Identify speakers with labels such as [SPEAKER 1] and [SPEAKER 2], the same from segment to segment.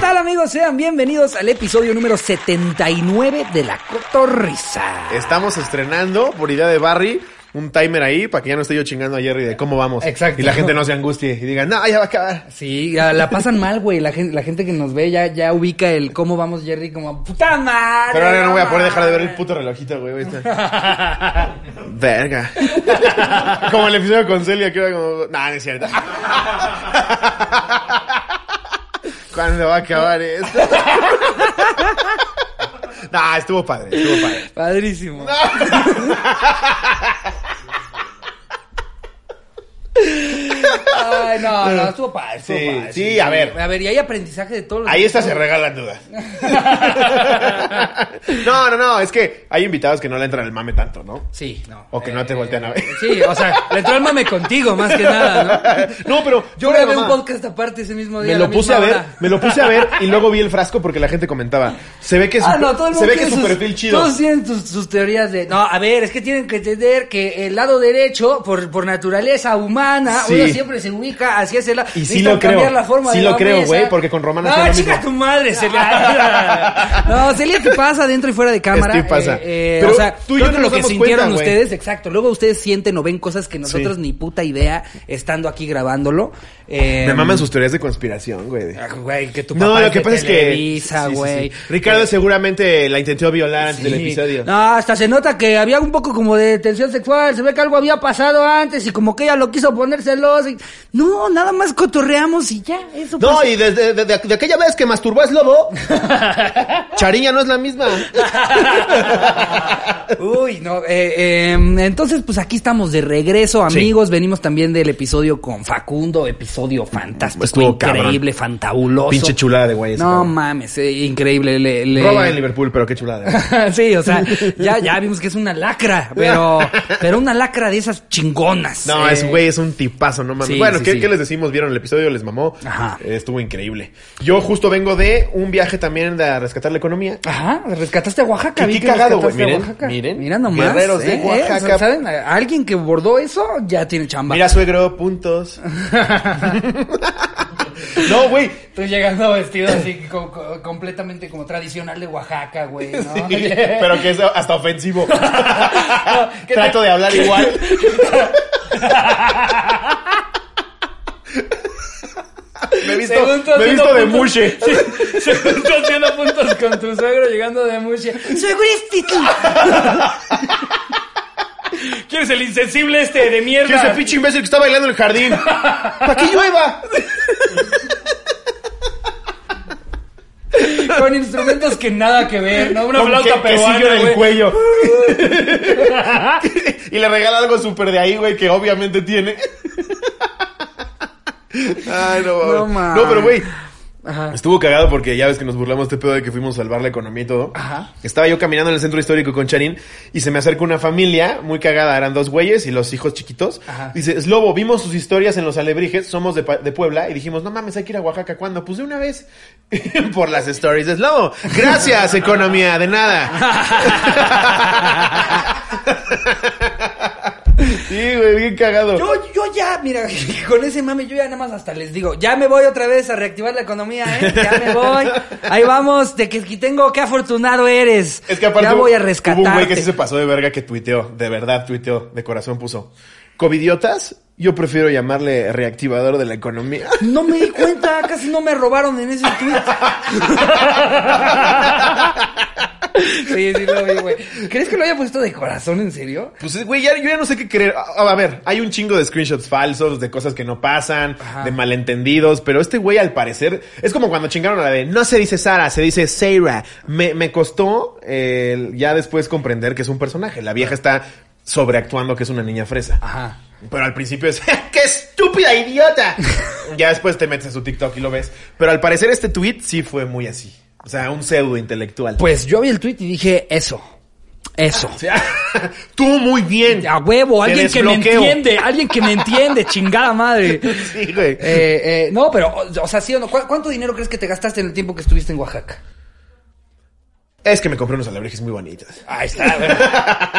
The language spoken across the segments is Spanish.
[SPEAKER 1] tal amigos? Sean bienvenidos al episodio número 79 de La Cotorrisa.
[SPEAKER 2] Estamos estrenando por idea de Barry un timer ahí para que ya no esté yo chingando a Jerry de cómo vamos.
[SPEAKER 1] Exacto.
[SPEAKER 2] Y la gente no se angustie y diga, no, ya va a acabar.
[SPEAKER 1] Sí, ya la pasan mal, güey. La gente, la gente que nos ve ya, ya ubica el cómo vamos, Jerry, como puta madre.
[SPEAKER 2] Pero ahora no voy a poder dejar de ver el puto relojito, güey. ahorita. Verga. como el episodio con Celia, que era como, nah, no es cierto. ¿Cuándo va a acabar esto? nah, estuvo padre, estuvo padre.
[SPEAKER 1] Padrísimo. Ay, no, no, estuvo padre. estuvo
[SPEAKER 2] Sí,
[SPEAKER 1] padre,
[SPEAKER 2] sí, a ver.
[SPEAKER 1] A ver, y hay aprendizaje de todos los.
[SPEAKER 2] Ahí está, se regalan dudas. no, no, no, es que hay invitados que no le entran el mame tanto, ¿no?
[SPEAKER 1] Sí, no. eh.
[SPEAKER 2] O que no te voltean a ver.
[SPEAKER 1] Sí, o sea, le entró el mame contigo, más que nada, ¿no?
[SPEAKER 2] No, pero
[SPEAKER 1] Yo
[SPEAKER 2] fuera de
[SPEAKER 1] grabé un
[SPEAKER 2] mamá,
[SPEAKER 1] podcast aparte ese mismo día.
[SPEAKER 2] Me
[SPEAKER 1] a
[SPEAKER 2] lo
[SPEAKER 1] la
[SPEAKER 2] puse
[SPEAKER 1] misma
[SPEAKER 2] a ver,
[SPEAKER 1] hora.
[SPEAKER 2] me lo puse a ver y luego vi el frasco porque la gente comentaba. Se ve que es
[SPEAKER 1] Ah, no, todo el
[SPEAKER 2] se
[SPEAKER 1] mundo
[SPEAKER 2] ve que es
[SPEAKER 1] tiene
[SPEAKER 2] su
[SPEAKER 1] sus-
[SPEAKER 2] perfil chido.
[SPEAKER 1] Todos tienen sus, sus teorías de. No, a ver, es que tienen que entender que el lado derecho, por, por naturaleza humana,
[SPEAKER 2] Sí.
[SPEAKER 1] uno siempre se ubica hacia ese lado.
[SPEAKER 2] Y sí
[SPEAKER 1] Necesitan
[SPEAKER 2] lo creo.
[SPEAKER 1] cambiar la forma
[SPEAKER 2] Sí
[SPEAKER 1] de
[SPEAKER 2] lo
[SPEAKER 1] la
[SPEAKER 2] creo,
[SPEAKER 1] mesa.
[SPEAKER 2] güey, porque con Román hacía
[SPEAKER 1] No,
[SPEAKER 2] lo
[SPEAKER 1] chica
[SPEAKER 2] mismo.
[SPEAKER 1] tu madre, Celia. no, Celia, ¿qué pasa dentro y fuera de cámara?
[SPEAKER 2] Este pasa.
[SPEAKER 1] Eh, eh,
[SPEAKER 2] Pero
[SPEAKER 1] o sea,
[SPEAKER 2] tú
[SPEAKER 1] tú
[SPEAKER 2] y yo
[SPEAKER 1] creo
[SPEAKER 2] no
[SPEAKER 1] que lo que
[SPEAKER 2] nos damos
[SPEAKER 1] sintieron
[SPEAKER 2] cuenta, güey.
[SPEAKER 1] ustedes, exacto. Luego ustedes sienten o ven cosas que nosotros
[SPEAKER 2] Sí.
[SPEAKER 1] ni puta idea estando aquí grabándolo. Eh,
[SPEAKER 2] Me maman sus teorías de conspiración, güey.
[SPEAKER 1] Ah, Güey, que tu papá
[SPEAKER 2] No, lo
[SPEAKER 1] es
[SPEAKER 2] que
[SPEAKER 1] de
[SPEAKER 2] pasa es que
[SPEAKER 1] Televisa,
[SPEAKER 2] Sí, sí, sí.
[SPEAKER 1] güey. Eh,
[SPEAKER 2] Ricardo seguramente la intentó violar antes del
[SPEAKER 1] Sí.
[SPEAKER 2] episodio.
[SPEAKER 1] No, hasta se nota que había un poco como de tensión sexual, se ve que algo había pasado antes y como que ella lo quiso poner celosa. y- No, nada más cotorreamos y ya, eso
[SPEAKER 2] No,
[SPEAKER 1] pasó.
[SPEAKER 2] y desde de, de- de aquella vez que masturbó a Slobo, Chariña no es la misma.
[SPEAKER 1] Uy, no, eh, eh, entonces pues aquí estamos de regreso,
[SPEAKER 2] Sí.
[SPEAKER 1] amigos, venimos también del episodio con Facundo, episodio fantástico,
[SPEAKER 2] Estuvo cabrón.
[SPEAKER 1] increíble, fantabuloso.
[SPEAKER 2] Pinche chulada de güey. ese
[SPEAKER 1] No
[SPEAKER 2] cabrón.
[SPEAKER 1] mames, eh, increíble. Le, le-
[SPEAKER 2] Roba en Liverpool, pero qué chulada. güey.
[SPEAKER 1] sí, o sea, ya, ya vimos que es una lacra, pero, pero una lacra de esas chingonas.
[SPEAKER 2] No,
[SPEAKER 1] Eh,
[SPEAKER 2] es güey, es un tipazo, no mames.
[SPEAKER 1] sí,
[SPEAKER 2] bueno,
[SPEAKER 1] sí,
[SPEAKER 2] ¿qué,
[SPEAKER 1] sí.
[SPEAKER 2] qué les decimos? ¿Vieron el episodio? ¿Les mamó?
[SPEAKER 1] Ajá.
[SPEAKER 2] Eh, Estuvo increíble. Yo justo vengo de un viaje también de a rescatar la economía.
[SPEAKER 1] Ajá, rescataste a Oaxaca.
[SPEAKER 2] Qué-
[SPEAKER 1] vi
[SPEAKER 2] qué
[SPEAKER 1] que
[SPEAKER 2] cagado, güey.
[SPEAKER 1] rescataste a
[SPEAKER 2] Miren,
[SPEAKER 1] Oaxaca.
[SPEAKER 2] miren.
[SPEAKER 1] Mira nomás.
[SPEAKER 2] Guerreros de
[SPEAKER 1] eh, eh,
[SPEAKER 2] Oaxaca.
[SPEAKER 1] o sea, ¿Saben? A- Alguien que bordó eso ya tiene chamba.
[SPEAKER 2] Mira, suegro, puntos. no, güey.
[SPEAKER 1] Estoy llegando vestido así, co- co- completamente como tradicional de Oaxaca, güey, ¿no?
[SPEAKER 2] Sí, pero que es hasta ofensivo.
[SPEAKER 1] ¿qué
[SPEAKER 2] Trato de hablar igual. me he visto,
[SPEAKER 1] Según tú
[SPEAKER 2] me he
[SPEAKER 1] haciendo
[SPEAKER 2] visto de
[SPEAKER 1] puntos-
[SPEAKER 2] mushe.
[SPEAKER 1] Sí, según tú haciendo puntos con tu suegro llegando de mushe. ¡Suegro este tú! ¿Quieres el insensible este de
[SPEAKER 2] Que ese
[SPEAKER 1] mierda?
[SPEAKER 2] pinche imbécil que está bailando en el jardín. ¡Para que llueva!
[SPEAKER 1] Con instrumentos que nada que ver, ¿no? Una
[SPEAKER 2] Con
[SPEAKER 1] flauta
[SPEAKER 2] que- quesillo
[SPEAKER 1] peruana,
[SPEAKER 2] en
[SPEAKER 1] güey.
[SPEAKER 2] el cuello. y le regala algo súper de ahí, güey, que obviamente tiene. Ay, no,
[SPEAKER 1] No,
[SPEAKER 2] no,
[SPEAKER 1] man.
[SPEAKER 2] no, pero güey.
[SPEAKER 1] Ajá.
[SPEAKER 2] Estuvo cagado porque ya ves que nos burlamos de este pedo de que fuimos a salvar la economía y todo.
[SPEAKER 1] Ajá.
[SPEAKER 2] Estaba yo caminando en el centro histórico con Charín y se me acerca una familia muy cagada. Eran dos güeyes y los hijos chiquitos.
[SPEAKER 1] Ajá.
[SPEAKER 2] Dice, Slobo, vimos sus historias en los alebrijes, somos de, Pa- de Puebla y dijimos, no mames, hay que ir a Oaxaca. ¿Cuándo? Pues de una vez. Por las stories de Slobo. Gracias, economía, de nada. sí, güey, bien cagado.
[SPEAKER 1] Yo, yo ya, mira, con ese mame, yo ya nada más hasta les digo, ya me voy otra vez a reactivar la economía, ¿eh? Ya me voy. Ahí vamos, de que aquí tengo, qué afortunado eres.
[SPEAKER 2] Es que aparte
[SPEAKER 1] Ya
[SPEAKER 2] hubo-
[SPEAKER 1] voy a
[SPEAKER 2] Hubo un güey que sí se
[SPEAKER 1] rescatar.
[SPEAKER 2] pasó de verga que tuiteó, de verdad tuiteó, de corazón puso. ¿Covidiotas? Yo prefiero llamarle reactivador de la economía.
[SPEAKER 1] No me di cuenta, casi no me robaron en ese tweet. sí, sí lo vi, güey. ¿Crees que lo haya puesto de corazón, en serio?
[SPEAKER 2] Pues, güey, ya, yo ya no sé qué creer. A, a ver, hay un chingo de screenshots falsos, de cosas que no pasan,
[SPEAKER 1] Ajá.
[SPEAKER 2] de malentendidos, pero este güey al parecer es como cuando chingaron a la de no se dice Sara, se dice Sarah. Me, me costó eh, ya después comprender que es un personaje. La vieja está sobreactuando que es una niña fresa.
[SPEAKER 1] Ajá.
[SPEAKER 2] Pero al principio es, ¡qué estúpida idiota! ya después te metes a su TikTok y lo ves. Pero al parecer este tweet sí fue muy así. O sea, un pseudo intelectual.
[SPEAKER 1] Pues yo vi el tweet y dije, eso. Eso.
[SPEAKER 2] O sea, tú muy bien.
[SPEAKER 1] A huevo,
[SPEAKER 2] Te
[SPEAKER 1] alguien que me
[SPEAKER 2] desbloqueo.
[SPEAKER 1] entiende, alguien que me entiende, chingada madre.
[SPEAKER 2] Sí, güey.
[SPEAKER 1] Eh, eh, no, pero, o, o sea, sí o no. ¿cu- ¿Cuánto dinero crees que te gastaste en el tiempo que estuviste en Oaxaca?
[SPEAKER 2] Es que me compré unos alebrijes muy bonitos.
[SPEAKER 1] Ahí está, güey.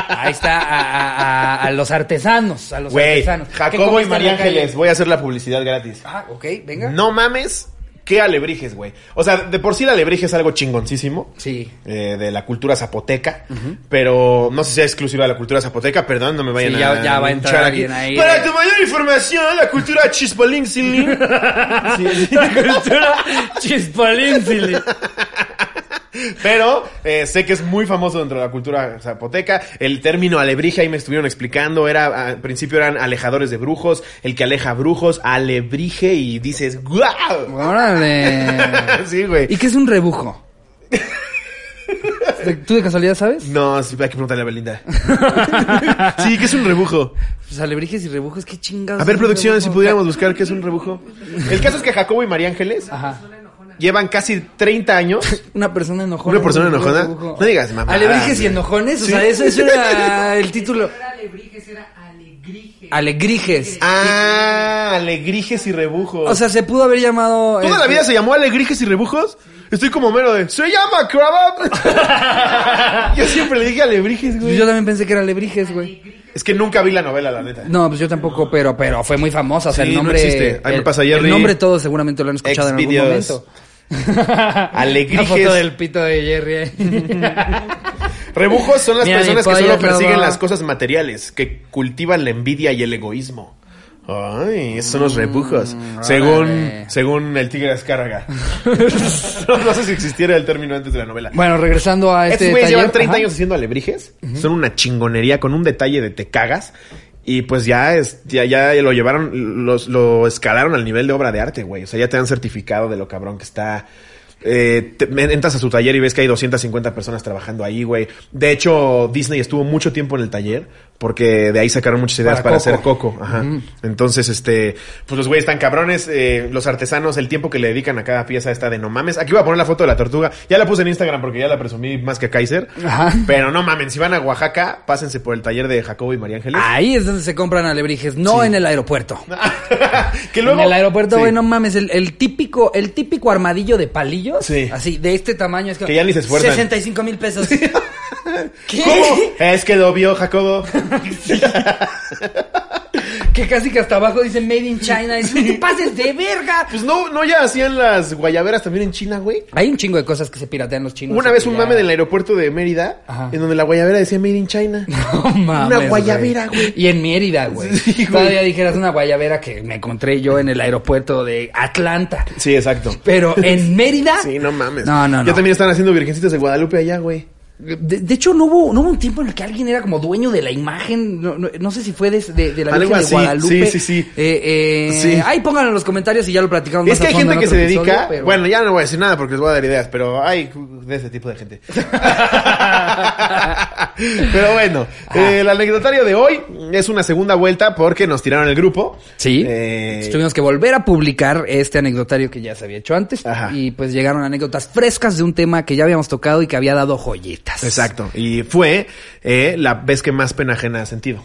[SPEAKER 1] Ahí está, a, a- a- a los artesanos, a los
[SPEAKER 2] Güey,
[SPEAKER 1] artesanos. ¿Qué
[SPEAKER 2] Jacobo y
[SPEAKER 1] comiste en
[SPEAKER 2] María
[SPEAKER 1] la calle?
[SPEAKER 2] Ángeles, voy a hacer la publicidad gratis.
[SPEAKER 1] Ah, ok, venga.
[SPEAKER 2] No mames, qué alebrijes, güey. O sea, de por sí la alebrije es algo chingoncísimo.
[SPEAKER 1] Sí.
[SPEAKER 2] eh, de la cultura zapoteca, pero no sé si sea exclusiva de la cultura zapoteca, perdón, no me vayan
[SPEAKER 1] Sí, ya-
[SPEAKER 2] a
[SPEAKER 1] ya va a entrar
[SPEAKER 2] linchar
[SPEAKER 1] alguien ahí,
[SPEAKER 2] Para
[SPEAKER 1] eh.
[SPEAKER 2] tu mayor información, la cultura chispolín sin lin. Sí, sí.
[SPEAKER 1] La cultura chispolínsili.
[SPEAKER 2] Pero eh, sé que es muy famoso dentro de la cultura zapoteca. El término alebrije ahí me estuvieron explicando. Era, al principio eran alejadores de brujos, el que aleja brujos, alebrije y dices ¡guau!
[SPEAKER 1] Órale.
[SPEAKER 2] sí, güey.
[SPEAKER 1] ¿Y qué es un rebujo? ¿Tú de casualidad sabes?
[SPEAKER 2] No, sí, hay que preguntarle a Belinda. sí, que es un rebujo.
[SPEAKER 1] Pues alebrijes y rebujos, qué chingados.
[SPEAKER 2] A ver,
[SPEAKER 1] es un
[SPEAKER 2] producción, si
[SPEAKER 1] rebujo?
[SPEAKER 2] pudiéramos buscar qué es un rebujo. El caso es que Jacobo y María Ángeles
[SPEAKER 1] Ajá.
[SPEAKER 2] llevan casi 30 años.
[SPEAKER 1] Una persona enojona.
[SPEAKER 2] ¿Una persona
[SPEAKER 1] Un
[SPEAKER 2] enojona?
[SPEAKER 1] rebujo.
[SPEAKER 2] No digas mamadas,
[SPEAKER 1] Alebrijes y
[SPEAKER 2] güey.
[SPEAKER 1] enojones, o
[SPEAKER 2] Sí.
[SPEAKER 1] sea, eso, eso era el título.
[SPEAKER 3] No era alebrijes, era alegrije.
[SPEAKER 1] Alegrijes.
[SPEAKER 2] Ah, alegrijes y rebujos.
[SPEAKER 1] O sea, se pudo haber llamado.
[SPEAKER 2] ¿Toda la
[SPEAKER 1] este,
[SPEAKER 2] vida se llamó Alegrijes y Rebujos? Estoy como mero de... ¡Se llama Crabab! yo siempre le dije Alebrijes, güey.
[SPEAKER 1] Yo también pensé que era Alebrijes, güey.
[SPEAKER 2] Es que nunca vi la novela, la neta.
[SPEAKER 1] No, pues yo tampoco, pero, pero fue muy famosa. O sea,
[SPEAKER 2] Sí,
[SPEAKER 1] el
[SPEAKER 2] no
[SPEAKER 1] nombre.
[SPEAKER 2] existe. Ahí me
[SPEAKER 1] el-
[SPEAKER 2] pasa, Jerry.
[SPEAKER 1] El nombre todos seguramente lo han escuchado en algún
[SPEAKER 2] Xvideos.
[SPEAKER 1] momento.
[SPEAKER 2] Alegrijes.
[SPEAKER 1] Una foto del pito de Jerry. eh. ahí.
[SPEAKER 2] Rebujos son las
[SPEAKER 1] Mira,
[SPEAKER 2] personas
[SPEAKER 1] mi
[SPEAKER 2] que
[SPEAKER 1] pollo
[SPEAKER 2] solo persiguen
[SPEAKER 1] Crabab.
[SPEAKER 2] las cosas materiales, que cultivan la envidia y el egoísmo. Ay, esos son los rebujos. según,
[SPEAKER 1] Mm, órale.
[SPEAKER 2] según el tigre de Azcárraga. no, no sé si existiera el término antes de la novela.
[SPEAKER 1] bueno, regresando a este.
[SPEAKER 2] Estos güeyes
[SPEAKER 1] taller,
[SPEAKER 2] llevan 30
[SPEAKER 1] ajá.
[SPEAKER 2] años haciendo alebrijes. Son una chingonería con un detalle de te cagas. Y pues ya, es, ya, ya lo llevaron, los, lo escalaron al nivel de obra de arte, güey. O sea, ya te dan certificado de lo cabrón que está. Eh, te- me- entras a su taller y ves que hay 250 personas trabajando ahí, güey. De hecho, Disney estuvo mucho tiempo en el taller porque de ahí sacaron muchas ideas para,
[SPEAKER 1] Para
[SPEAKER 2] hacer
[SPEAKER 1] Coco.
[SPEAKER 2] coco. Ajá. Entonces, este, pues los güeyes están cabrones, eh, los artesanos, el tiempo que le dedican a cada pieza está de no mames. Aquí voy a poner la foto de la tortuga. Ya la puse en Instagram porque ya la presumí más que a Kaiser.
[SPEAKER 1] Ajá.
[SPEAKER 2] Pero no mamen, si van a Oaxaca, pásense por el taller de Jacobo y María Ángeles.
[SPEAKER 1] Ahí es donde se compran alebrijes, no en el aeropuerto.
[SPEAKER 2] que luego.
[SPEAKER 1] en el aeropuerto,
[SPEAKER 2] Sí.
[SPEAKER 1] güey, no mames, el, el típico, el típico armadillo de palillos,
[SPEAKER 2] Sí.
[SPEAKER 1] así, de este tamaño, es
[SPEAKER 2] Que ya ni se esfuerzan.
[SPEAKER 1] 65 mil pesos. ¿Qué?
[SPEAKER 2] ¿Cómo? Es que lo vio Jacobo.
[SPEAKER 1] Que casi que hasta abajo dice Made in China, y dice, no te pases de verga.
[SPEAKER 2] Pues no, no ya hacían las guayaberas también en China, güey.
[SPEAKER 1] Hay un chingo de cosas que se piratean los chinos.
[SPEAKER 2] Hubo Una
[SPEAKER 1] y
[SPEAKER 2] vez
[SPEAKER 1] que
[SPEAKER 2] un
[SPEAKER 1] ya-
[SPEAKER 2] mame en el aeropuerto de Mérida,
[SPEAKER 1] Ajá.
[SPEAKER 2] en donde la guayabera decía Made in China.
[SPEAKER 1] No mames,
[SPEAKER 2] Una guayabera, güey.
[SPEAKER 1] Y en Mérida, güey.
[SPEAKER 2] Sí, güey.
[SPEAKER 1] Todavía dijeras una guayabera que me encontré yo en el aeropuerto de Atlanta.
[SPEAKER 2] Sí, exacto.
[SPEAKER 1] Pero en Mérida.
[SPEAKER 2] Sí, no mames.
[SPEAKER 1] No, no, no.
[SPEAKER 2] Ya también están haciendo virgencitas de Guadalupe allá, güey.
[SPEAKER 1] De, de hecho, no hubo, no hubo un tiempo en el que alguien era como dueño de la imagen. No, no- no sé si fue de, de- de la
[SPEAKER 2] Algo
[SPEAKER 1] Virgen
[SPEAKER 2] así.
[SPEAKER 1] de Guadalupe.
[SPEAKER 2] Sí, sí, sí.
[SPEAKER 1] Eh, eh,
[SPEAKER 2] Sí.
[SPEAKER 1] Ahí pónganlo en los comentarios y ya lo platicamos
[SPEAKER 2] Es
[SPEAKER 1] más
[SPEAKER 2] que
[SPEAKER 1] a
[SPEAKER 2] hay
[SPEAKER 1] fondo
[SPEAKER 2] gente
[SPEAKER 1] en
[SPEAKER 2] que se
[SPEAKER 1] otro episodio,
[SPEAKER 2] dedica.
[SPEAKER 1] pero-
[SPEAKER 2] Bueno, ya no voy a decir nada porque les voy a dar ideas, pero hay de ese tipo de gente. pero bueno,
[SPEAKER 1] Ah.
[SPEAKER 2] eh, el anecdotario de hoy es una segunda vuelta porque nos tiraron el grupo.
[SPEAKER 1] Sí.
[SPEAKER 2] Eh,
[SPEAKER 1] Entonces tuvimos que volver a publicar este anecdotario que ya se había hecho antes.
[SPEAKER 2] Ajá.
[SPEAKER 1] Y pues llegaron anécdotas frescas de un tema que ya habíamos tocado y que había dado joyitas.
[SPEAKER 2] Exacto. Y fue eh, la vez que más pena ajena ha sentido.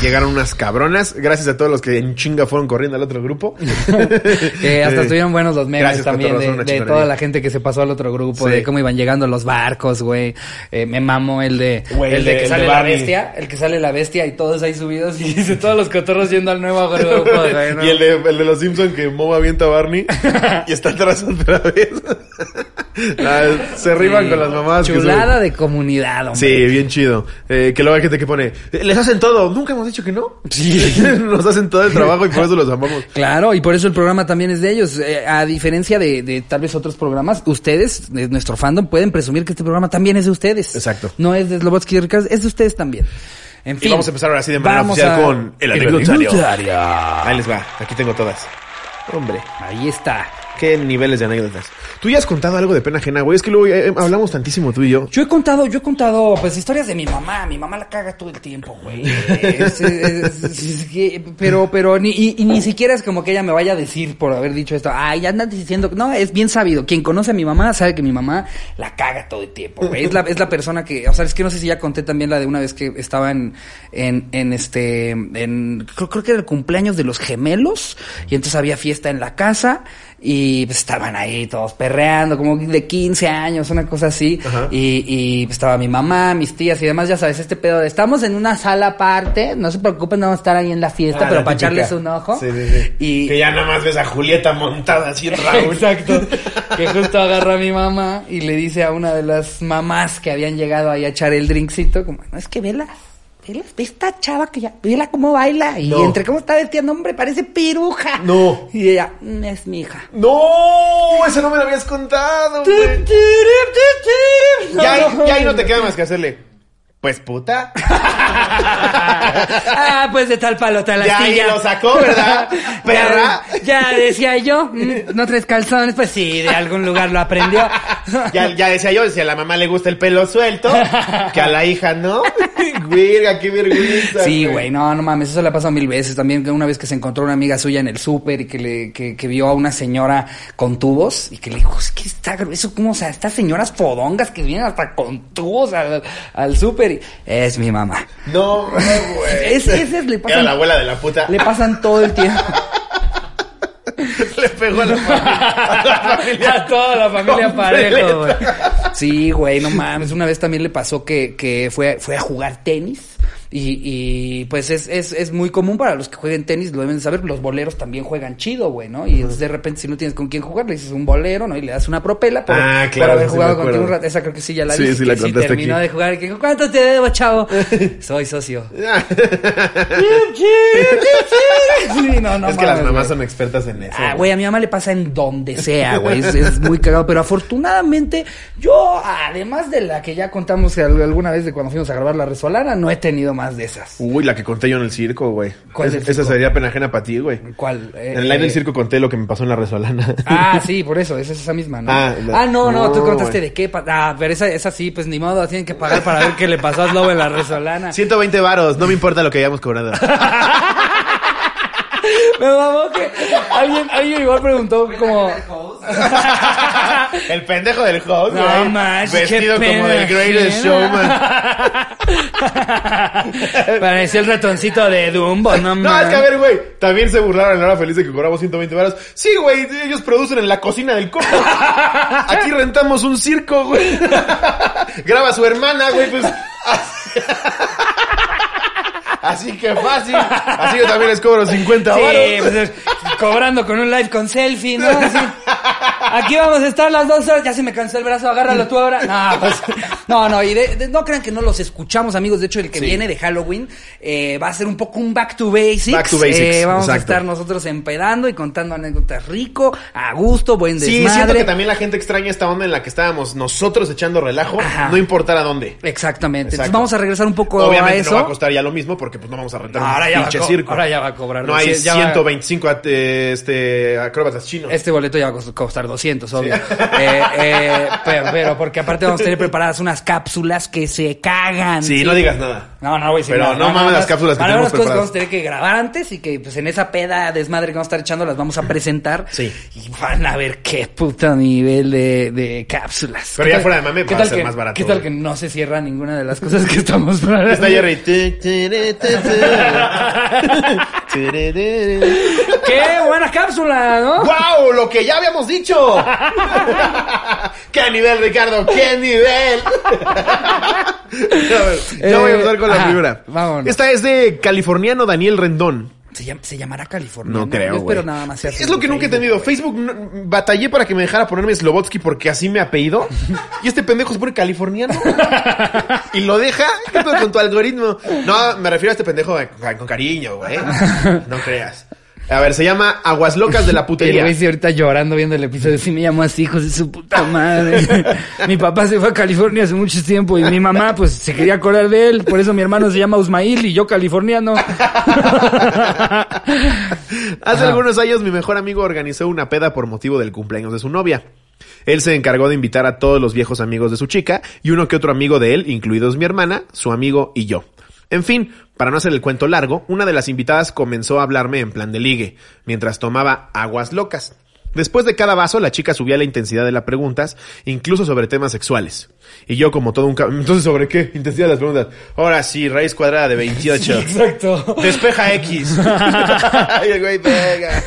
[SPEAKER 2] Llegaron unas cabronas, gracias a todos los que en chinga fueron corriendo al otro grupo.
[SPEAKER 1] Que hasta
[SPEAKER 2] Eh,
[SPEAKER 1] estuvieron buenos los memes
[SPEAKER 2] gracias,
[SPEAKER 1] también
[SPEAKER 2] Cotorro, son
[SPEAKER 1] de,
[SPEAKER 2] una
[SPEAKER 1] de
[SPEAKER 2] chingonería.
[SPEAKER 1] toda la gente que se pasó al otro grupo,
[SPEAKER 2] Sí.
[SPEAKER 1] de cómo iban llegando los barcos, güey. Eh, me mamó el de,
[SPEAKER 2] Güey,
[SPEAKER 1] el de
[SPEAKER 2] el
[SPEAKER 1] que
[SPEAKER 2] de
[SPEAKER 1] sale la
[SPEAKER 2] Barney.
[SPEAKER 1] bestia, el que sale la bestia y todos ahí subidos y dice todos los cotorros yendo al nuevo grupo. güey, ¿no?
[SPEAKER 2] Y el de, el de los Simpson que Moe avienta a Barney y está atrás otra vez. Ah, se riman
[SPEAKER 1] Sí.
[SPEAKER 2] con las mamadas. que
[SPEAKER 1] Chulada
[SPEAKER 2] suben.
[SPEAKER 1] de comunidad, hombre.
[SPEAKER 2] Sí, bien chido. Eh, que luego hay gente que pone, "Eh, les hacen todo. Nunca hemos dicho que no.
[SPEAKER 1] Sí.
[SPEAKER 2] Nos hacen todo el trabajo y por eso los amamos.
[SPEAKER 1] Claro, y por eso el programa también es de ellos. Eh, a diferencia de, de tal vez otros programas, ustedes, de nuestro fandom, pueden presumir que este programa también es de ustedes.
[SPEAKER 2] Exacto.
[SPEAKER 1] No es de Slobotsky y Ricardo, es de ustedes también. En fin.
[SPEAKER 2] vamos a empezar ahora sí de manera
[SPEAKER 1] vamos
[SPEAKER 2] oficial con el anecdotario. Ahí les va. Aquí tengo todas. Hombre,
[SPEAKER 1] Ahí está.
[SPEAKER 2] qué niveles de anécdotas. Tú ya has contado algo de pena ajena, güey. Es que luego eh, hablamos tantísimo tú y yo.
[SPEAKER 1] Yo he contado, yo he contado, pues, historias de mi mamá. Mi mamá la caga todo el tiempo, güey. Es- es- es- es que- pero, pero, ni, y, y ni siquiera es como que ella me vaya a decir por haber dicho esto. Ay, ya andas diciendo. No, es bien sabido. Quien conoce a mi mamá sabe que mi mamá la caga todo el tiempo, güey. Es la, es la persona que, o sea, es que no sé si ya conté también la de una vez que estaba en, en, en este, en, creo, creo que era el cumpleaños de los gemelos. Y entonces había fiesta en la casa. Y pues estaban ahí todos perreando, como de 15 años, una cosa así.
[SPEAKER 2] Ajá.
[SPEAKER 1] Y, y, pues, estaba mi mamá, mis tías y demás, ya sabes, este pedo de estamos en una sala aparte, no se preocupen, no vamos a estar ahí en la fiesta,
[SPEAKER 2] Ah,
[SPEAKER 1] pero
[SPEAKER 2] la
[SPEAKER 1] para
[SPEAKER 2] típica.
[SPEAKER 1] echarles un ojo.
[SPEAKER 2] Sí, sí, sí.
[SPEAKER 1] Y,
[SPEAKER 2] Que ya nada más ves a Julieta montada así en Raúl.
[SPEAKER 1] Exacto. Que justo agarra a mi mamá y le dice a una de las mamás que habían llegado ahí a echar el drinkcito, como, no, es que vela, vela, ve esta chava que ya, vela cómo baila y
[SPEAKER 2] No.
[SPEAKER 1] entre cómo está vestida, no, hombre, parece piruja.
[SPEAKER 2] No.
[SPEAKER 1] Y ella, "Mm, es mi hija.
[SPEAKER 2] ¡No! Ese no me lo habías contado, güey. Ya, ahí- ya ahí no te queda más que hacerle. Pues puta.
[SPEAKER 1] Ah, pues de tal palo, tal
[SPEAKER 2] Ya ahí
[SPEAKER 1] astilla.
[SPEAKER 2] lo sacó, ¿verdad? Perra.
[SPEAKER 1] Ya, ya decía yo, "Mm, no tres calzones, pues sí, de algún lugar lo aprendió.
[SPEAKER 2] Ya, ya decía yo, si a la mamá le gusta el pelo suelto, que a la hija no. Virga, qué vergüenza.
[SPEAKER 1] Sí, güey, no, no mames, eso le ha pasado mil veces. También que una vez que se encontró una amiga suya en el súper y que le, que, que vio a una señora con tubos y que le dijo, es que está grueso, ¿cómo? O sea, estas señoras fodongas que vienen hasta con tubos al, al súper. y- Es mi mamá.
[SPEAKER 2] No, güey.
[SPEAKER 1] Es- ese es- le pasan-
[SPEAKER 2] Era la abuela de la puta.
[SPEAKER 1] Le pasan todo el tiempo.
[SPEAKER 2] Le pegó a la familia. A la familia.
[SPEAKER 1] A toda la familia
[SPEAKER 2] completa.
[SPEAKER 1] parejo, güey. Sí, güey, no mames. Una vez también le pasó que, que fue, fue a jugar tenis. Y, y, pues es, es, es muy común para los que jueguen tenis, lo deben saber, los boleros también juegan chido, güey, ¿no? Y entonces de repente si no tienes con quién jugar, le dices un bolero, ¿no? Y le das una propela por,
[SPEAKER 2] Ah,
[SPEAKER 1] por
[SPEAKER 2] claro,
[SPEAKER 1] haber
[SPEAKER 2] sí me
[SPEAKER 1] jugado
[SPEAKER 2] acuerdo.
[SPEAKER 1] contigo un rato. Esa creo que sí ya la
[SPEAKER 2] Sí,
[SPEAKER 1] dije,
[SPEAKER 2] sí
[SPEAKER 1] que
[SPEAKER 2] la contaste
[SPEAKER 1] terminó
[SPEAKER 2] aquí.
[SPEAKER 1] de jugar, y que dijo, ¿cuánto te debo, chavo? Soy socio. Sí, no, no
[SPEAKER 2] es que las
[SPEAKER 1] mames, güey.
[SPEAKER 2] mamás son expertas en eso.
[SPEAKER 1] Ah, güey, a mi mamá le pasa en donde sea, güey. Es, es muy cagado. Pero afortunadamente, yo, además de la que ya contamos al- alguna vez de cuando fuimos a grabar La Resolana, no he tenido más de esas.
[SPEAKER 2] Uy, la que conté yo en el circo, güey.
[SPEAKER 1] ¿Cuál
[SPEAKER 2] Es-
[SPEAKER 1] del circo?
[SPEAKER 2] Esa sería pena ajena para ti, güey.
[SPEAKER 1] ¿Cuál? Eh,
[SPEAKER 2] en el aire
[SPEAKER 1] eh,
[SPEAKER 2] del circo conté lo que me pasó en la resolana.
[SPEAKER 1] Ah, sí, por eso, es esa misma, ¿no? Ah,
[SPEAKER 2] Ah, la-
[SPEAKER 1] no, no, tú
[SPEAKER 2] no,
[SPEAKER 1] contaste
[SPEAKER 2] güey.
[SPEAKER 1] de qué. pa- Ah, pero esa, esa sí, pues ni modo, tienen que pagar para ver qué le pasó a Slobo en la resolana.
[SPEAKER 2] 120 varos, no me importa lo que hayamos cobrado.
[SPEAKER 1] Me mamó que alguien, alguien igual preguntó como.
[SPEAKER 2] el pendejo del host,
[SPEAKER 1] No
[SPEAKER 2] güey.
[SPEAKER 1] manches,
[SPEAKER 2] vestido
[SPEAKER 1] qué
[SPEAKER 2] como
[SPEAKER 1] pena,
[SPEAKER 2] del
[SPEAKER 1] qué
[SPEAKER 2] Greatest Showman.
[SPEAKER 1] Parecía el ratoncito de Dumbo, no
[SPEAKER 2] No, es que a
[SPEAKER 1] mames.
[SPEAKER 2] ver, güey. También se burlaron en la hora feliz de que cobramos 120 varos. Sí, güey, ellos producen en la cocina del corpo. Aquí rentamos un circo, güey. Graba su hermana, güey, pues. Así, Así que fácil. Así yo también les cobro 50
[SPEAKER 1] Sí,
[SPEAKER 2] varos.
[SPEAKER 1] pues, es- cobrando con un live con selfie, ¿no? Así, Aquí vamos a estar las dos horas, ya se me cansó el brazo, agárralo tú ahora. No, pues, no, no, y de- de- no crean que no los escuchamos, amigos. De hecho, el que viene de Halloween eh, va a ser un poco un back to basics.
[SPEAKER 2] Back to basics,
[SPEAKER 1] Eh, vamos a
[SPEAKER 2] exacto.
[SPEAKER 1] estar nosotros empedando y contando anécdotas rico, a gusto, buen
[SPEAKER 2] Sí,
[SPEAKER 1] desmadre.
[SPEAKER 2] siento que también la gente extraña esta onda en la que estábamos nosotros echando relajo,
[SPEAKER 1] Ajá.
[SPEAKER 2] no importara dónde.
[SPEAKER 1] Exactamente. Entonces
[SPEAKER 2] Exacto.
[SPEAKER 1] vamos a regresar un poco
[SPEAKER 2] Obviamente
[SPEAKER 1] a eso.
[SPEAKER 2] no va a costar ya lo mismo porque pues no vamos a rentar
[SPEAKER 1] Ahora
[SPEAKER 2] un
[SPEAKER 1] ya va a
[SPEAKER 2] pinche
[SPEAKER 1] co-
[SPEAKER 2] circo.
[SPEAKER 1] ahora ya va a cobrar
[SPEAKER 2] No hay
[SPEAKER 1] cien- ya va-
[SPEAKER 2] 125 at- eh, este, acróbatas chinos.
[SPEAKER 1] Este boleto ya va a cost- costar 200, obvio. Eh, eh, pero, pero porque aparte vamos a tener preparadas unas cápsulas que se cagan.
[SPEAKER 2] Sí, no digas nada.
[SPEAKER 1] No, no voy a decir
[SPEAKER 2] Pero
[SPEAKER 1] nada.
[SPEAKER 2] no mames
[SPEAKER 1] nada
[SPEAKER 2] las
[SPEAKER 1] más.
[SPEAKER 2] cápsulas que
[SPEAKER 1] Van a haber unas
[SPEAKER 2] tenemos
[SPEAKER 1] cosas que vamos
[SPEAKER 2] preparadas.
[SPEAKER 1] a tener que grabar antes y que pues en esa peda desmadre que vamos a estar echando las vamos a presentar.
[SPEAKER 2] Sí.
[SPEAKER 1] Y van a ver qué puto nivel de, de cápsulas.
[SPEAKER 2] Pero
[SPEAKER 1] ¿Qué
[SPEAKER 2] ya
[SPEAKER 1] tal-
[SPEAKER 2] fuera de mame
[SPEAKER 1] qué
[SPEAKER 2] va a
[SPEAKER 1] tal
[SPEAKER 2] ser
[SPEAKER 1] que-
[SPEAKER 2] más barato,
[SPEAKER 1] ¿Qué tal
[SPEAKER 2] güey.
[SPEAKER 1] que no se cierra ninguna de las cosas que estamos preparando?
[SPEAKER 2] Está Jerry. Tu, tu, ru, tu, tu. Tu, ru, ru, ru.
[SPEAKER 1] ¡Qué buena cápsula, ¿no?
[SPEAKER 2] ¡Guau! Lo que ya habíamos dicho. ¡Qué nivel, Ricardo! ¡Qué nivel! Eh, Ya voy a empezar con la
[SPEAKER 1] Ajá,
[SPEAKER 2] primera.
[SPEAKER 1] vámonos.
[SPEAKER 2] Esta es de californiano Daniel Rendón.
[SPEAKER 1] ¿Se, llam- se llamará California?
[SPEAKER 2] No creo,
[SPEAKER 1] Yo
[SPEAKER 2] güey.
[SPEAKER 1] espero nada más sea
[SPEAKER 2] Es lo que nunca he entendido. Facebook no- batallé para que me dejara ponerme Slobotsky porque así me apellido. y este pendejo se pone californiano. y lo deja ¿Qué pedo con tu algoritmo. No, me refiero a este pendejo de- con, con cariño, güey. No creas. A ver, se llama Aguas Locas de la
[SPEAKER 1] El
[SPEAKER 2] Putería.
[SPEAKER 1] güey sí ahorita llorando viendo el episodio. Sí me llamó así, hijos de su puta madre. mi papá se fue a California hace mucho tiempo y mi mamá pues se quería acordar de él. Por eso mi hermano se llama Usmail y yo californiano.
[SPEAKER 2] Hace algunos años mi mejor amigo organizó una peda por motivo del cumpleaños de su novia. Él se encargó de invitar a todos los viejos amigos de su chica y uno que otro amigo de él, incluidos mi hermana, su amigo y yo. En fin, para no hacer el cuento largo, una de las invitadas comenzó a hablarme en plan de ligue, mientras tomaba aguas locas. Después de cada vaso, la chica subía la intensidad de las preguntas, incluso sobre temas sexuales. Y yo, como todo un... ca- Entonces, ¿sobre qué? Intensidad de las preguntas. Ahora sí, raíz cuadrada de 28.
[SPEAKER 1] Exacto.
[SPEAKER 2] Despeja X. Ay, el güey, venga.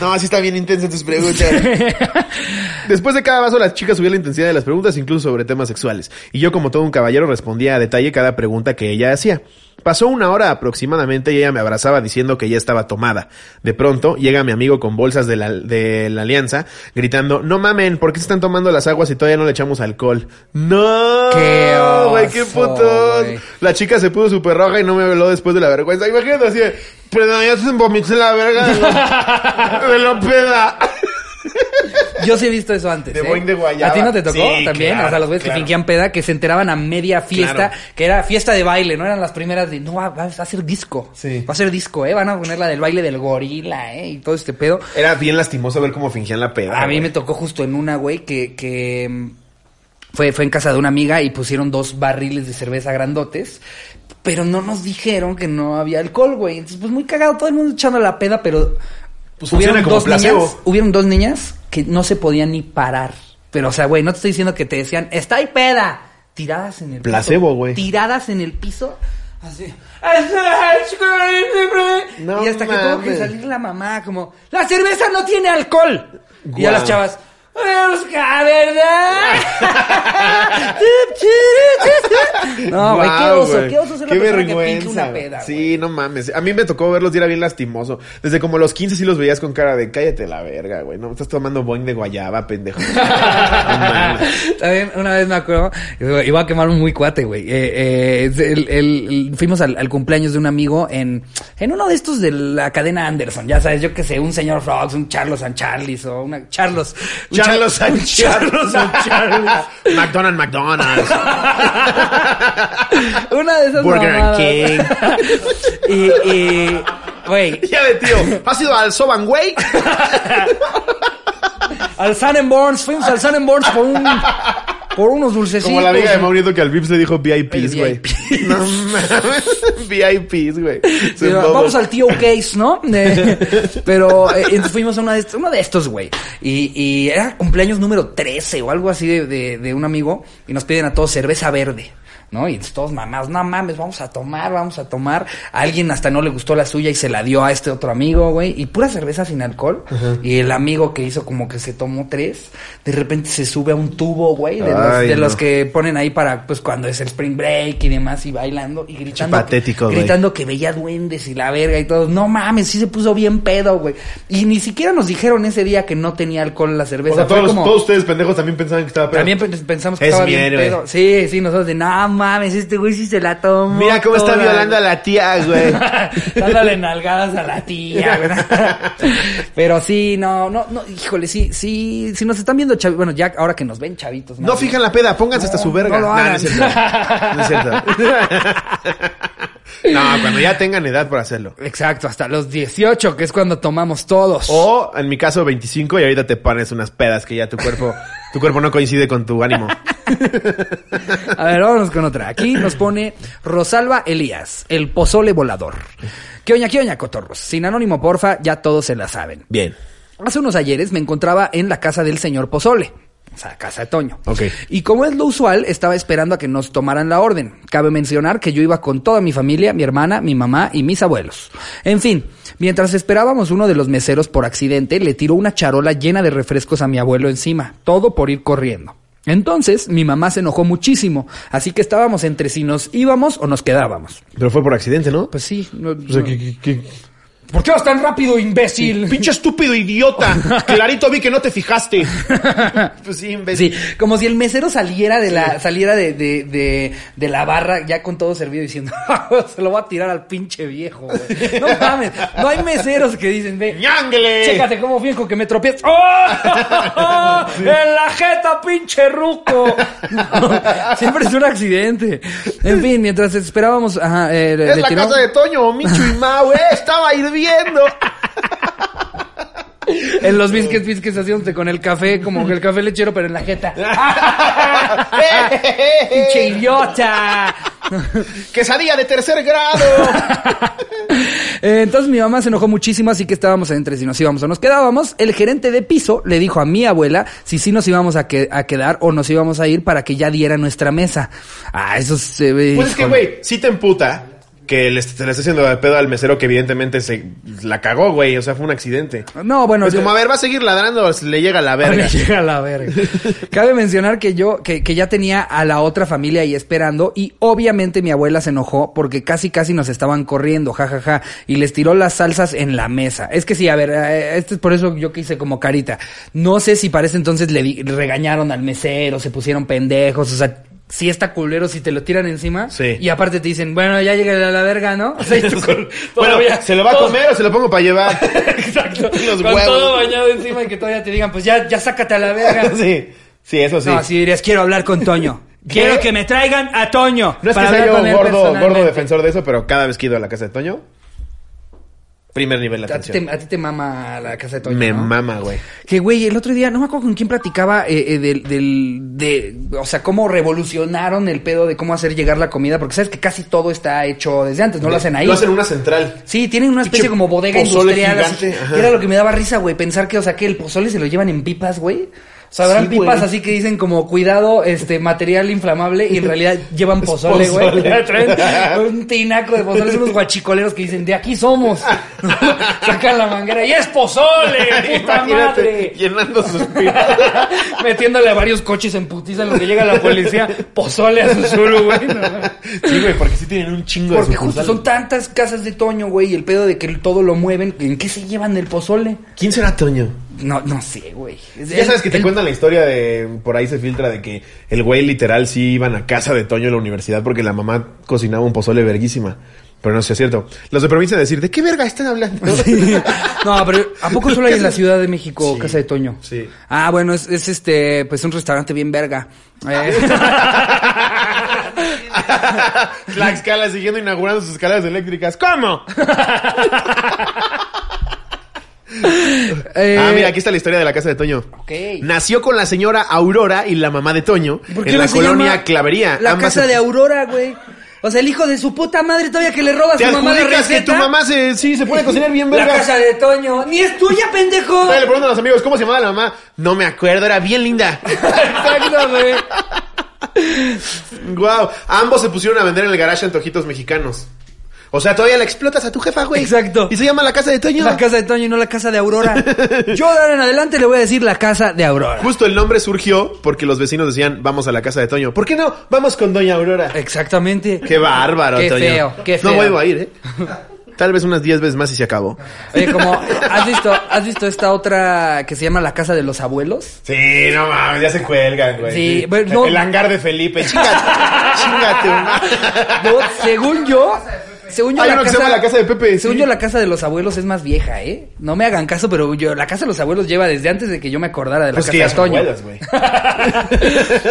[SPEAKER 2] No, sí está bien intensa tus preguntas. Después de cada vaso, la chica subía la intensidad de las preguntas, incluso sobre temas sexuales. Y yo, como todo un caballero, respondía a detalle cada pregunta que ella hacía. Pasó una hora aproximadamente y ella me abrazaba diciendo que ya estaba tomada. De pronto, llega mi amigo con bolsas de la, de la alianza, gritando, no mamen, ¿por qué se están tomando las aguas si todavía no le echamos alcohol? ¡No!
[SPEAKER 1] ¡Qué
[SPEAKER 2] güey, qué
[SPEAKER 1] oso,
[SPEAKER 2] putos!
[SPEAKER 1] güey!
[SPEAKER 2] La chica se puso súper roja y no me habló después de la vergüenza. Imagínate así, de, perdón, ya se vomité la verga de lo, de lo peda.
[SPEAKER 1] Yo sí he visto eso antes.
[SPEAKER 2] De
[SPEAKER 1] ¿eh?
[SPEAKER 2] Boing de guayaba.
[SPEAKER 1] ¿A ti no te tocó
[SPEAKER 2] Sí,
[SPEAKER 1] también?
[SPEAKER 2] claro,
[SPEAKER 1] o sea, los güeyes
[SPEAKER 2] claro.
[SPEAKER 1] que fingían peda que se enteraban a media fiesta,
[SPEAKER 2] Claro.
[SPEAKER 1] que era fiesta de baile, no eran las primeras de, no, va, va a ser disco.
[SPEAKER 2] Sí.
[SPEAKER 1] Va a ser disco, ¿eh? Van a poner la del baile del gorila, ¿eh? Y todo este pedo.
[SPEAKER 2] Era bien lastimoso ver cómo fingían la peda.
[SPEAKER 1] A mí
[SPEAKER 2] güey.
[SPEAKER 1] me tocó justo en una, güey, que, que mm, fue, fue en casa de una amiga y pusieron dos barriles de cerveza grandotes. Pero no nos dijeron que no había alcohol, güey. Entonces, pues muy cagado, todo el mundo echando la peda, pero
[SPEAKER 2] Pues funciona como placebo.
[SPEAKER 1] niñas, hubieron dos niñas que no se podían ni parar. Pero, o sea, güey, no te estoy diciendo que te decían, está ahí peda. Tiradas en el
[SPEAKER 2] Placebo,
[SPEAKER 1] piso.
[SPEAKER 2] güey.
[SPEAKER 1] Tiradas en el piso. Así.
[SPEAKER 2] No
[SPEAKER 1] y hasta que tuvo que
[SPEAKER 2] mames.
[SPEAKER 1] salir la mamá como, la cerveza no tiene alcohol. Y a
[SPEAKER 2] Guau.
[SPEAKER 1] las chavas, "Pues, "Busca, ¿verdad? no, güey, qué
[SPEAKER 2] Guau,
[SPEAKER 1] oso,
[SPEAKER 2] güey.
[SPEAKER 1] qué oso ser la
[SPEAKER 2] Qué
[SPEAKER 1] persona que pinta
[SPEAKER 2] vergüenza.
[SPEAKER 1] una peda.
[SPEAKER 2] sí,
[SPEAKER 1] güey.
[SPEAKER 2] no mames. A mí me tocó verlos y era bien lastimoso. Desde como los 15 sí los veías con cara de cállate la verga, güey. No me estás tomando boing de guayaba, pendejo. No mames.
[SPEAKER 1] También una vez me acuerdo, iba a quemar un muy cuate, güey. Eh, eh, es el- el- el- fuimos al, al cumpleaños de un amigo en, en uno de estos de la cadena Anderson, ya sabes, yo qué sé, un señor Frogs, un Charlos San Charlis o una Charlos. un Char-
[SPEAKER 2] Charlos
[SPEAKER 1] un
[SPEAKER 2] and
[SPEAKER 1] Charlos
[SPEAKER 2] Charles.
[SPEAKER 1] San Charlis.
[SPEAKER 2] McDonald's, McDonald's.
[SPEAKER 1] Una de esas
[SPEAKER 2] Burger and
[SPEAKER 1] mamadas.
[SPEAKER 2] King.
[SPEAKER 1] y, y, güey,
[SPEAKER 2] Ya de tío. ¿Has ido al Soban, güey?
[SPEAKER 1] al Sun and Burns, fuimos al Sun and Burns por un, por unos dulcecitos.
[SPEAKER 2] Como la amiga de Maurito que al Vips le dijo VIPs,
[SPEAKER 1] El
[SPEAKER 2] güey.
[SPEAKER 1] VIPs.
[SPEAKER 2] No mames. VIPs, güey. Se
[SPEAKER 1] Pero
[SPEAKER 2] mamó.
[SPEAKER 1] vamos al tío Case, ¿no? Eh, pero eh, entonces fuimos a una de est- uno de estos, güey. Y, y era cumpleaños número 13 o algo así de, de- de un amigo. Y nos piden a todos cerveza verde, ¿no? Y entonces todos mamás, no mames, vamos a tomar, vamos a tomar. A alguien hasta no le gustó la suya y se la dio a este otro amigo, güey. Y pura cerveza sin alcohol. Y el amigo que hizo como que se tomó tres, de repente se sube a un tubo, güey. De, los,
[SPEAKER 2] Ay,
[SPEAKER 1] de los
[SPEAKER 2] no.
[SPEAKER 1] que ponen ahí para, pues cuando es el spring break y demás, y bailando y gritando.
[SPEAKER 2] patético, güey.
[SPEAKER 1] gritando que veía duendes y la verga y todo. No mames, sí se puso bien pedo, güey. Y ni siquiera nos dijeron ese día que no tenía alcohol la cerveza.
[SPEAKER 2] O sea,
[SPEAKER 1] Fue
[SPEAKER 2] todos, los-
[SPEAKER 1] como-
[SPEAKER 2] todos ustedes pendejos también pensaban que estaba pedo.
[SPEAKER 1] También pe- pensamos que
[SPEAKER 2] Es eh.
[SPEAKER 1] estaba
[SPEAKER 2] mi
[SPEAKER 1] bien
[SPEAKER 2] héroe.
[SPEAKER 1] pedo. Sí, sí, nosotros de, no mames, este güey sí se la tomó.
[SPEAKER 2] Mira cómo está
[SPEAKER 1] toda".
[SPEAKER 2] violando a la tía, güey.
[SPEAKER 1] Dándole nalgadas a la tía, ¿verdad? Pero sí, no, no, no, híjole, sí, sí, si nos están viendo chavitos, bueno, ya ahora que nos ven chavitos.
[SPEAKER 2] No fijan la peda, pónganse hasta su verga.
[SPEAKER 1] no lo
[SPEAKER 2] Nah,
[SPEAKER 1] hagan.
[SPEAKER 2] es cierto. No es cierto. No, cuando ya tengan edad para hacerlo.
[SPEAKER 1] Exacto, hasta los 18, que es cuando tomamos todos.
[SPEAKER 2] O, en mi caso, 25 y ahorita te pones unas pedas que ya tu cuerpo, tu cuerpo no coincide con tu ánimo.
[SPEAKER 1] A ver, vámonos con otra. Aquí nos pone Rosalba Elías, el pozole volador. ¿Qué oña, qué oña, cotorros? Sin anónimo, porfa, ya todos se la saben.
[SPEAKER 2] Bien.
[SPEAKER 1] Hace unos ayeres me encontraba en la casa del señor Pozole. O sea, casa de Toño.
[SPEAKER 2] Ok.
[SPEAKER 1] Y como es lo usual, estaba esperando a que nos tomaran la orden. Cabe mencionar que yo iba con toda mi familia, mi hermana, mi mamá y mis abuelos. En fin, mientras esperábamos uno de los meseros por accidente, le tiró una charola llena de refrescos a mi abuelo encima, todo por ir corriendo. Entonces, mi mamá se enojó muchísimo, así que estábamos entre si nos íbamos o nos quedábamos.
[SPEAKER 2] Pero fue por accidente, ¿no?
[SPEAKER 1] Pues sí. no-
[SPEAKER 2] O sea,
[SPEAKER 1] no-
[SPEAKER 2] que- que- que-
[SPEAKER 1] ¿Por qué vas tan rápido, imbécil?
[SPEAKER 2] Pinche estúpido idiota. Clarito vi que no te fijaste. Pues sí,
[SPEAKER 1] Sí,
[SPEAKER 2] imbécil.
[SPEAKER 1] como si el mesero saliera de la, saliera de, de, de, de la barra ya con todo servido diciendo, se lo voy a tirar al pinche viejo, güey. No mames, no hay meseros que dicen, ve,
[SPEAKER 2] ¡Ñangle!
[SPEAKER 1] chécate cómo finjo que me tropiezo. ¡Oh! ¡En la jeta, pinche ruco! No, siempre es un accidente. En fin, mientras esperábamos, ajá, eh, le-
[SPEAKER 2] Es
[SPEAKER 1] le
[SPEAKER 2] la
[SPEAKER 1] tiró-
[SPEAKER 2] casa de Toño, Michu y Mau, eh. Estaba hirviendo.
[SPEAKER 1] en los biscuits, biscuits haciéndote con el café, como que el ¡Ah, café lechero, pero en la jeta. ¡Pinche idiota!
[SPEAKER 2] ¡Quesadilla de tercer grado!
[SPEAKER 1] Eh, Entonces mi mamá se enojó muchísimo, así que estábamos entre si nos íbamos o nos quedábamos. El gerente de piso le dijo a mi abuela si sí nos íbamos a, que- a quedar o nos íbamos a ir para que ya diera nuestra mesa. Ah, eso se ve.
[SPEAKER 2] Pues es que,
[SPEAKER 1] híjole.
[SPEAKER 2] güey, sí te emputa que le, est- se le esté haciendo de pedo al mesero que evidentemente se la cagó, güey. O sea, fue un accidente.
[SPEAKER 1] No, bueno,
[SPEAKER 2] Pues
[SPEAKER 1] yo-
[SPEAKER 2] como, a ver, va a seguir ladrando, o le llega la verga.
[SPEAKER 1] Me llega la verga. Cabe mencionar que yo, que, que ya tenía a la otra familia ahí esperando y obviamente mi abuela se enojó porque casi casi nos estaban corriendo, jajaja, y les tiró las salsas en la mesa. Es que sí, a ver, eh, este es por eso yo que hice como carita. No sé si parece entonces le di- regañaron al mesero, se pusieron pendejos, o sea, si está culero, si te lo tiran encima.
[SPEAKER 2] Sí.
[SPEAKER 1] Y aparte te dicen, bueno, ya llega a la verga, ¿no? O sea, y tú con-
[SPEAKER 2] Bueno,
[SPEAKER 1] todavía-
[SPEAKER 2] ¿se lo va a comer o se lo pongo para llevar?
[SPEAKER 1] Exacto.
[SPEAKER 2] Los
[SPEAKER 1] con
[SPEAKER 2] huevos.
[SPEAKER 1] todo bañado encima y que todavía te digan, pues ya, ya sácate a la verga.
[SPEAKER 2] sí, sí, eso sí.
[SPEAKER 1] No, así dirías, quiero hablar con Toño.
[SPEAKER 2] ¿Qué?
[SPEAKER 1] Quiero que me traigan a Toño.
[SPEAKER 2] No es que
[SPEAKER 1] para
[SPEAKER 2] sea
[SPEAKER 1] hablar
[SPEAKER 2] yo
[SPEAKER 1] con él
[SPEAKER 2] gordo, gordo
[SPEAKER 1] personalmente".
[SPEAKER 2] defensor de eso, pero cada vez que he ido a la casa de Toño, primer nivel de
[SPEAKER 1] A ti, te,
[SPEAKER 2] atención.
[SPEAKER 1] a ti te mama la casa de Toño.
[SPEAKER 2] Me
[SPEAKER 1] ¿no?
[SPEAKER 2] mama, güey.
[SPEAKER 1] Que güey, el otro día, no me acuerdo con quién platicaba eh, eh, del, del- de, o sea, cómo revolucionaron el pedo de cómo hacer llegar la comida, porque sabes que casi todo está hecho desde antes, no lo hacen ahí.
[SPEAKER 2] Lo hacen en una central.
[SPEAKER 1] Sí, tienen una especie
[SPEAKER 2] Pinche
[SPEAKER 1] como bodega
[SPEAKER 2] pozole
[SPEAKER 1] industrial. así,
[SPEAKER 2] gigante, ajá.
[SPEAKER 1] que era lo que me daba risa, güey. Pensar que, o sea, que el pozole se lo llevan en pipas, güey. O sea, habrán
[SPEAKER 2] Sí,
[SPEAKER 1] pipas
[SPEAKER 2] güey.
[SPEAKER 1] así que dicen como cuidado, este material inflamable y en realidad llevan
[SPEAKER 2] Es
[SPEAKER 1] pozole, güey.
[SPEAKER 2] pozole.
[SPEAKER 1] Traen un tinaco de pozole, son unos guachicoleros que dicen de aquí somos. Sacan la manguera y es pozole, puta
[SPEAKER 2] Imagínate,
[SPEAKER 1] madre.
[SPEAKER 2] Llenando sus pipas.
[SPEAKER 1] Metiéndole a varios coches en putiza en lo que llega la policía, pozole a su suru, güey. No, güey.
[SPEAKER 2] sí, güey, porque sí tienen un chingo
[SPEAKER 1] Porque
[SPEAKER 2] de
[SPEAKER 1] justo
[SPEAKER 2] sucursales.
[SPEAKER 1] son tantas casas de Toño, güey, y el pedo de que todo lo mueven, ¿en qué se llevan el pozole?
[SPEAKER 2] ¿Quién será Toño?
[SPEAKER 1] No, no sé, güey. Es-
[SPEAKER 2] Ya sabes que te
[SPEAKER 1] el-
[SPEAKER 2] cuentan la historia de. Por ahí se filtra de que el güey literal sí iban a casa de Toño en la universidad porque la mamá cocinaba un pozole verguísima. Pero no sé si es cierto. Los de provincia decir, ¿de qué verga están hablando?
[SPEAKER 1] No, pero ¿a poco solo hay en la Ciudad de México
[SPEAKER 2] Sí.
[SPEAKER 1] casa de Toño?
[SPEAKER 2] Sí.
[SPEAKER 1] Ah, bueno, es, es este, pues un restaurante bien verga. Eh,
[SPEAKER 2] La escala siguiendo inaugurando sus escaleras eléctricas. ¿Cómo?
[SPEAKER 1] eh,
[SPEAKER 2] Ah, mira, aquí está la historia de la casa de Toño.
[SPEAKER 1] Ok.
[SPEAKER 2] Nació con la señora Aurora y la mamá de Toño
[SPEAKER 1] ¿por qué
[SPEAKER 2] en
[SPEAKER 1] no
[SPEAKER 2] la
[SPEAKER 1] se
[SPEAKER 2] colonia
[SPEAKER 1] llama
[SPEAKER 2] Clavería.
[SPEAKER 1] La
[SPEAKER 2] Ambas-
[SPEAKER 1] casa de Aurora, güey. O sea, el hijo de su puta madre todavía que le roba a
[SPEAKER 2] Te
[SPEAKER 1] su mamá la
[SPEAKER 2] adjudicas
[SPEAKER 1] receta.
[SPEAKER 2] que tu mamá se, sí, se puede cocinar bien verga.
[SPEAKER 1] La casa de Toño. ¡Ni es tuya, pendejo!
[SPEAKER 2] Dale, le preguntan a los amigos, ¿cómo se llamaba la mamá? No me acuerdo, era bien linda.
[SPEAKER 1] Exacto, güey.
[SPEAKER 2] Wow, ambos se pusieron a vender en el garage antojitos mexicanos. O sea, todavía la explotas a tu jefa, güey.
[SPEAKER 1] Exacto.
[SPEAKER 2] Y se llama la casa de Toño.
[SPEAKER 1] La casa de Toño y no la casa de Aurora. Yo de ahora en adelante le voy a decir la casa de Aurora.
[SPEAKER 2] Justo el nombre surgió porque los vecinos decían, vamos a la casa de Toño. ¿Por qué no? Vamos con Doña Aurora.
[SPEAKER 1] Exactamente.
[SPEAKER 2] Qué bárbaro,
[SPEAKER 1] Qué
[SPEAKER 2] Toño.
[SPEAKER 1] feo, qué feo.
[SPEAKER 2] No vuelvo a ir, ¿eh? Tal vez unas 10 veces más y se acabó.
[SPEAKER 1] Oye, como, ¿has visto, ¿has visto esta otra que se llama La Casa de los Abuelos?
[SPEAKER 2] Sí, no mames, ya se cuelgan, güey.
[SPEAKER 1] Sí, pero no-
[SPEAKER 2] El hangar de Felipe. Chingate, chingate. ma-
[SPEAKER 1] No, según yo, según yo
[SPEAKER 2] Hay
[SPEAKER 1] la
[SPEAKER 2] uno que se
[SPEAKER 1] casa,
[SPEAKER 2] llama La Casa de Pepe,
[SPEAKER 1] Según
[SPEAKER 2] sí.
[SPEAKER 1] yo la Casa de los Abuelos es más vieja, ¿eh? No me hagan caso, pero yo la Casa de los Abuelos lleva desde antes de que yo me acordara de la
[SPEAKER 2] Pues
[SPEAKER 1] Casa
[SPEAKER 2] que ya
[SPEAKER 1] de
[SPEAKER 2] son
[SPEAKER 1] Toño.
[SPEAKER 2] abuelas, güey.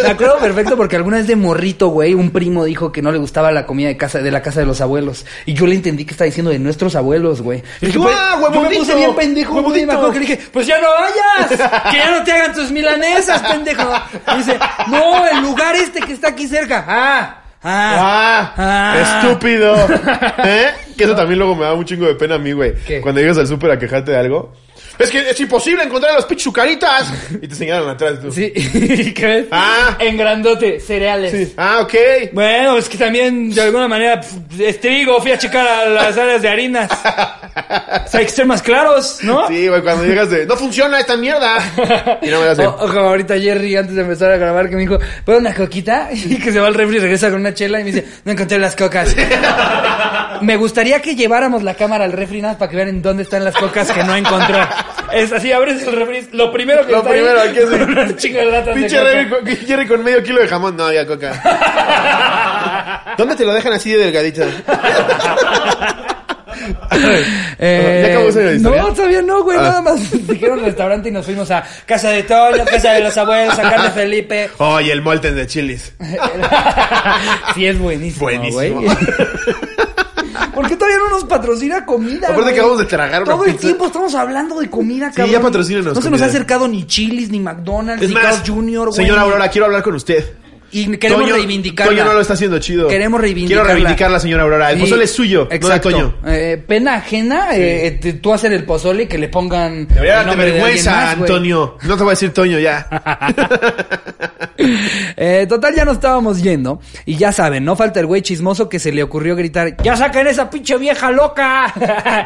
[SPEAKER 1] me acuerdo perfecto porque alguna vez de morrito, güey, un primo dijo que no le gustaba la comida de casa de la casa de los abuelos y yo le entendí que estaba diciendo de nuestros abuelos, güey. Y dije,
[SPEAKER 2] ¡Ah,
[SPEAKER 1] pues, yo me
[SPEAKER 2] huevudito!
[SPEAKER 1] puse bien pendejo, güey,
[SPEAKER 2] ¡Huevudito!
[SPEAKER 1] me acuerdo que le dije, "Pues ya no vayas, que ya no te hagan tus milanesas, pendejo." Y dice, "No, el lugar este que está aquí cerca." Ah. Ah,
[SPEAKER 2] ¡Ah! ¡Estúpido! ¿Eh? Que eso también luego me da un chingo de pena a mí, güey.
[SPEAKER 1] ¿Qué?
[SPEAKER 2] Cuando llegas al súper a quejarte de algo. Es que es imposible encontrar los pinches sucaritas. Y te señalan atrás tú.
[SPEAKER 1] Sí, ¿y ¿qué ves?
[SPEAKER 2] Ah.
[SPEAKER 1] En grandote, cereales.
[SPEAKER 2] Ah, ok.
[SPEAKER 1] Bueno, es que también de alguna manera pf, es trigo, fui a checar a las áreas de harinas. O sea, hay que ser más claros, ¿no?
[SPEAKER 2] Sí, güey, cuando llegas de. ¡No funciona esta mierda! Y no me das
[SPEAKER 1] O, o como ahorita Jerry, antes de empezar a grabar, que me dijo, ¿puedo una coquita? Y que se va al refri y regresa con una chela y me dice, no encontré las cocas. me gustaría que lleváramos la cámara al refri nada más para que vean en dónde están las cocas que no encontró. Es así, abres el refri, lo primero que
[SPEAKER 2] Lo
[SPEAKER 1] está
[SPEAKER 2] primero,
[SPEAKER 1] ahí,
[SPEAKER 2] aquí así.
[SPEAKER 1] unas chingas de latas de
[SPEAKER 2] Pinche
[SPEAKER 1] coca.
[SPEAKER 2] Jerry, con- Jerry con medio kilo de jamón. No, ya coca. ¿Dónde te lo dejan así de delgadito?
[SPEAKER 1] Eh,
[SPEAKER 2] ¿Ya acabó esa historia?
[SPEAKER 1] No, todavía no, güey.
[SPEAKER 2] Ah.
[SPEAKER 1] Nada más dijeron restaurante y nos fuimos a Casa de Toño, Casa de los Abuelos, a Carne Felipe.
[SPEAKER 2] Oye, el molten de chilis.
[SPEAKER 1] sí, es buenísimo,
[SPEAKER 2] Buenísimo.
[SPEAKER 1] güey. Porque todavía no nos patrocina comida.
[SPEAKER 2] Aparte
[SPEAKER 1] güey?
[SPEAKER 2] acabamos de tragar una
[SPEAKER 1] Todo el
[SPEAKER 2] pizza.
[SPEAKER 1] tiempo estamos hablando de comida, cabrón.
[SPEAKER 2] ya patrocínanos
[SPEAKER 1] No se nos ha
[SPEAKER 2] comida.
[SPEAKER 1] acercado ni Chili's, ni McDonald's,
[SPEAKER 2] Es
[SPEAKER 1] ni
[SPEAKER 2] más,
[SPEAKER 1] Carl Jr., güey.
[SPEAKER 2] señora Aurora, quiero hablar con usted.
[SPEAKER 1] Y queremos
[SPEAKER 2] Toño-
[SPEAKER 1] reivindicarla.
[SPEAKER 2] Toño no lo está haciendo chido.
[SPEAKER 1] Queremos reivindicarla.
[SPEAKER 2] Quiero reivindicarla, señora Aurora. El
[SPEAKER 1] Sí,
[SPEAKER 2] pozole es suyo,
[SPEAKER 1] exacto.
[SPEAKER 2] no de Toño.
[SPEAKER 1] Eh, pena ajena, eh, eh, t- tú hacer el pozole y que le pongan.
[SPEAKER 2] Debería
[SPEAKER 1] el
[SPEAKER 2] darte
[SPEAKER 1] nombre de
[SPEAKER 2] vergüenza,
[SPEAKER 1] alguien más, güey.
[SPEAKER 2] Antonio. No te voy a decir Toño ya.
[SPEAKER 1] Eh, total, ya nos estábamos yendo. Y ya saben, no falta el güey chismoso que se le ocurrió gritar: ¡Ya saquen esa pinche vieja loca!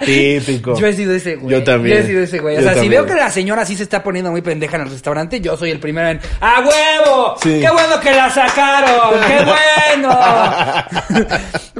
[SPEAKER 2] Típico.
[SPEAKER 1] Yo he sido ese güey.
[SPEAKER 2] Yo también.
[SPEAKER 1] Yo he sido ese güey. O
[SPEAKER 2] Yo
[SPEAKER 1] sea, si
[SPEAKER 2] también.
[SPEAKER 1] veo que la señora sí se está poniendo muy pendeja en el restaurante, yo soy el primero en ¡A huevo!
[SPEAKER 2] Sí.
[SPEAKER 1] ¡Qué bueno que la sacaron! ¡Qué bueno!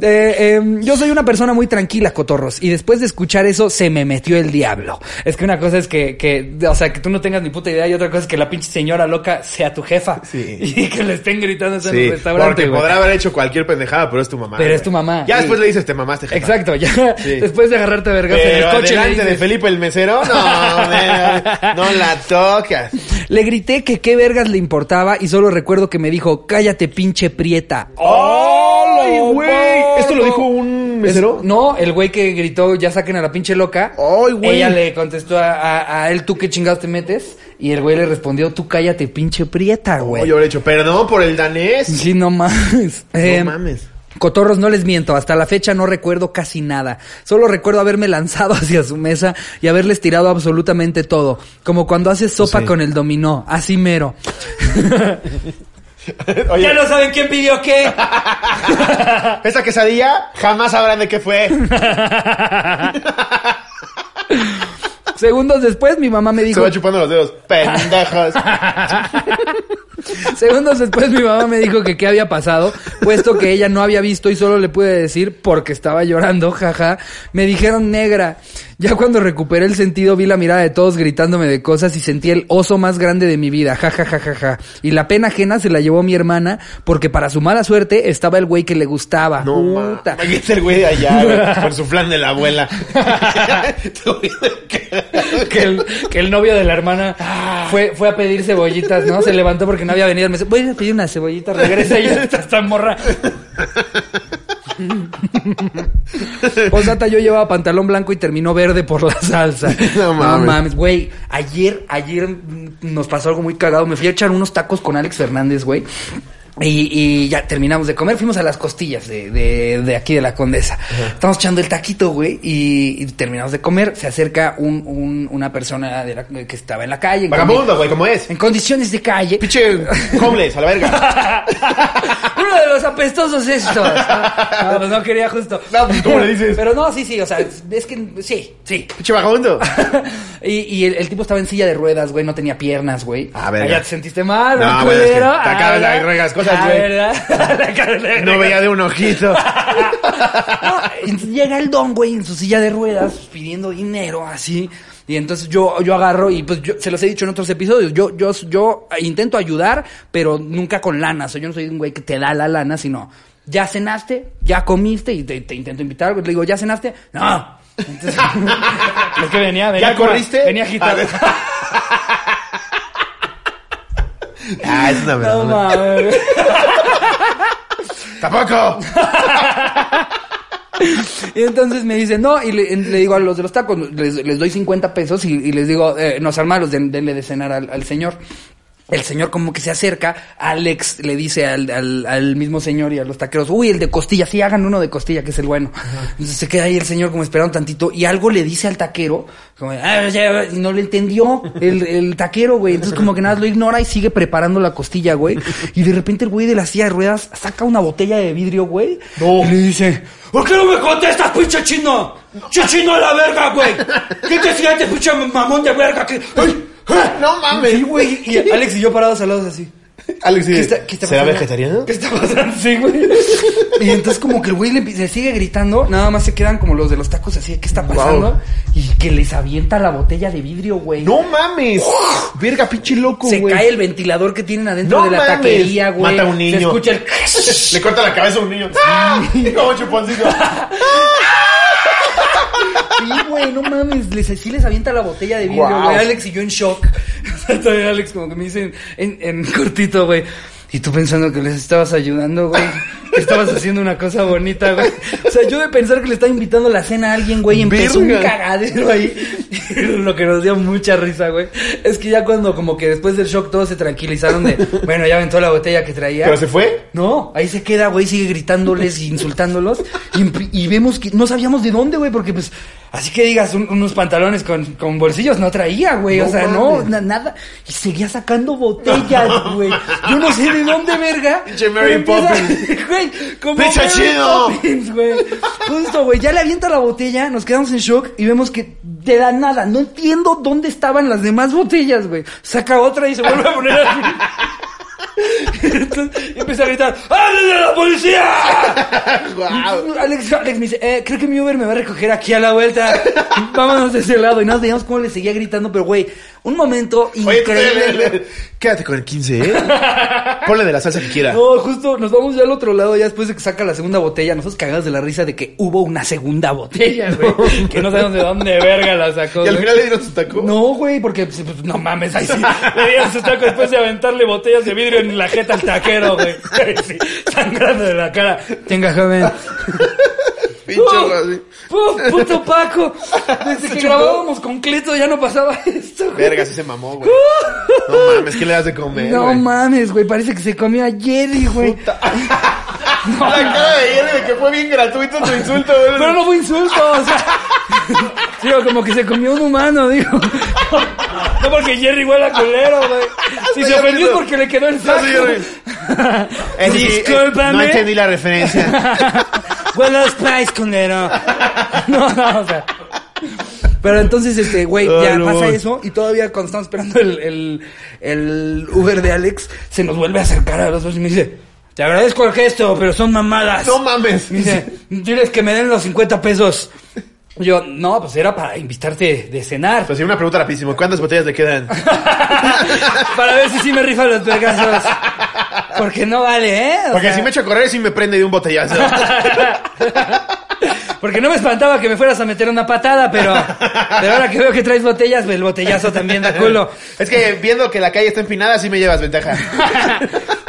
[SPEAKER 1] Eh, eh, yo soy una persona muy tranquila, cotorros. Y después de escuchar eso, se me metió el diablo. Es que una cosa es que, que, o sea, que tú no tengas ni puta idea. Y otra cosa es que la pinche señora loca sea tu jefa.
[SPEAKER 2] Sí.
[SPEAKER 1] Y que le estén gritando eso en
[SPEAKER 2] Sí,
[SPEAKER 1] el restaurante.
[SPEAKER 2] porque
[SPEAKER 1] güey.
[SPEAKER 2] podrá haber hecho cualquier pendejada, pero es tu mamá.
[SPEAKER 1] Pero
[SPEAKER 2] güey.
[SPEAKER 1] es tu mamá,
[SPEAKER 2] Ya
[SPEAKER 1] sí.
[SPEAKER 2] después le dices, te mamaste, jefa.
[SPEAKER 1] Exacto, ya.
[SPEAKER 2] Sí.
[SPEAKER 1] Después de agarrarte a vergas en
[SPEAKER 2] Pero
[SPEAKER 1] el coche. le
[SPEAKER 2] delante de
[SPEAKER 1] dices,
[SPEAKER 2] Felipe el mesero, no, me- no la tocas.
[SPEAKER 1] Le grité que qué vergas le importaba y solo recuerdo que me dijo, cállate pinche prieta.
[SPEAKER 2] ¡Ay,
[SPEAKER 1] ¡Oh,
[SPEAKER 2] güey! ¿Esto lo
[SPEAKER 1] no!
[SPEAKER 2] dijo un mesero?
[SPEAKER 1] Es- no, el güey que gritó, ya saquen a la pinche loca.
[SPEAKER 2] ¡Ay, güey!
[SPEAKER 1] Ella le contestó a, a- a él, ¿tú qué chingados te metes? Y el güey le respondió, tú cállate pinche prieta,
[SPEAKER 2] Oye,
[SPEAKER 1] güey.
[SPEAKER 2] yo habré dicho, perdón por el danés.
[SPEAKER 1] Sí, no mames. Eh,
[SPEAKER 2] mames.
[SPEAKER 1] Cotorros, no les miento, hasta la fecha no recuerdo casi nada. Solo recuerdo haberme lanzado hacia su mesa y haberles tirado absolutamente todo. Como cuando haces sopa
[SPEAKER 2] Sí.
[SPEAKER 1] con el dominó, así mero.
[SPEAKER 2] Oye,
[SPEAKER 1] Ya no saben quién pidió qué.
[SPEAKER 2] esa quesadilla jamás sabrán de qué fue.
[SPEAKER 1] Segundos después mi mamá me
[SPEAKER 2] Se
[SPEAKER 1] dijo,
[SPEAKER 2] va chupando los dedos. Pendejos.
[SPEAKER 1] segundos después mi mamá me dijo que qué había pasado, puesto que ella no había visto y solo le pude decir porque estaba llorando, jaja. Me dijeron negra. Ya cuando recuperé el sentido vi la mirada de todos gritándome de cosas y sentí el oso más grande de mi vida, jaja, jaja, jaja. Y la pena ajena se la llevó mi hermana porque para su mala suerte estaba el güey que le gustaba.
[SPEAKER 2] No, ma.
[SPEAKER 1] Puta.
[SPEAKER 2] Aquí está el güey de allá, güey, con su flan de la abuela.
[SPEAKER 1] que, el, que el novio de la hermana fue, fue a pedir cebollitas, ¿no? Se levantó porque no había venido. Me dice, voy a pedir una cebollita, regresa y ya está esta morra. Posdata, yo llevaba pantalón blanco y terminó verde por la salsa.
[SPEAKER 2] No mames.
[SPEAKER 1] güey. Ayer, ayer mm, nos pasó algo muy cagado. Me fui a echar unos tacos con Alex Fernández, güey. Y, y ya terminamos de comer, fuimos a las costillas de, de- de aquí de la condesa. Estamos echando el taquito, güey, y, y terminamos de comer. Se acerca un- un- una persona de la- que estaba en la calle. en
[SPEAKER 2] Vagabundo, güey, ¿cómo es?
[SPEAKER 1] condi- En condiciones de calle.
[SPEAKER 2] Pinche homeless, a la verga.
[SPEAKER 1] Uno de los apestosos estos. Ah, pues no quería justo.
[SPEAKER 2] No, pues, ¿cómo le dices?
[SPEAKER 1] Pero no, sí, sí, o sea, es que sí, sí.
[SPEAKER 2] Pinche vagabundo.
[SPEAKER 1] y y el, el tipo estaba en silla de ruedas, güey, no tenía piernas, güey.
[SPEAKER 2] Ah, verga.
[SPEAKER 1] Ya te sentiste mal,
[SPEAKER 2] No,
[SPEAKER 1] ¿verdad,
[SPEAKER 2] bueno, es que
[SPEAKER 1] culero?
[SPEAKER 2] te acabas de
[SPEAKER 1] ¿verdad?
[SPEAKER 2] agregar cosas,
[SPEAKER 1] Ah,
[SPEAKER 2] güey.
[SPEAKER 1] ¿verdad? Te acabas de
[SPEAKER 2] No
[SPEAKER 1] agregar
[SPEAKER 2] veía de un ojito.
[SPEAKER 1] no, entonces llega el don, güey, en su silla de ruedas pidiendo dinero así. Y entonces yo, yo agarro y pues yo se los he dicho en otros episodios, yo, yo, yo intento ayudar, pero nunca con lana. O sea, yo no soy un güey que te da la lana, sino ya cenaste, ya comiste y te, te intento invitar. Le digo, ¿ya cenaste? No. Entonces, es que venía, venía.
[SPEAKER 2] ¿Ya
[SPEAKER 1] como-
[SPEAKER 2] corriste?
[SPEAKER 1] Venía agitado.
[SPEAKER 2] Ah, es una
[SPEAKER 1] No
[SPEAKER 2] verdad.
[SPEAKER 1] mames.
[SPEAKER 2] ¡Tampoco!
[SPEAKER 1] Y entonces me dice, no, y le, le digo a los de los tacos, les, les doy 50 pesos y, y les digo, eh, nos armaros, den- denle de cenar al, al señor. El señor como que se acerca, Alex le dice al, al- al mismo señor y a los taqueros, uy, el de costilla, sí, hagan uno de costilla, que es el bueno. Entonces se queda ahí el señor como esperando tantito y algo le dice al taquero, como, "Ah, ya", y no le entendió el, el taquero, güey. Entonces como que nada, más lo ignora y sigue preparando la costilla, güey. Y de repente el güey de la silla de ruedas saca una botella de vidrio, güey.
[SPEAKER 2] No.
[SPEAKER 1] Y le dice, ¿por qué no me contestas, pinche chino? Chichino a la verga, güey. ¿Qué te fíjate, pinche mamón de verga? Que... ¡Ay! ¡Ah!
[SPEAKER 2] ¡No mames!
[SPEAKER 1] Sí, güey. Y Alex y yo parados al lado así.
[SPEAKER 2] Alex,
[SPEAKER 1] ¿Qué
[SPEAKER 2] dice,
[SPEAKER 1] está- qué está
[SPEAKER 2] ¿será
[SPEAKER 1] pasando?
[SPEAKER 2] vegetariano?
[SPEAKER 1] ¿Qué está pasando? Sí, güey. Y entonces como que el güey le, empie- le sigue gritando, nada más se quedan como los de los tacos así, ¿qué está pasando?
[SPEAKER 2] Wow.
[SPEAKER 1] Y que les avienta la botella de vidrio, güey.
[SPEAKER 2] ¡No mames! ¡Verga, pinche loco,
[SPEAKER 1] Se
[SPEAKER 2] güey!
[SPEAKER 1] cae el ventilador que tienen adentro
[SPEAKER 2] ¡No
[SPEAKER 1] de la
[SPEAKER 2] mames!
[SPEAKER 1] taquería, güey.
[SPEAKER 2] Mata a un niño.
[SPEAKER 1] Se escucha el...
[SPEAKER 2] Le corta la cabeza a un niño. ¡Ah! Como chuponcito.
[SPEAKER 1] Sí, güey, no mames. Les, sí les avienta la botella de vidrio,
[SPEAKER 2] Guau.
[SPEAKER 1] güey. Alex y yo en shock. O sea, todavía Alex como que me dicen en, en cortito, güey. Y tú pensando que les estabas ayudando, güey. que estabas haciendo una cosa bonita, güey. O sea, yo de pensar que le estaba invitando a la cena a alguien, güey, empezó un
[SPEAKER 2] Verga.
[SPEAKER 1] cagadero ahí. Lo que nos dio mucha risa, güey. Es que ya cuando como que después del shock todos se tranquilizaron de, bueno, ya aventó la botella que traía.
[SPEAKER 2] ¿Pero se fue?
[SPEAKER 1] No, ahí se queda, güey, sigue gritándoles e insultándolos. Y, emp- y vemos que no sabíamos de dónde, güey, porque pues, así que digas, un- unos pantalones con, con bolsillos no traía, güey. o
[SPEAKER 2] No
[SPEAKER 1] sea, no,
[SPEAKER 2] mames.
[SPEAKER 1] na- nada. Y seguía sacando botellas, güey. Yo no sé de dónde, verga.
[SPEAKER 2] Pinche
[SPEAKER 1] pero
[SPEAKER 2] Mary
[SPEAKER 1] empieza- Güey, como
[SPEAKER 2] ¡Pinche
[SPEAKER 1] Mary
[SPEAKER 2] chido!
[SPEAKER 1] Poppins, güey. Justo, güey, ya le avienta la botella, nos quedamos en shock y vemos que te da nada. No entiendo dónde estaban las demás botellas, güey. Saca otra y se vuelve a poner así. Entonces, y empieza a gritar, ¡Háblenle a la policía!
[SPEAKER 2] ¡Guau!
[SPEAKER 1] Alex, Alex me dice, eh, creo que mi Uber me va a recoger aquí a la vuelta. Vámonos de ese lado. Y nos veíamos cómo le seguía gritando, pero güey, un momento
[SPEAKER 2] Oye,
[SPEAKER 1] increíble. güey.
[SPEAKER 2] quédate con el 15, ¿eh? Ponle de la salsa que quiera.
[SPEAKER 1] No, justo nos vamos ya al otro lado, ya después de que saca la segunda botella, nosotros cagados de la risa de que hubo una segunda botella, güey. Que no sabemos de dónde verga la sacó.
[SPEAKER 2] Y al
[SPEAKER 1] güey.
[SPEAKER 2] final le dieron su taco.
[SPEAKER 1] No, güey, porque pues, pues, no mames, ahí sí. Le dieron su taco después de aventarle botellas de vidrio en la jeta al taquero, güey. Ahí sí, sangrando de la cara. Tenga, joven.
[SPEAKER 2] Pinche
[SPEAKER 1] ¡Puf!
[SPEAKER 2] así.
[SPEAKER 1] ¡Puf! ¡Puto Paco! Desde que grabábamos con Cleto ya no pasaba esto, güey.
[SPEAKER 2] Verga, sí se mamó, güey. No mames, ¿qué le das de comer?
[SPEAKER 1] No
[SPEAKER 2] güey?
[SPEAKER 1] mames, güey, parece que se comió a Jerry, güey.
[SPEAKER 2] Puta. La cara de Jerry de que fue bien gratuito tu insulto, güey.
[SPEAKER 1] Pero no fue insulto, o sea. Digo, como que se comió un humano, digo. No porque Jerry huela culero, güey. Si se
[SPEAKER 2] Señor
[SPEAKER 1] ofendió es
[SPEAKER 2] Lilo.
[SPEAKER 1] porque le quedó el saco.
[SPEAKER 2] señor. Eh, sí, eh, No entendí
[SPEAKER 1] Discúlpame.
[SPEAKER 2] la referencia.
[SPEAKER 1] Buenos pies, culero. No, no, o sea. Pero entonces, este, güey,
[SPEAKER 2] Ay,
[SPEAKER 1] ya
[SPEAKER 2] no
[SPEAKER 1] pasa
[SPEAKER 2] mames.
[SPEAKER 1] eso. Y todavía cuando estamos esperando el, el, el Uber de Alex, se nos vuelve a acercar a los dos y me dice, te agradezco el gesto, pero son mamadas.
[SPEAKER 2] No mames.
[SPEAKER 1] Me dice, diles que me den los 50 pesos. Yo, no, pues era para invitarte de cenar.
[SPEAKER 2] Pues sí, una pregunta rapidísimo. ¿Cuántas botellas le quedan?
[SPEAKER 1] para ver si sí me rifan los vergazos. Porque no vale, ¿eh? O
[SPEAKER 2] Porque
[SPEAKER 1] sea,
[SPEAKER 2] si me echo a correr, sí me prende de un botellazo.
[SPEAKER 1] Porque no me espantaba que me fueras a meter una patada, pero, pero ahora que veo que traes botellas, pues el botellazo también da culo.
[SPEAKER 2] Es que viendo que la calle está empinada, sí me llevas ventaja.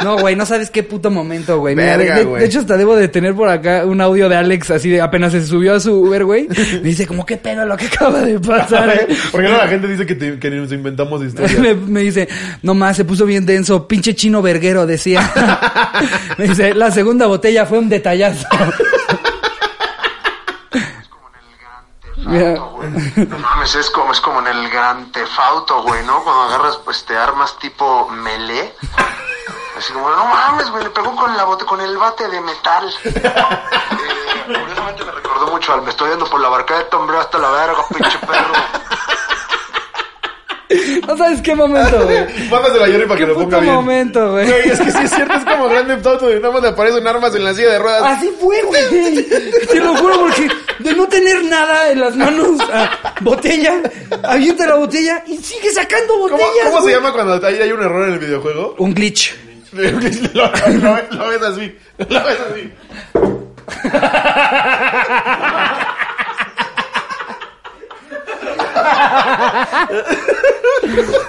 [SPEAKER 1] No, güey, no sabes qué puto momento, güey. Mira,
[SPEAKER 2] Verga,
[SPEAKER 1] de, de-
[SPEAKER 2] güey.
[SPEAKER 1] de hecho, hasta debo de tener por acá un audio de Alex, así de apenas se subió a su Uber, güey. Dice, como, qué pedo lo que acaba de pasar. eh?"
[SPEAKER 2] Porque no la gente dice que, te- que nos inventamos
[SPEAKER 1] me,
[SPEAKER 2] historias.
[SPEAKER 1] me dice, no más, se puso bien denso, pinche chino verguero, decía. me dice, la segunda botella fue un detallazo.
[SPEAKER 4] como en el Gran Tefauto, güey. No mames, es como, es como en el Gran Tefauto, güey, ¿no? Cuando agarras pues te armas tipo melee. Así como, no mames, güey, le pegó con la bote, con el bate de metal. Eh, curiosamente me recordó mucho al me estoy yendo por la barcada de tombreo hasta la verga, pinche perro.
[SPEAKER 1] no sabes qué momento, güey.
[SPEAKER 2] Mándaselo a Jerry para
[SPEAKER 1] Qué
[SPEAKER 2] Ah, que lo ponga
[SPEAKER 1] puto
[SPEAKER 2] bien.
[SPEAKER 1] momento, güey.
[SPEAKER 2] Güey, es que sí es cierto, es como grande Auto y nada más le aparecen armas en la silla de ruedas.
[SPEAKER 1] Así fue, güey. Te lo juro, porque de no tener nada en las manos, ah, botella, avienta la botella y sigue sacando
[SPEAKER 2] ¿Cómo,
[SPEAKER 1] botellas.
[SPEAKER 2] cómo se
[SPEAKER 1] güey.
[SPEAKER 2] llama cuando hay, hay un error en el videojuego?
[SPEAKER 1] Un glitch.
[SPEAKER 2] lo, lo ves- lo ves así. Lo ves así.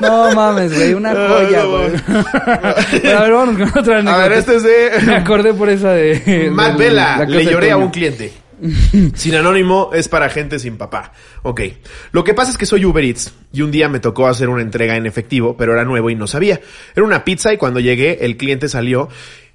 [SPEAKER 1] No mames, güey, una
[SPEAKER 2] No,
[SPEAKER 1] joya,
[SPEAKER 2] no
[SPEAKER 1] güey.
[SPEAKER 2] mames.
[SPEAKER 1] Pero a ver, vámonos con otra
[SPEAKER 2] A
[SPEAKER 1] anécdota.
[SPEAKER 2] ver, este es
[SPEAKER 1] Me
[SPEAKER 2] de
[SPEAKER 1] acordé por esa de...
[SPEAKER 2] Matt
[SPEAKER 1] del-
[SPEAKER 2] Vela.
[SPEAKER 1] la
[SPEAKER 2] Le
[SPEAKER 1] casa de
[SPEAKER 2] lloré a
[SPEAKER 1] Toño.
[SPEAKER 2] un cliente. Sin anónimo es para gente sin papá. Ok. Lo que pasa es que soy Uber Eats y un día me tocó hacer una entrega en efectivo, pero era nuevo y no sabía. Era una pizza y cuando llegué el cliente salió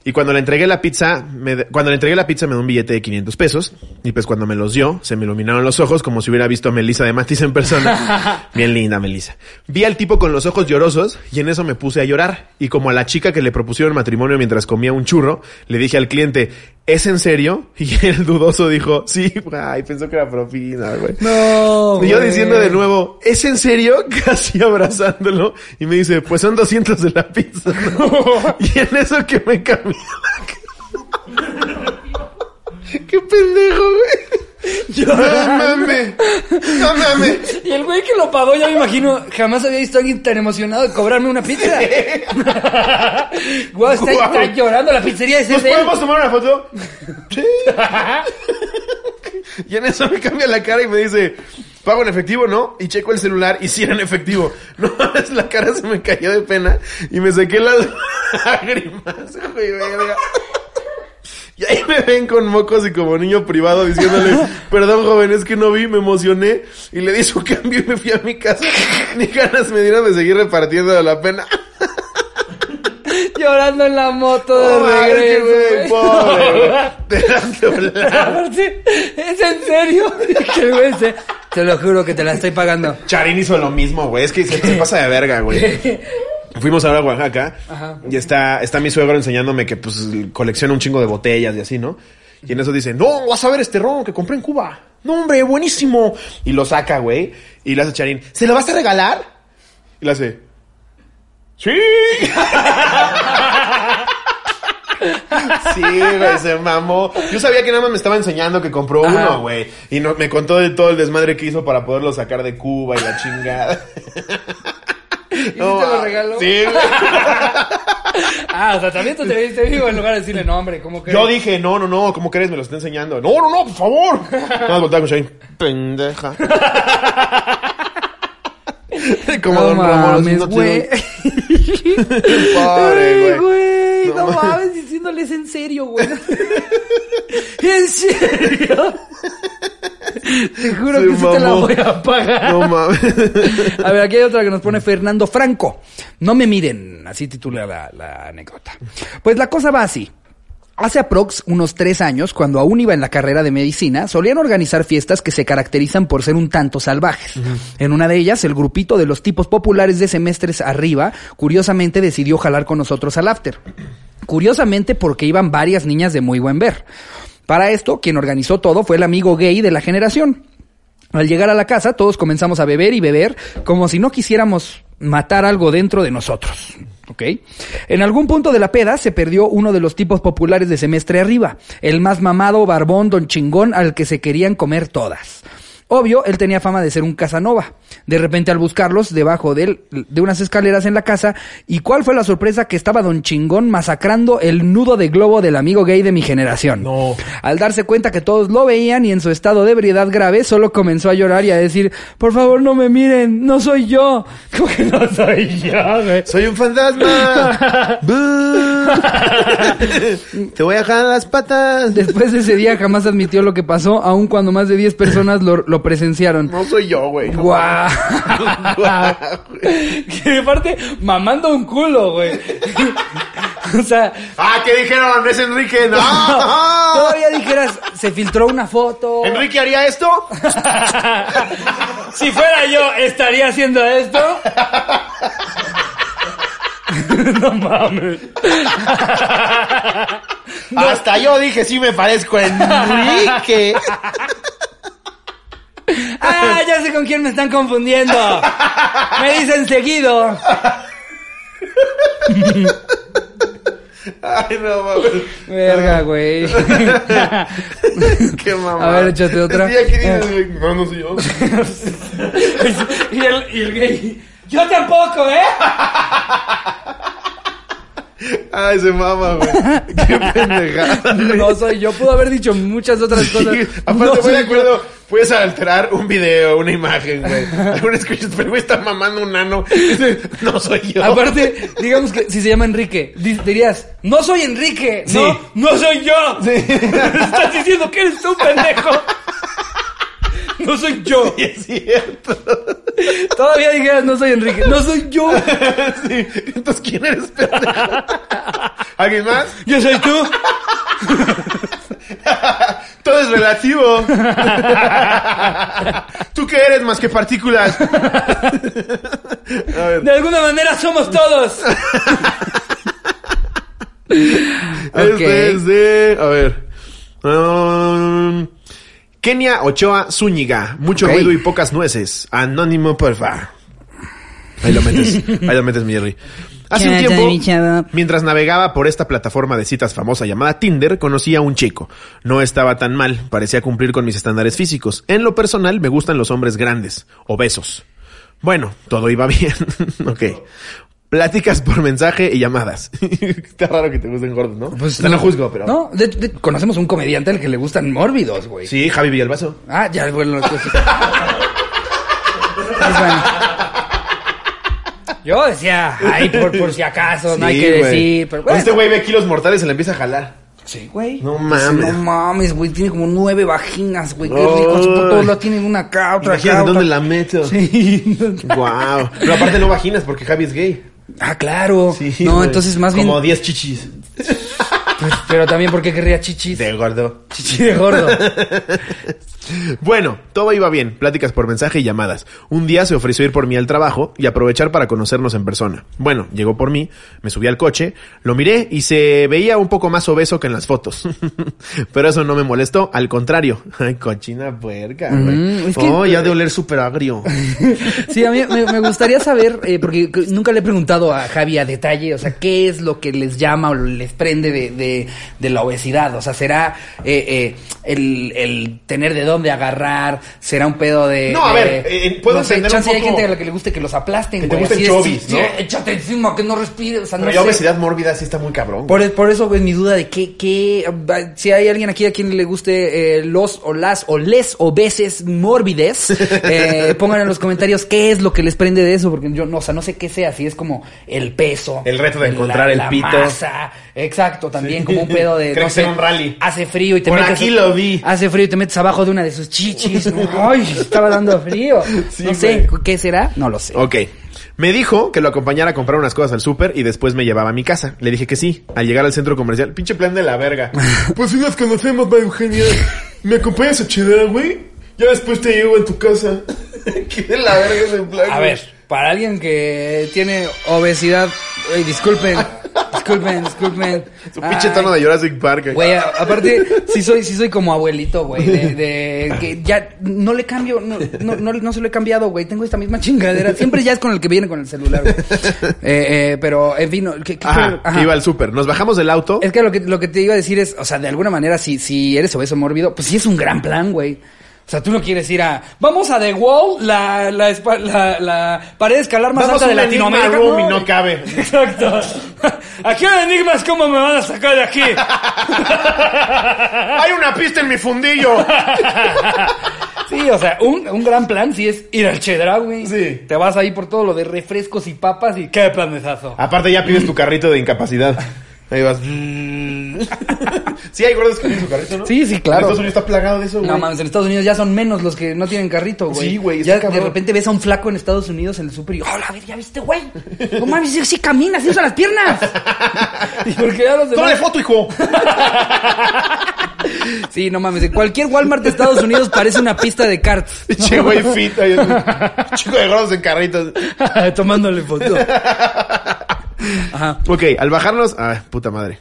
[SPEAKER 2] y cuando le entregué la pizza, me de- cuando le entregué la pizza me dio un billete de 500 pesos y pues cuando me los dio se me iluminaron los ojos como si hubiera visto a Melissa de Matiz en persona. Bien linda Melissa. Vi al tipo con los ojos llorosos y en eso me puse a llorar y como a la chica que le propusieron matrimonio mientras comía un churro, le dije al cliente, ¿es en serio? Y el dudoso dijo, sí, ay, pensó que era propina, güey.
[SPEAKER 1] No,
[SPEAKER 2] Y yo
[SPEAKER 1] güey.
[SPEAKER 2] diciendo de nuevo, ¿es en serio? Casi abrazándolo. Y me dice, pues son 200 de la pizza. ¿no?". y en eso que me cambió ¡Qué pendejo, güey! No mames. No mames.
[SPEAKER 1] Y el güey que lo pagó, ya me imagino, jamás había visto a alguien tan emocionado de cobrarme una pizza. Guau, está,
[SPEAKER 2] Guau.
[SPEAKER 1] está llorando la pizzería ese
[SPEAKER 2] ¿Nos
[SPEAKER 1] de él.
[SPEAKER 2] podemos tomar una foto? Sí. y en eso me cambia la cara y me dice, pago en efectivo, ¿no? Y checo el celular y sí era en efectivo. No mames, la cara se me cayó de pena y me saqué las lágrimas, güey, verga. Y ahí me ven con mocos y como niño privado diciéndole, perdón joven, es que no vi, me emocioné. Y le di su cambio y me fui a mi casa. Ni ganas me dieron de seguir repartiendo la pena.
[SPEAKER 1] Llorando en la moto de
[SPEAKER 2] No mames,
[SPEAKER 1] regreso.
[SPEAKER 2] güey,
[SPEAKER 1] güey.
[SPEAKER 2] pobre, güey. Te dan de hablar.
[SPEAKER 1] Aparte, ¿Es en serio? Dije, güey, se- Te lo juro que te la estoy pagando.
[SPEAKER 2] Charín hizo lo mismo, güey. Es que se, se pasa de verga, güey. Fuimos ahora a Oaxaca
[SPEAKER 1] Ajá.
[SPEAKER 2] y está, está mi suegro enseñándome que pues colecciona un chingo de botellas y así, ¿no? Y en eso dice, no, vas a ver este ron que compré en Cuba. No, hombre, buenísimo. Y lo saca, güey. Y le hace Charín, ¿se lo vas a regalar? Y le hace, sí. Sí, güey, se mamó. Yo sabía que nada más me estaba enseñando que compró
[SPEAKER 1] Ajá.
[SPEAKER 2] uno, güey. Y no, me contó de todo el desmadre que hizo para poderlo sacar de Cuba y la chingada.
[SPEAKER 1] ¿Y sí te lo
[SPEAKER 2] ah,
[SPEAKER 1] regaló?
[SPEAKER 2] Sí, güey.
[SPEAKER 1] Ah, o sea, también tú te viste vivo en lugar de decirle, no, hombre, ¿cómo que?
[SPEAKER 2] Yo dije, no, no, no, ¿cómo crees? Me lo está enseñando. No, no, no, por favor. Nada más volteaba con Shane. Pendeja. Como
[SPEAKER 1] No
[SPEAKER 2] don Ramón.
[SPEAKER 1] mames,
[SPEAKER 2] no
[SPEAKER 1] güey.
[SPEAKER 2] tiene- Pobre,
[SPEAKER 1] Ay, güey. No,
[SPEAKER 2] No mames.
[SPEAKER 1] mames, diciéndoles en serio, güey. en serio. Te juro
[SPEAKER 2] Se
[SPEAKER 1] que sí te la
[SPEAKER 2] mamó.
[SPEAKER 1] voy a pagar.
[SPEAKER 2] No mames.
[SPEAKER 1] A ver, aquí hay otra que nos pone Fernando Franco. No me miren, así titula la, la anécdota. Pues la cosa va así. Hace aprox unos tres años, cuando aún iba en la carrera de medicina, solían organizar fiestas que se caracterizan por ser un tanto salvajes. En una de ellas, el grupito de los tipos populares de semestres arriba, curiosamente decidió jalar con nosotros al after. Curiosamente porque iban varias niñas de muy buen ver. Para esto, quien organizó todo fue el amigo gay de la generación. Al llegar a la casa, todos comenzamos a beber y beber como si no quisiéramos matar algo dentro de nosotros. ¿Ok? En algún punto de la peda se perdió uno de los tipos populares de semestre arriba, el más mamado, barbón, don chingón al que se querían comer todas. Obvio, él tenía fama de ser un Casanova. De repente al buscarlos debajo de, él- de unas escaleras en la casa, ¿y cuál fue la sorpresa que estaba don chingón masacrando el nudo de globo del amigo gay de mi generación?
[SPEAKER 2] No.
[SPEAKER 1] Al darse cuenta que todos lo veían y en su estado de ebriedad grave, solo comenzó a llorar y a decir, por favor no me miren, no soy yo. ¿Cómo que no soy yo, güey?
[SPEAKER 2] Soy un fantasma. Bú. Te voy a jalar las patas.
[SPEAKER 1] Después de ese día jamás admitió lo que pasó, aun cuando más de 10 personas lo, lo presenciaron.
[SPEAKER 2] No soy yo, güey.
[SPEAKER 1] ¡Guau!
[SPEAKER 2] Guau,
[SPEAKER 1] que de parte, mamando un culo, güey. o sea,
[SPEAKER 2] Ah, ¿qué dijeron? Es Enrique. No.
[SPEAKER 1] todavía dijeras, se filtró una foto.
[SPEAKER 2] ¿Enrique haría esto?
[SPEAKER 1] si fuera yo, estaría haciendo esto. no mames.
[SPEAKER 2] Hasta yo dije, sí me parezco a Enrique.
[SPEAKER 1] Ah, ya sé con quién me están confundiendo. Me dicen seguido.
[SPEAKER 2] Ay, no mames.
[SPEAKER 1] Verga, güey.
[SPEAKER 2] Qué mamá.
[SPEAKER 1] A ver, échate otra. Eh.
[SPEAKER 2] Sí, aquí dices, güey, no, no soy yo.
[SPEAKER 1] y, el, y el gay. Yo tampoco, ¿eh?
[SPEAKER 2] Ay, se mama, güey. Qué pendejada. güey.
[SPEAKER 1] No soy yo. Pudo haber dicho muchas otras
[SPEAKER 2] Sí,
[SPEAKER 1] cosas. No
[SPEAKER 2] aparte, voy de
[SPEAKER 1] soy yo.
[SPEAKER 2] acuerdo, puedes alterar un video, una imagen, güey. Algún screenshot, pero el güey está mamando un nano. Dice, No soy yo.
[SPEAKER 1] Aparte, digamos que si se llama Enrique, di- dirías, no soy Enrique,
[SPEAKER 2] Sí.
[SPEAKER 1] no, no soy yo. Estás diciendo que eres tú, pendejo. No soy yo.
[SPEAKER 2] Sí, es cierto.
[SPEAKER 1] Todavía dijeras, no soy Enrique, no soy yo.
[SPEAKER 2] Sí. Entonces, ¿quién eres, pendejo? ¿Alguien más?
[SPEAKER 1] Yo soy tú.
[SPEAKER 2] Todo es relativo. ¿Tú qué eres más que partículas?
[SPEAKER 1] De alguna manera somos todos.
[SPEAKER 2] Este es de. A ver. Um, Kenia Ochoa Zúñiga. Mucho
[SPEAKER 1] Ok.
[SPEAKER 2] ruido y pocas nueces. Anónimo, porfa. Ahí lo metes. Ahí lo metes, mi Jerry. Hace un
[SPEAKER 1] Chao, mi
[SPEAKER 2] tiempo,
[SPEAKER 1] chavo.
[SPEAKER 2] mientras navegaba por esta plataforma de citas famosa llamada Tinder, conocí a un chico. No estaba tan mal, parecía cumplir con mis estándares físicos. En lo personal, me gustan los hombres grandes, obesos. Bueno, todo iba bien. ok. Pláticas por mensaje y llamadas. Está raro que te gusten gordos, ¿no? O sea, no, juzgo, pero.
[SPEAKER 1] Pues No, de- de- conocemos un comediante al que le gustan mórbidos, güey.
[SPEAKER 2] Sí, Javi Villalbazo.
[SPEAKER 1] Ah, ya, bueno, lo que- Es bueno. Yo decía, ay, por, por si acaso, no hay
[SPEAKER 2] Sí,
[SPEAKER 1] que
[SPEAKER 2] güey.
[SPEAKER 1] decir, pero bueno.
[SPEAKER 2] Este güey ve kilos mortales y le empieza a jalar.
[SPEAKER 1] Sí, güey.
[SPEAKER 2] No mames.
[SPEAKER 1] No mames, güey. Tiene como nueve vaginas, güey. Qué
[SPEAKER 2] Ay.
[SPEAKER 1] rico. Todos lo tienen una acá, otra
[SPEAKER 2] Imagínate
[SPEAKER 1] acá.
[SPEAKER 2] dónde
[SPEAKER 1] otra-
[SPEAKER 2] la meto.
[SPEAKER 1] Sí.
[SPEAKER 2] Wow. Pero aparte no vaginas porque Javi es gay.
[SPEAKER 1] Ah, claro.
[SPEAKER 2] Sí,
[SPEAKER 1] no,
[SPEAKER 2] güey.
[SPEAKER 1] entonces más bien.
[SPEAKER 2] Como 10 chichis.
[SPEAKER 1] Pues, pero también, ¿por qué querría chichis?
[SPEAKER 2] De gordo.
[SPEAKER 1] Chichi de gordo.
[SPEAKER 2] Bueno, todo iba bien, pláticas por mensaje y llamadas. Un día se ofreció ir por mí al trabajo y aprovechar para conocernos en persona. Bueno, llegó por mí, me subí al coche, lo miré y se veía un poco más obeso que en las fotos. Pero eso no me molestó, al contrario. Ay, cochina puerca, güey.
[SPEAKER 1] Mm, es que-
[SPEAKER 2] oh, ya de oler súper agrio.
[SPEAKER 1] Sí, a mí me, me gustaría saber, eh, porque c- nunca le he preguntado a Javi a detalle, o sea, qué es lo que les llama o les prende de, de- de la obesidad. O sea, será eh, eh, el, el tener de dónde agarrar, será un pedo de.
[SPEAKER 2] No, a
[SPEAKER 1] de-
[SPEAKER 2] ver, eh, puedo entender
[SPEAKER 1] chance
[SPEAKER 2] un
[SPEAKER 1] hay
[SPEAKER 2] poco-
[SPEAKER 1] gente a la que le guste que los aplasten,
[SPEAKER 2] Que te
[SPEAKER 1] güey,
[SPEAKER 2] gusten
[SPEAKER 1] así de,
[SPEAKER 2] chovis,
[SPEAKER 1] sí, sí,
[SPEAKER 2] ¿no?
[SPEAKER 1] échate encima, que no respire, o sea,
[SPEAKER 2] Pero
[SPEAKER 1] no
[SPEAKER 2] ya
[SPEAKER 1] sé.
[SPEAKER 2] obesidad mórbida sí está muy cabrón.
[SPEAKER 1] Por, e, por eso es mi duda de que, que si hay alguien aquí a quien le guste eh, los o las o les obeses mórbides, eh, pongan en los comentarios qué es lo que les prende de eso, porque yo no, o sea, no sé qué sea, si es como el peso,
[SPEAKER 2] El reto de
[SPEAKER 1] la-
[SPEAKER 2] encontrar el
[SPEAKER 1] la
[SPEAKER 2] pito.
[SPEAKER 1] masa, exacto, también
[SPEAKER 2] Sí.
[SPEAKER 1] como un pedo de
[SPEAKER 2] Creo
[SPEAKER 1] no
[SPEAKER 2] que sea
[SPEAKER 1] sé,
[SPEAKER 2] un rally.
[SPEAKER 1] hace frío y te
[SPEAKER 2] Por
[SPEAKER 1] metes
[SPEAKER 2] aquí lo vi.
[SPEAKER 1] hace frío y te metes abajo de una de sus chichis, ¿no? ay, estaba dando frío,
[SPEAKER 2] Sí,
[SPEAKER 1] no sé
[SPEAKER 2] güey.
[SPEAKER 1] qué será, no lo sé.
[SPEAKER 2] Ok. Me dijo que lo acompañara a comprar unas cosas al súper y después me llevaba a mi casa. Le dije que sí. Al llegar al centro comercial, pinche plan de la verga. pues si nos conocemos, va Eugenia. ¿Me acompañas a Cheddar, güey? Ya después te llevo a tu casa. ¿Qué de la verga ese plan?
[SPEAKER 1] A
[SPEAKER 2] güey?
[SPEAKER 1] ver, para alguien que tiene obesidad, Ey, disculpen, disculpen, disculpen.
[SPEAKER 2] Su pinche tono de Jurassic Park.
[SPEAKER 1] Güey, a- aparte, sí soy, sí soy como abuelito, güey, de, de que ya no le cambio, no, no, no, no se lo he cambiado, güey, tengo esta misma chingadera, siempre ya es con el que viene con el celular, güey. Eh, eh, pero, en fin, no, ¿qué- qué-
[SPEAKER 2] Ajá,
[SPEAKER 1] ajá.
[SPEAKER 2] iba al súper. Nos bajamos del auto.
[SPEAKER 1] Es que lo, que lo que te iba a decir es, o sea, de alguna manera, si, si eres obeso mórbido, pues sí es un gran plan, güey. O sea, tú no quieres ir a. Vamos a The Wall, la, la, espa- la, la pared escalar más
[SPEAKER 2] Vamos
[SPEAKER 1] alta de
[SPEAKER 2] a un Enigma
[SPEAKER 1] Latinoamérica.
[SPEAKER 2] Room y no cabe.
[SPEAKER 1] Exacto. Aquí hay enigmas, ¿cómo me van a sacar de aquí?
[SPEAKER 2] ¡Hay una pista en mi fundillo!
[SPEAKER 1] Sí, o sea, un, un gran plan sí es ir al Chedra, güey.
[SPEAKER 2] Sí.
[SPEAKER 1] Te vas ahí por todo lo de refrescos y papas y qué planesazo.
[SPEAKER 2] Aparte ya pides tu carrito de incapacidad. Ahí vas. sí, hay gordos que tienen su carrito, ¿no?
[SPEAKER 1] Sí, sí, claro.
[SPEAKER 2] En Estados Unidos está plagado de eso, güey.
[SPEAKER 1] No mames, en Estados Unidos ya son menos los que no tienen carrito, güey.
[SPEAKER 2] Sí, güey, está
[SPEAKER 1] Ya de
[SPEAKER 2] cabrón.
[SPEAKER 1] repente ves a un flaco en Estados Unidos en el súper y, hola, a ver, ya viste, güey. No mames, sí, sí camina, sí usa las piernas. y porque ya los
[SPEAKER 2] ¡Tómale
[SPEAKER 1] demás...
[SPEAKER 2] foto, hijo!
[SPEAKER 1] Sí, no mames, en cualquier Walmart de Estados Unidos parece una pista de karts.
[SPEAKER 2] Pinche güey fit. ahí, Chico de gordos en carritos.
[SPEAKER 1] Tomándole foto. Ajá.
[SPEAKER 2] Ok, al bajarnos. Ah, puta madre.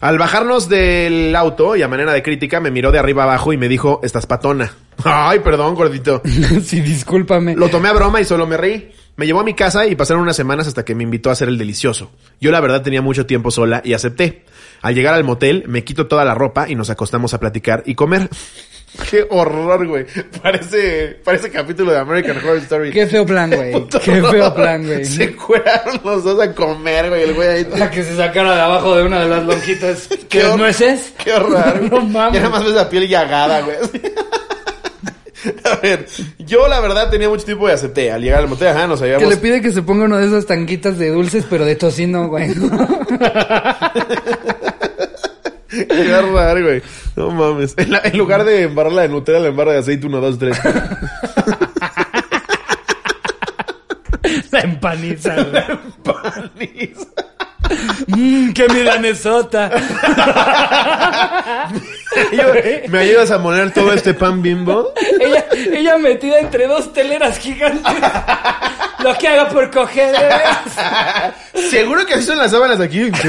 [SPEAKER 2] Al bajarnos del auto y a manera de crítica, me miró de arriba abajo y me dijo: Estás patona. Ay, perdón, gordito.
[SPEAKER 1] sí, discúlpame.
[SPEAKER 2] Lo tomé a broma y solo me reí. Me llevó a mi casa y pasaron unas semanas hasta que me invitó a hacer el delicioso. Yo la verdad tenía mucho tiempo sola y acepté. Al llegar al motel me quito toda la ropa y nos acostamos a platicar y comer. Qué horror, güey. Parece, parece capítulo de American Horror Story.
[SPEAKER 1] Qué feo plan, güey.
[SPEAKER 2] Puto
[SPEAKER 1] Qué feo
[SPEAKER 2] horror.
[SPEAKER 1] plan, güey.
[SPEAKER 2] Se cueraron los dos a comer, güey. El güey ahí.
[SPEAKER 1] La que se sacara de abajo de una de las lonjitas. ¿Qué
[SPEAKER 2] hor-
[SPEAKER 1] nueces?
[SPEAKER 2] Qué horror. güey.
[SPEAKER 1] No mames.
[SPEAKER 2] Ya nada más ves la piel llagada, güey. A ver, yo la verdad tenía mucho tiempo y acepté. Al llegar al motel, ajá, nos
[SPEAKER 1] Que
[SPEAKER 2] habíamos
[SPEAKER 1] le pide que se ponga una de esas tanguitas de dulces, pero de tocino, güey.
[SPEAKER 2] Qué raro, güey. No mames. En, la- en lugar de embarrarla de Nutella, la embarra de aceite 1, 2, 3.
[SPEAKER 1] La empaniza, güey. Mmm, qué milanesota.
[SPEAKER 2] ¿Me ayudas a moler todo este pan bimbo?
[SPEAKER 1] ella, ella metida entre dos teleras gigantes. Lo que hago por coger, de veras.
[SPEAKER 2] ¿Seguro que así son las sábanas aquí? Sí.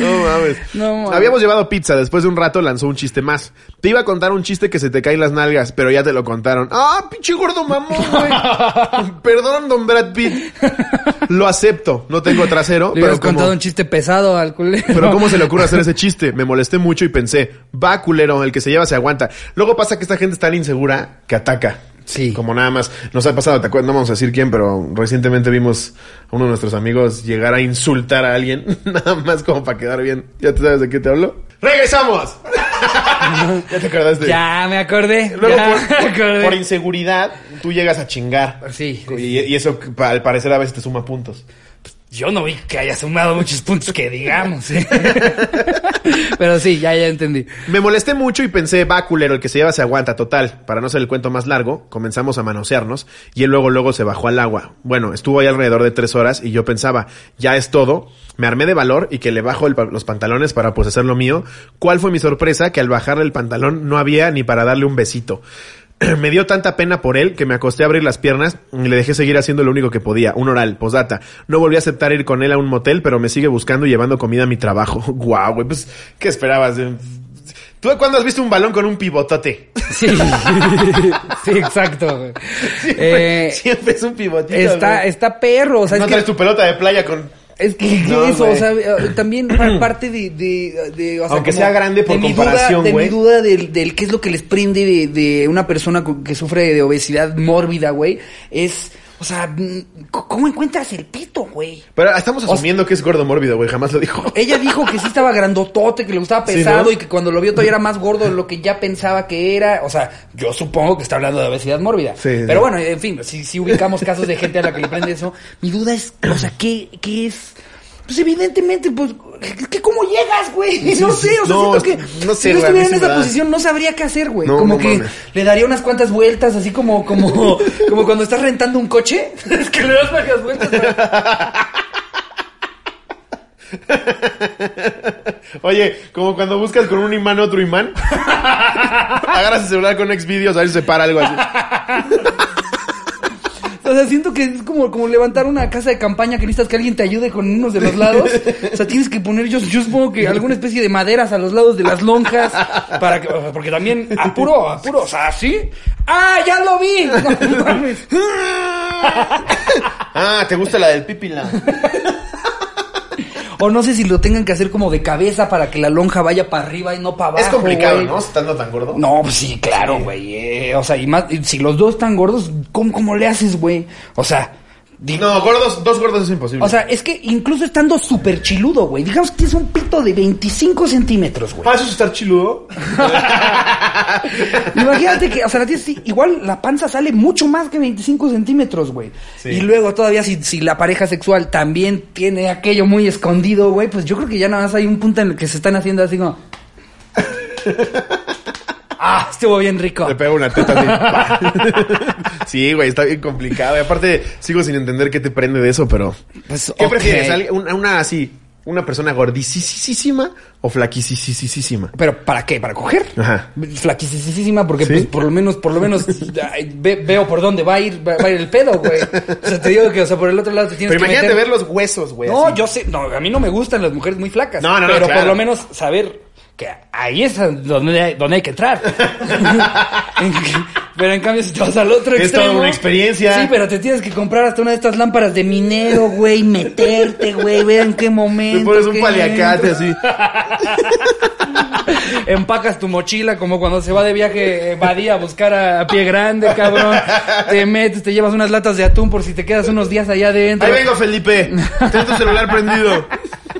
[SPEAKER 2] No mames.
[SPEAKER 1] No mames.
[SPEAKER 2] Habíamos llevado pizza. Después de un rato lanzó un chiste más. Te iba a contar un chiste que se te caen las nalgas, pero ya te lo contaron. ¡Ah, pinche gordo mamón, güey! Perdón, don Brad Pitt. Lo acepto. No tengo trasero,
[SPEAKER 1] Le
[SPEAKER 2] pero
[SPEAKER 1] hubieras
[SPEAKER 2] como-
[SPEAKER 1] contado un chiste pesado al culero.
[SPEAKER 2] Pero ¿cómo se le ocurre hacer ese chiste? Me molesté mucho y pensé, va culero, el que se lleva se aguanta. Luego pasa que esta gente es tan insegura que ataca.
[SPEAKER 1] Sí.
[SPEAKER 2] Como nada más. Nos ha pasado, ¿te acuerdas? No vamos a decir quién, pero recientemente vimos a uno de nuestros amigos llegar a insultar a alguien. Nada más como para quedar bien. ¿Ya te sabes de qué te hablo? ¡Regresamos! ¿Ya te acordaste?
[SPEAKER 1] Ya me acordé.
[SPEAKER 2] Luego,
[SPEAKER 1] ya
[SPEAKER 2] por,
[SPEAKER 1] me acordé.
[SPEAKER 2] por- por inseguridad, tú llegas a chingar.
[SPEAKER 1] Sí, sí,
[SPEAKER 2] Y, y eso, pa- al parecer, a veces te suma puntos.
[SPEAKER 1] Yo no vi que haya sumado muchos puntos que digamos. ¿eh? Pero sí, ya, ya entendí.
[SPEAKER 2] Me molesté mucho y pensé, va culero, el que se lleva se aguanta, total. Para no ser el cuento más largo, comenzamos a manosearnos y él luego luego se bajó al agua. Bueno, estuvo ahí alrededor de tres horas y yo pensaba, ya es todo. Me armé de valor y que le bajo el pa- los pantalones para pues hacer lo mío. ¿Cuál fue mi sorpresa? Que al bajarle el pantalón no había ni para darle un besito. Me dio tanta pena por él que me acosté a abrir las piernas y le dejé seguir haciendo lo único que podía, un oral, posdata. No volví a aceptar ir con él a un motel, pero me sigue buscando y llevando comida a mi trabajo. Guau, güey, pues, ¿qué esperabas? ¿Tú cuándo has visto un balón con un pivotote?
[SPEAKER 1] Sí, sí, exacto. güey.
[SPEAKER 2] Siempre,
[SPEAKER 1] Eh,
[SPEAKER 2] siempre es un pivotito.
[SPEAKER 1] está,
[SPEAKER 2] güey.
[SPEAKER 1] está perro, o sea,
[SPEAKER 2] no
[SPEAKER 1] es que-
[SPEAKER 2] traes tu pelota de playa con...
[SPEAKER 1] Es que
[SPEAKER 2] No,
[SPEAKER 1] eso,
[SPEAKER 2] güey.
[SPEAKER 1] o sea, eh, también pa- parte de... de, de, o sea,
[SPEAKER 2] Aunque sea grande por
[SPEAKER 1] de mi
[SPEAKER 2] comparación,
[SPEAKER 1] duda- De
[SPEAKER 2] güey.
[SPEAKER 1] mi duda del, del qué es lo que les prende de, de una persona cu- que sufre de obesidad mórbida, güey, es... O sea, mm, c- ¿cómo encuentras el pito, güey?
[SPEAKER 2] Pero estamos asumiendo que es gordo mórbido, güey, jamás lo dijo.
[SPEAKER 1] Ella dijo que sí estaba grandotote, que le gustaba
[SPEAKER 2] Sí,
[SPEAKER 1] pesado
[SPEAKER 2] ¿no?
[SPEAKER 1] y que cuando lo vio todavía era más gordo de lo que ya pensaba que era. O sea, yo supongo que está hablando de obesidad mórbida.
[SPEAKER 2] Sí, sí.
[SPEAKER 1] Pero bueno, en fin, si, si ubicamos casos de gente a la que le prende eso, mi duda es, o sea, ¿qué, qué es? Pues evidentemente, pues, ¿qué, ¿cómo llegas, güey? No
[SPEAKER 2] sí,
[SPEAKER 1] sé, o sea,
[SPEAKER 2] no,
[SPEAKER 1] siento que
[SPEAKER 2] no sé,
[SPEAKER 1] si
[SPEAKER 2] güey, a mí
[SPEAKER 1] no estuviera
[SPEAKER 2] sí
[SPEAKER 1] en
[SPEAKER 2] me
[SPEAKER 1] esa
[SPEAKER 2] da-
[SPEAKER 1] posición no sabría qué hacer, güey.
[SPEAKER 2] No,
[SPEAKER 1] como
[SPEAKER 2] no
[SPEAKER 1] que
[SPEAKER 2] mames.
[SPEAKER 1] le daría unas cuantas vueltas, así como, como, como cuando estás rentando un coche, es que le das varias vueltas para
[SPEAKER 2] Oye, como cuando buscas con un imán otro imán. Agarras el celular con Xvideos, a ver si se para algo así.
[SPEAKER 1] O sea, siento que es como, como levantar una casa de campaña que necesitas que alguien te ayude con unos de los lados. O sea, tienes que poner, yo, yo supongo que alguna especie de maderas a los lados de las lonjas. Para que, porque también, apuro, apuro, o sea, ¿sí? ¡Ah, ya lo vi! No mames.
[SPEAKER 2] Ah, ¿te gusta la del pipila?
[SPEAKER 1] O no sé si lo tengan que hacer como de cabeza para que la lonja vaya para arriba y no para abajo.
[SPEAKER 2] Es complicado,
[SPEAKER 1] güey.
[SPEAKER 2] ¿no? Estando tan gordo.
[SPEAKER 1] No, pues sí, claro, güey. eh, o sea, y más, y si los dos están gordos, ¿cómo, cómo le haces, güey? O sea, di-
[SPEAKER 2] No, gordos, dos gordos es imposible.
[SPEAKER 1] O sea, es que incluso estando súper chiludo, güey. Digamos que tienes un pito de 25 centímetros, güey.
[SPEAKER 2] ¿para eso es estar chiludo?
[SPEAKER 1] Imagínate que, o sea, la tienes así, igual la panza sale mucho más que 25 centímetros, güey.
[SPEAKER 2] Sí.
[SPEAKER 1] Y luego todavía si, si la pareja sexual también tiene aquello muy escondido, güey, pues yo creo que ya nada más hay un punto en el que se están haciendo así como... ah, estuvo bien rico.
[SPEAKER 2] Le pego una teta así. ¡pa! sí, güey, está bien complicado. Y aparte, sigo sin entender qué te prende de eso, pero...
[SPEAKER 1] Pues,
[SPEAKER 2] ¿Qué
[SPEAKER 1] ok.
[SPEAKER 2] prefieres? ¿Al- Una, una así, una persona gordisísima o flaquisísima?
[SPEAKER 1] Pero ¿para qué? ¿Para coger?
[SPEAKER 2] Ajá.
[SPEAKER 1] Flaquisísima, porque
[SPEAKER 2] ¿Sí?
[SPEAKER 1] pues por lo menos, por lo menos ay, ve- veo por dónde va a ir, va, va a ir el pedo, güey. O sea, te digo que, o sea, por el otro lado te tienes
[SPEAKER 2] Pero
[SPEAKER 1] que
[SPEAKER 2] imagínate
[SPEAKER 1] meter-
[SPEAKER 2] ver los huesos, güey.
[SPEAKER 1] No,
[SPEAKER 2] así.
[SPEAKER 1] yo sé, no, a mí no me gustan las mujeres muy flacas.
[SPEAKER 2] No, no, no,
[SPEAKER 1] Pero
[SPEAKER 2] claro.
[SPEAKER 1] por lo menos saber que ahí es a donde hay, donde hay que entrar. En que- pero en cambio, si te vas al otro
[SPEAKER 2] Es
[SPEAKER 1] extremo.
[SPEAKER 2] toda una experiencia.
[SPEAKER 1] Sí, pero te tienes que comprar hasta una de estas lámparas de minero, güey, meterte, güey, ver en qué momento.
[SPEAKER 2] Te pones un
[SPEAKER 1] qué
[SPEAKER 2] paliacate
[SPEAKER 1] entro.
[SPEAKER 2] así.
[SPEAKER 1] Empacas tu mochila como cuando se va de viaje eh, Badía a buscar a, a pie grande, cabrón. Te metes, te llevas unas latas de atún por si te quedas unos días allá adentro.
[SPEAKER 2] Ahí vengo, Felipe. Ten tu celular prendido.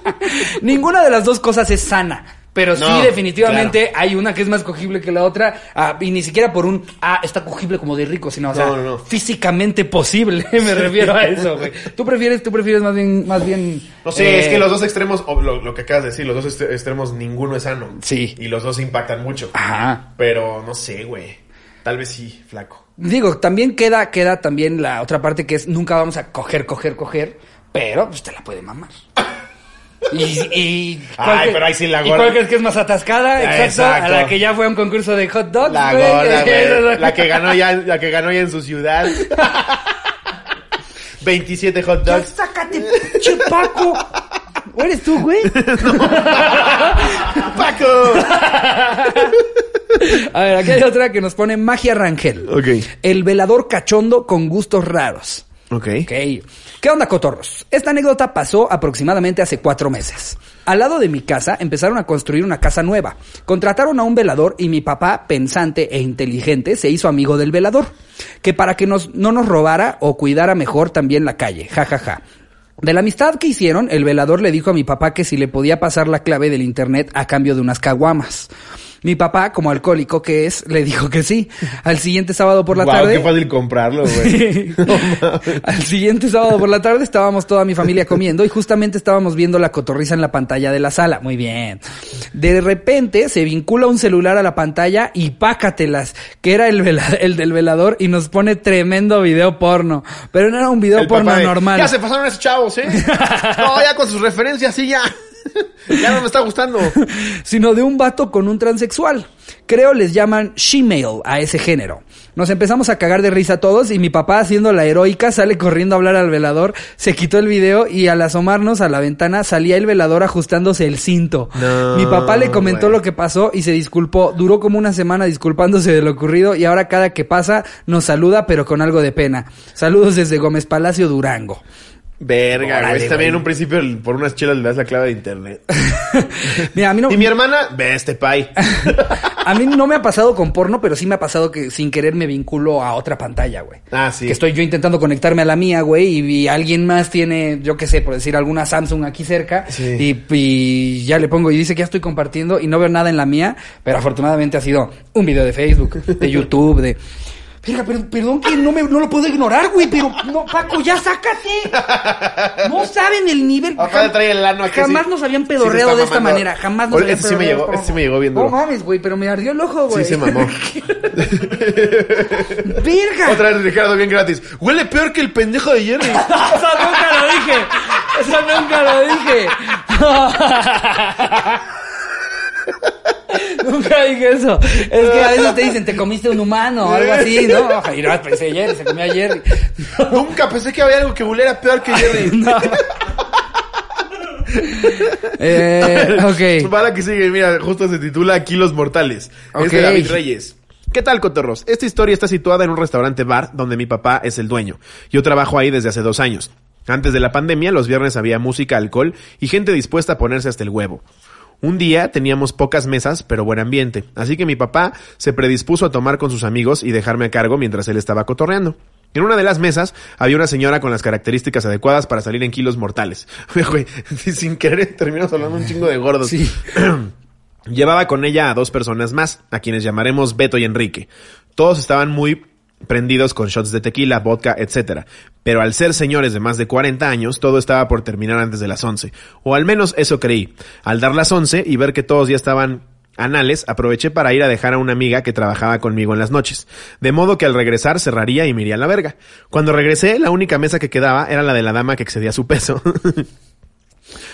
[SPEAKER 1] Ninguna de las dos cosas es sana. Pero sí,
[SPEAKER 2] No,
[SPEAKER 1] definitivamente hay una que es más cogible que la otra. ah, y ni siquiera por un, ah, está cogible como de rico, sino, o sea,
[SPEAKER 2] No, no, no.
[SPEAKER 1] físicamente posible. Me refiero a eso, güey. ¿Tú prefieres, tú prefieres más bien, más bien.
[SPEAKER 2] No sé,
[SPEAKER 1] eh,
[SPEAKER 2] es que los dos extremos, o lo, lo que acabas de decir, los dos est- extremos ninguno es sano.
[SPEAKER 1] Sí.
[SPEAKER 2] Y los dos impactan mucho.
[SPEAKER 1] Ajá.
[SPEAKER 2] Pero no sé, güey. Tal vez sí, flaco.
[SPEAKER 1] Digo, también queda, queda también la otra parte que es nunca vamos a coger, coger, coger, pero pues te la puede mamar. Y, y ¿cuál
[SPEAKER 2] Ay,
[SPEAKER 1] crees-
[SPEAKER 2] pero ahí sí la
[SPEAKER 1] ¿Y
[SPEAKER 2] gorda.
[SPEAKER 1] cuál crees que es más atascada?
[SPEAKER 2] Ah,
[SPEAKER 1] Exacto, A
[SPEAKER 2] exacto.
[SPEAKER 1] la que ya fue a un concurso de hot dogs.
[SPEAKER 2] La
[SPEAKER 1] güey.
[SPEAKER 2] gorda, güey. La que ganó ya, la que ganó ya en su ciudad. 27 hot
[SPEAKER 1] Ya
[SPEAKER 2] dogs.
[SPEAKER 1] sácate, pinche Paco. ¿O eres tú, güey?
[SPEAKER 2] ¡Paco!
[SPEAKER 1] A ver, aquí hay otra que nos pone Magia Rangel.
[SPEAKER 2] Ok.
[SPEAKER 1] El velador cachondo con gustos raros.
[SPEAKER 2] Ok.
[SPEAKER 1] Ok. ¿Qué onda, cotorros? Esta anécdota pasó aproximadamente hace cuatro meses. Al lado de mi casa empezaron a construir una casa nueva. Contrataron a un velador y mi papá, pensante e inteligente, se hizo amigo del velador. Que para que nos, no nos robara o cuidara mejor también la calle. Ja, ja, ja. De la amistad que hicieron, el velador le dijo a mi papá que si le podía pasar la clave del internet a cambio de unas caguamas. Mi papá, como alcohólico que es, le dijo que sí. Al siguiente sábado por la
[SPEAKER 2] Guau,
[SPEAKER 1] tarde.
[SPEAKER 2] qué fácil comprarlo, güey.
[SPEAKER 1] Al siguiente sábado por la tarde estábamos toda mi familia comiendo y justamente estábamos viendo la cotorriza en la pantalla de la sala. Muy bien. De repente se vincula un celular a la pantalla y pácatelas, que era el, vela- el del velador y nos pone tremendo video porno. Pero no era un video
[SPEAKER 2] El papá
[SPEAKER 1] porno
[SPEAKER 2] de,
[SPEAKER 1] normal.
[SPEAKER 2] Ya se pasaron esos chavos, ¿eh? No, ya con sus referencias, sí, ya. Ya no me está gustando.
[SPEAKER 1] sino de un vato con un transexual. Creo les llaman shemale a ese género. Nos empezamos a cagar de risa todos y mi papá haciendo la heroica sale corriendo a hablar al velador, se quitó el video y al asomarnos a la ventana salía el velador ajustándose el cinto.
[SPEAKER 2] No,
[SPEAKER 1] mi papá le comentó
[SPEAKER 2] güey.
[SPEAKER 1] lo que pasó y se disculpó. Duró como una semana disculpándose de lo ocurrido y ahora cada que pasa nos saluda pero con algo de pena. Saludos desde Gómez Palacio, Durango.
[SPEAKER 2] Verga,
[SPEAKER 1] Órale,
[SPEAKER 2] güey. También en
[SPEAKER 1] güey.
[SPEAKER 2] un principio el- por unas chelas le das la clave de internet.
[SPEAKER 1] Mira, a mí no...
[SPEAKER 2] Y mi hermana, ve este pay.
[SPEAKER 1] A mí no me ha pasado con porno, pero sí me ha pasado que sin querer me vinculo a otra pantalla, güey.
[SPEAKER 2] Ah, sí.
[SPEAKER 1] Que estoy yo intentando conectarme a la mía, güey, y, y alguien más tiene, yo qué sé, por decir, alguna Samsung aquí cerca.
[SPEAKER 2] Sí.
[SPEAKER 1] Y, y ya le pongo y dice que ya estoy compartiendo y no veo nada en la mía, pero afortunadamente ha sido un video de Facebook, de YouTube, de... Verga, pero- perdón que no, me, no lo puedo ignorar, güey, pero no, Paco, ya sácate. No saben el nivel.
[SPEAKER 2] Acá
[SPEAKER 1] Jam-
[SPEAKER 2] trae el ano aquí,
[SPEAKER 1] Jamás
[SPEAKER 2] sí.
[SPEAKER 1] nos habían
[SPEAKER 2] Sí te
[SPEAKER 1] pedorreado
[SPEAKER 2] está
[SPEAKER 1] de esta
[SPEAKER 2] mamando.
[SPEAKER 1] manera. Jamás nos
[SPEAKER 2] Oye,
[SPEAKER 1] habían
[SPEAKER 2] ese sí me
[SPEAKER 1] pedorreado
[SPEAKER 2] llegó-
[SPEAKER 1] por-
[SPEAKER 2] ese sí me llegó bien
[SPEAKER 1] No
[SPEAKER 2] duro.
[SPEAKER 1] mames, güey, pero me ardió el ojo,
[SPEAKER 2] Sí,
[SPEAKER 1] güey.
[SPEAKER 2] se mamó.
[SPEAKER 1] ¡Verga!
[SPEAKER 2] Otra vez Ricardo, bien gratis. Huele peor que el pendejo de Jerry.
[SPEAKER 1] Eso nunca lo dije. Eso nunca lo dije. nunca dije eso. Es que a veces te dicen, te comiste un humano o algo así, ¿no? Y no, pensé ayer, se comió ayer.
[SPEAKER 2] Nunca pensé que había algo que hubiera peor que Jerry.
[SPEAKER 1] No. Eh, ok.
[SPEAKER 2] Para que sigue, mira, justo se titula Aquí los mortales. Es de
[SPEAKER 1] Ok.
[SPEAKER 2] David Reyes. ¿Qué tal, cotorros? Esta historia está situada en un restaurante bar donde mi papá es el dueño. Yo trabajo ahí desde hace dos años. Antes de la pandemia, los viernes había música, alcohol y gente dispuesta a ponerse hasta el huevo. Un día teníamos pocas mesas, pero buen ambiente, así que mi papá se predispuso a tomar con sus amigos y dejarme a cargo mientras él estaba cotorreando. En una de las mesas había una señora con las características adecuadas para salir en kilos mortales. Güey, sin querer terminamos hablando un chingo de gordos.
[SPEAKER 1] Sí.
[SPEAKER 2] Llevaba con ella a dos personas más, a quienes llamaremos Beto y Enrique. Todos estaban muy prendidos con shots de tequila, vodka, etc. Pero al ser señores de más de 40 años, todo estaba por terminar antes de las 11. O al menos eso creí. Al dar las 11 y ver que todos ya estaban anales, aproveché para ir a dejar a una amiga que trabajaba conmigo en las noches. De modo que al regresar cerraría y me iría a la verga. Cuando regresé, la única mesa que quedaba era la de la dama que excedía su peso.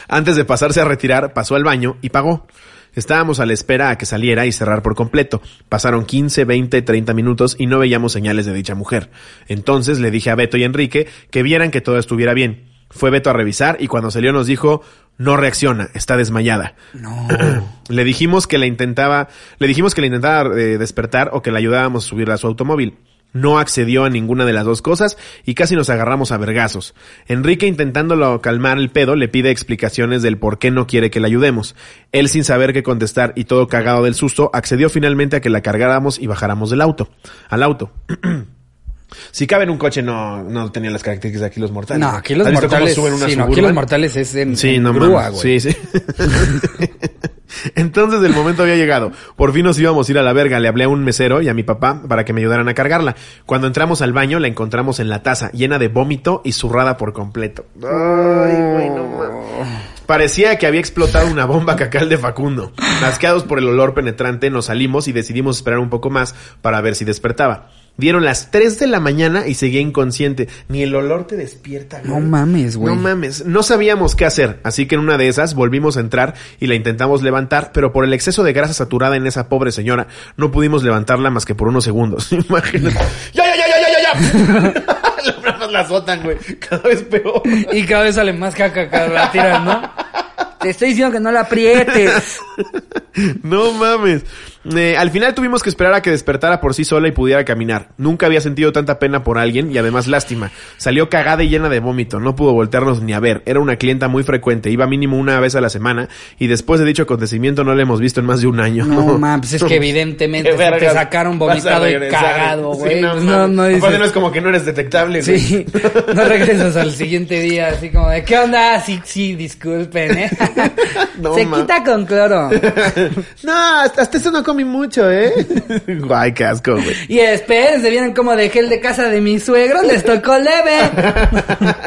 [SPEAKER 2] Antes de pasarse a retirar, pasó al baño y pagó. Estábamos a la espera a que saliera y cerrar por completo. Pasaron 15, 20, 30 minutos y no veíamos señales de dicha mujer. Entonces le dije a Beto y Enrique que vieran que todo estuviera bien. Fue Beto a revisar y cuando salió nos dijo, no reacciona, está desmayada.
[SPEAKER 1] No.
[SPEAKER 2] Le dijimos que la intentaba, le dijimos que la intentaba eh, despertar o que la ayudábamos a subirla a su automóvil. No accedió a ninguna de las dos cosas y casi nos agarramos a vergazos. Enrique intentándolo calmar el pedo le pide explicaciones del por qué no quiere que la ayudemos. Él sin saber qué contestar y todo cagado del susto accedió finalmente a que la cargáramos y bajáramos del auto, al auto. si cabe en un coche no, no tenía las características de aquí los mortales.
[SPEAKER 1] No, aquí los
[SPEAKER 2] ¿Has visto cómo
[SPEAKER 1] mortales.
[SPEAKER 2] suben una
[SPEAKER 1] sí, no, aquí los
[SPEAKER 2] Suburban?
[SPEAKER 1] mortales es en,
[SPEAKER 2] Sí,
[SPEAKER 1] en
[SPEAKER 2] no
[SPEAKER 1] grúa,
[SPEAKER 2] mames.
[SPEAKER 1] güey.
[SPEAKER 2] Sí, sí. Entonces el momento había llegado. Por fin nos íbamos a ir a la verga. Le hablé a un mesero y a mi papá para que me ayudaran a cargarla. Cuando entramos al baño la encontramos en la taza, llena de vómito y zurrada por completo. Ay, güey, no mames. Parecía que había explotado una bomba cacal de Facundo. Masqueados por el olor penetrante, nos salimos y decidimos esperar un poco más para ver si despertaba. Dieron las 3 de la mañana y seguía inconsciente. Ni el olor te despierta,
[SPEAKER 1] No mames, güey.
[SPEAKER 2] No mames. No sabíamos qué hacer, así que en una de esas volvimos a entrar y la intentamos levantar, pero por el exceso de grasa saturada en esa pobre señora, no pudimos levantarla más que por unos segundos. Imagínate. ¡Ya, ya, ya, ya, ya, ya! ya! Las bravas la azotan, güey. Cada vez peor.
[SPEAKER 1] Y cada vez sale más caca cuando la tiran, ¿no? Te estoy diciendo que no la aprietes.
[SPEAKER 2] No mames. Eh, al final tuvimos que esperar a que despertara por sí sola y pudiera caminar. Nunca había sentido tanta pena por alguien y además lástima. Salió cagada y llena de vómito. No pudo voltearnos ni a ver. Era una clienta muy frecuente. Iba mínimo una vez a la semana y después de dicho acontecimiento no la hemos visto en más de un año.
[SPEAKER 1] No mames, es que evidentemente
[SPEAKER 2] Qué
[SPEAKER 1] si te
[SPEAKER 2] vergas.
[SPEAKER 1] sacaron
[SPEAKER 2] Vas a
[SPEAKER 1] vomitado y
[SPEAKER 2] regresar.
[SPEAKER 1] cagado,
[SPEAKER 2] Sí,
[SPEAKER 1] güey.
[SPEAKER 2] no,
[SPEAKER 1] pues no,
[SPEAKER 2] mames.
[SPEAKER 1] no
[SPEAKER 2] Aparte
[SPEAKER 1] dices.
[SPEAKER 2] no es como que no eres detectable. güey.
[SPEAKER 1] Sí, no regresas al siguiente día así como de, ¿qué onda? Sí, sí, disculpen, ¿eh?
[SPEAKER 2] No,
[SPEAKER 1] Se
[SPEAKER 2] ma-
[SPEAKER 1] quita con cloro.
[SPEAKER 2] no, hasta hasta eso no comí mucho, ¿eh? Guay, qué asco, güey.
[SPEAKER 1] Y espérense, vienen como de gel de casa de mis suegros, les tocó leve.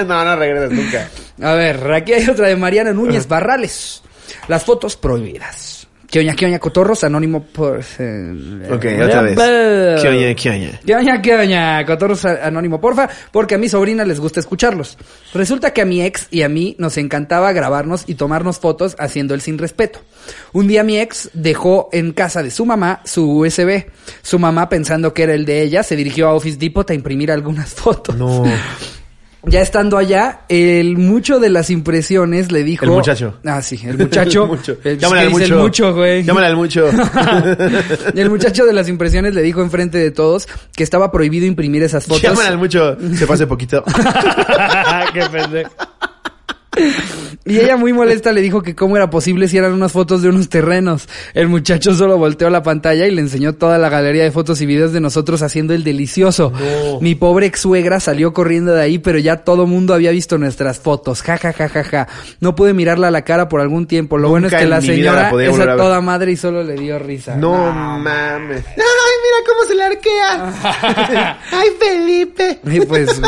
[SPEAKER 2] no, no regresas nunca.
[SPEAKER 1] A ver, aquí hay otra de Mariana Núñez Barrales. Las fotos prohibidas. ¿Qué oña, qué oña, cotorros? Anónimo pues, eh, por...
[SPEAKER 2] Ok,
[SPEAKER 1] Ok,
[SPEAKER 2] otra vez. ¿Qué oña, qué oña?
[SPEAKER 1] ¿Qué oña, qué oña? Cotorros a- anónimo, porfa, porque a mi sobrina les gusta escucharlos. Resulta que a mi ex y a mí nos encantaba grabarnos y tomarnos fotos haciendo el sin respeto. Un día mi ex dejó en casa de su mamá su USB. Su mamá, pensando que era el de ella, se dirigió a Office Depot a imprimir algunas fotos.
[SPEAKER 2] No.
[SPEAKER 1] Ya estando allá, el mucho de las impresiones le dijo...
[SPEAKER 2] El muchacho.
[SPEAKER 1] Ah, sí, el muchacho.
[SPEAKER 2] El mucho.
[SPEAKER 1] El-
[SPEAKER 2] Llámale
[SPEAKER 1] ¿qué
[SPEAKER 2] al
[SPEAKER 1] dice
[SPEAKER 2] mucho.
[SPEAKER 1] El mucho, güey.
[SPEAKER 2] Llámale al mucho.
[SPEAKER 1] el muchacho de las impresiones le dijo enfrente de todos que estaba prohibido imprimir esas fotos.
[SPEAKER 2] Llámale al mucho. Se pase poquito. qué pendejo.
[SPEAKER 1] Y ella muy molesta le dijo que cómo era posible si eran unas fotos de unos terrenos. El muchacho solo volteó la pantalla y le enseñó toda la galería de fotos y videos de nosotros haciendo el delicioso. Mi pobre ex suegra salió corriendo de ahí, pero ya todo mundo había visto nuestras fotos. Ja, ja, ja, ja, ja. No pude mirarla a la cara por algún tiempo. Lo bueno es
[SPEAKER 2] Nunca
[SPEAKER 1] que
[SPEAKER 2] en
[SPEAKER 1] la
[SPEAKER 2] mi vida
[SPEAKER 1] señora
[SPEAKER 2] la podía
[SPEAKER 1] es
[SPEAKER 2] volver
[SPEAKER 1] a
[SPEAKER 2] a ver.
[SPEAKER 1] toda madre y solo le dio risa.
[SPEAKER 2] No mames. Ay, mira cómo se la arquea. Ay, Felipe.
[SPEAKER 1] Y pues,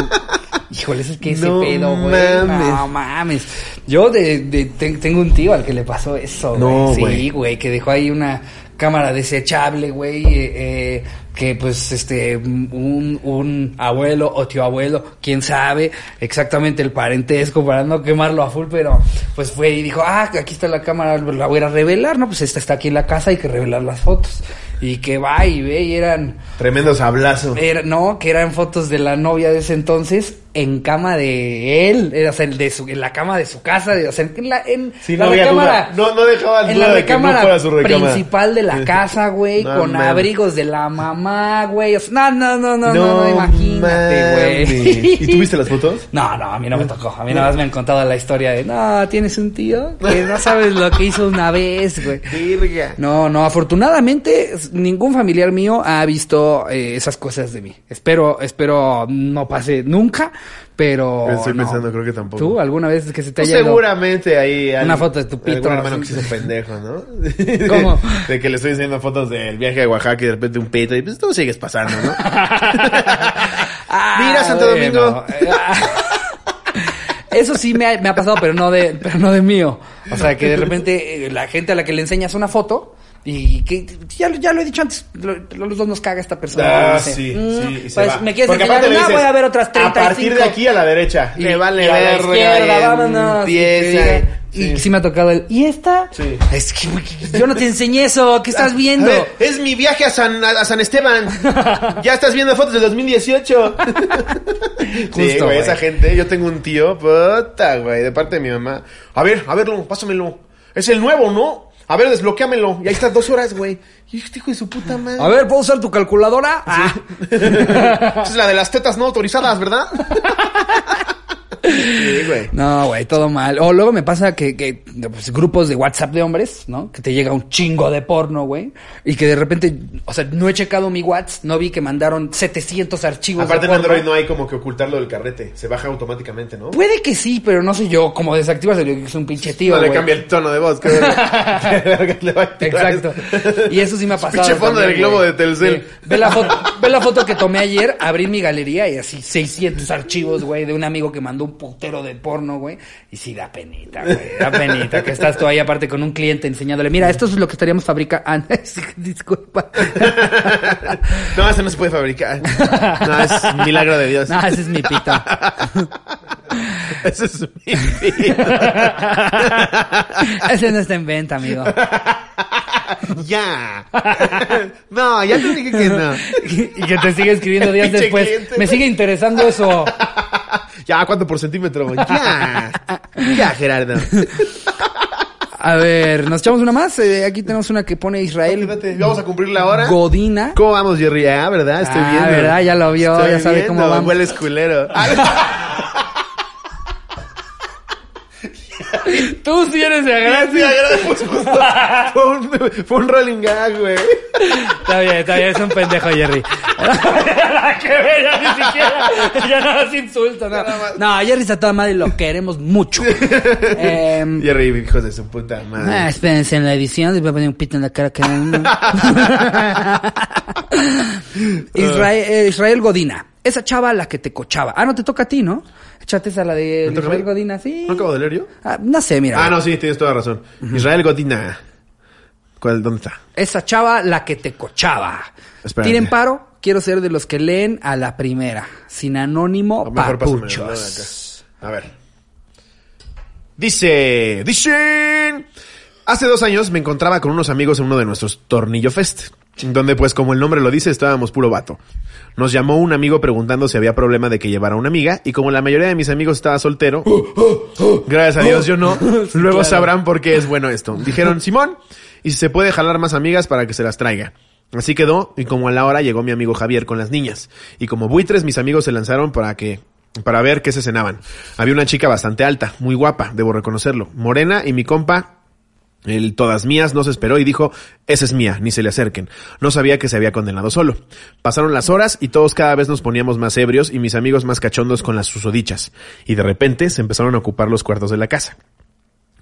[SPEAKER 1] híjoles, es que ese
[SPEAKER 2] No
[SPEAKER 1] pedo, güey.
[SPEAKER 2] mames.
[SPEAKER 1] No mames. Yo de, de- ten- tengo un tío al que le pasó eso, güey.
[SPEAKER 2] No,
[SPEAKER 1] Sí,
[SPEAKER 2] güey.
[SPEAKER 1] güey, que dejó ahí una cámara desechable, güey. eh, eh, que pues, este, un, un abuelo o tío abuelo, quién sabe exactamente el parentesco para no quemarlo a full, pero pues fue y dijo, ah, aquí está la cámara, la voy a ir a revelar, ¿no? Pues esta está aquí en la casa, hay que revelar las fotos. Y que va y ve y eran...
[SPEAKER 2] Tremendo sablazo.
[SPEAKER 1] Era- no, que eran fotos de la novia de ese entonces en cama de él, era, o sea, el de su, en la cama de su casa, de- o sea, en la, en
[SPEAKER 2] Sí,
[SPEAKER 1] la
[SPEAKER 2] no había
[SPEAKER 1] recámara.
[SPEAKER 2] duda. No- no dejaba
[SPEAKER 1] en la
[SPEAKER 2] duda de que no
[SPEAKER 1] recámara
[SPEAKER 2] fuera su recámara.
[SPEAKER 1] principal de la casa, güey,
[SPEAKER 2] No
[SPEAKER 1] con
[SPEAKER 2] mames.
[SPEAKER 1] abrigos de la mamá, güey. o sea, no, no, no, no, no, no, imagínate,
[SPEAKER 2] mames.
[SPEAKER 1] güey.
[SPEAKER 2] ¿Y tuviste las fotos?
[SPEAKER 1] No, no, a mí no me tocó. A mí nada más me han contado la historia de, no, tienes un tío que no sabes lo que hizo una vez, güey.
[SPEAKER 2] Virga. Pues
[SPEAKER 1] No, no, afortunadamente s- ningún familiar mío ha visto eh, esas cosas de mí. Espero, espero no pase nunca, pero.
[SPEAKER 2] Estoy
[SPEAKER 1] no.
[SPEAKER 2] pensando, creo que tampoco.
[SPEAKER 1] ¿Tú alguna vez que se te
[SPEAKER 2] Tú
[SPEAKER 1] haya ido?
[SPEAKER 2] seguramente ahí
[SPEAKER 1] Una foto de tu pito,
[SPEAKER 2] algún hermano
[SPEAKER 1] así.
[SPEAKER 2] que se hizo pendejo, ¿no?
[SPEAKER 1] ¿Cómo?
[SPEAKER 2] De que le estoy diciendo fotos del viaje a Oaxaca y de repente un pito y pues tú sigues pasando, ¿no?
[SPEAKER 1] Ah,
[SPEAKER 2] Mira, Santo
[SPEAKER 1] bueno.
[SPEAKER 2] Domingo.
[SPEAKER 1] Eso sí me ha, me ha pasado, pero no de, pero no de mío. O sea, que de repente eh, la gente a la que le enseñas una foto y que ya, lo- ya lo he dicho antes, lo- los dos nos caga esta persona.
[SPEAKER 2] Ah,
[SPEAKER 1] no sé.
[SPEAKER 2] sí,
[SPEAKER 1] Mm,
[SPEAKER 2] sí. y se
[SPEAKER 1] pues
[SPEAKER 2] va.
[SPEAKER 1] me quieres
[SPEAKER 2] Porque
[SPEAKER 1] enseñar
[SPEAKER 2] aparte le
[SPEAKER 1] una,
[SPEAKER 2] dices,
[SPEAKER 1] voy a ver otras 35.
[SPEAKER 2] A partir de aquí a la derecha.
[SPEAKER 1] Y-
[SPEAKER 2] Te vale
[SPEAKER 1] y a la
[SPEAKER 2] verga,
[SPEAKER 1] izquierda,
[SPEAKER 2] eh,
[SPEAKER 1] vámonos.
[SPEAKER 2] Empieza.
[SPEAKER 1] Y, y sí me ha tocado el. ¿Y esta?
[SPEAKER 2] Sí.
[SPEAKER 1] Es que yo no te enseñé eso. ¿Qué estás
[SPEAKER 2] A
[SPEAKER 1] viendo?
[SPEAKER 2] ver, es mi viaje a San, a, a San Esteban. ya estás viendo fotos del 2018. sí,
[SPEAKER 1] Justo,
[SPEAKER 2] güey,
[SPEAKER 1] güey.
[SPEAKER 2] esa gente. Yo tengo un tío, puta, güey, de parte de mi mamá. A ver, a verlo, pásamelo. Es el nuevo, ¿no? A ver, desbloquéamelo. Y ahí estás dos horas, güey. Y este hijo de su puta madre.
[SPEAKER 1] A ver, ¿puedo usar tu calculadora? Ah.
[SPEAKER 2] Esa es la de las tetas no autorizadas, ¿verdad? sí, güey.
[SPEAKER 1] No, güey, todo mal. O luego me pasa que, que, pues, grupos de WhatsApp de hombres, ¿no? Que te llega un chingo de porno, güey. Y que de repente, o sea, no he checado mi WhatsApp, no vi que mandaron 700 archivos.
[SPEAKER 2] Aparte
[SPEAKER 1] de
[SPEAKER 2] en
[SPEAKER 1] porno.
[SPEAKER 2] Android no hay como que ocultarlo del carrete. Se baja automáticamente, ¿no?
[SPEAKER 1] Puede que sí, pero no sé yo, como desactivas el es un pinche Pues, tío,
[SPEAKER 2] no le
[SPEAKER 1] güey.
[SPEAKER 2] cambia el tono de voz. qué verga. Qué verga le va a tirar.
[SPEAKER 1] Exacto. Y eso sí me ha pasado.
[SPEAKER 2] Pinche fondo
[SPEAKER 1] también,
[SPEAKER 2] del globo
[SPEAKER 1] güey.
[SPEAKER 2] de Telcel.
[SPEAKER 1] Sí. Ve la, foto, ve la foto que tomé ayer, abrí mi galería y así 600 archivos, güey, de un amigo que mandó un putero de porno, güey. Y sí, da penita, güey. Da penita que estás tú ahí aparte con un cliente enseñándole, mira, esto es lo que estaríamos fabricando. Ah, no, sí, disculpa.
[SPEAKER 2] No, eso no se puede fabricar. No, es un milagro de Dios.
[SPEAKER 1] No, ese es mi pito.
[SPEAKER 2] Eso es mi vida.
[SPEAKER 1] Ese no está en venta, amigo.
[SPEAKER 2] Ya. No, ya te dije que no.
[SPEAKER 1] Y que te sigue escribiendo días
[SPEAKER 2] Pinche
[SPEAKER 1] después.
[SPEAKER 2] cliente.
[SPEAKER 1] Me sigue interesando eso.
[SPEAKER 2] Ya, ¿cuánto por centímetro? Ya. Ya, Gerardo.
[SPEAKER 1] A ver, ¿nos echamos una más? Eh, aquí tenemos una que pone Israel
[SPEAKER 2] Espérate, Vamos a cumplir la hora.
[SPEAKER 1] Godina.
[SPEAKER 2] ¿Cómo vamos, Jerry? Ah, ¿verdad? Estoy
[SPEAKER 1] Ah,
[SPEAKER 2] viendo.
[SPEAKER 1] ¿verdad? Ya lo vio, ya sabe cómo
[SPEAKER 2] viendo. Ah,
[SPEAKER 1] vamos.
[SPEAKER 2] Hueles culero.
[SPEAKER 1] Tú sí eres de gracia.
[SPEAKER 2] Pues justo, fue, un, fue un rolling gag, güey.
[SPEAKER 1] Está bien, está bien, es un pendejo, Jerry. Nada que ver, ya ni siquiera. Ya nada más insulto, no. No, Jerry está toda madre y lo queremos mucho. Em,
[SPEAKER 2] Jerry, hijos de su puta
[SPEAKER 1] Ah,
[SPEAKER 2] madre.
[SPEAKER 1] espérense en la edición, les voy a poner un pito en la cara a cada uno. Israel, eh, Israel Godina. Esa chava a la que te cochaba. Ah, no, te toca a ti, ¿no? Échate esa la de
[SPEAKER 2] ¿Me toca a
[SPEAKER 1] Israel
[SPEAKER 2] mí?
[SPEAKER 1] Godina, sí.
[SPEAKER 2] ¿No acabo de leer yo?
[SPEAKER 1] Ah, no sé, mira.
[SPEAKER 2] Ah, no, sí, tienes toda razón. Israel Godina. ¿Cuál, ¿Dónde está?
[SPEAKER 1] Esa chava la que te cochaba.
[SPEAKER 2] Espérate.
[SPEAKER 1] Tiren paro. Quiero ser de los que leen a la primera. Sin anónimo,
[SPEAKER 2] O mejor pásame la de acá.
[SPEAKER 1] papuchos.
[SPEAKER 2] A ver. Dice, dicen. Hace dos años me encontraba con unos amigos en uno de nuestros Tornillo Fest. Donde, pues, como el nombre lo dice, estábamos puro vato. Nos llamó un amigo preguntando si había problema de que llevara una amiga. Y como la mayoría de mis amigos estaba soltero, gracias a Dios yo no, luego sabrán por qué es bueno esto. Dijeron, Simón, y si se puede jalar más amigas para que se las traiga. Así quedó, y como a la hora llegó mi amigo Javier con las niñas. Y como buitres, mis amigos se lanzaron para que para ver qué se cenaban. Había una chica bastante alta, muy guapa, debo reconocerlo. Morena y mi compa el todas mías no se esperó y dijo, esa es mía, ni se le acerquen. No sabía que se había condenado solo. Pasaron las horas y todos cada vez nos poníamos más ebrios y mis amigos más cachondos con las susodichas. Y de repente se empezaron a ocupar los cuartos de la casa.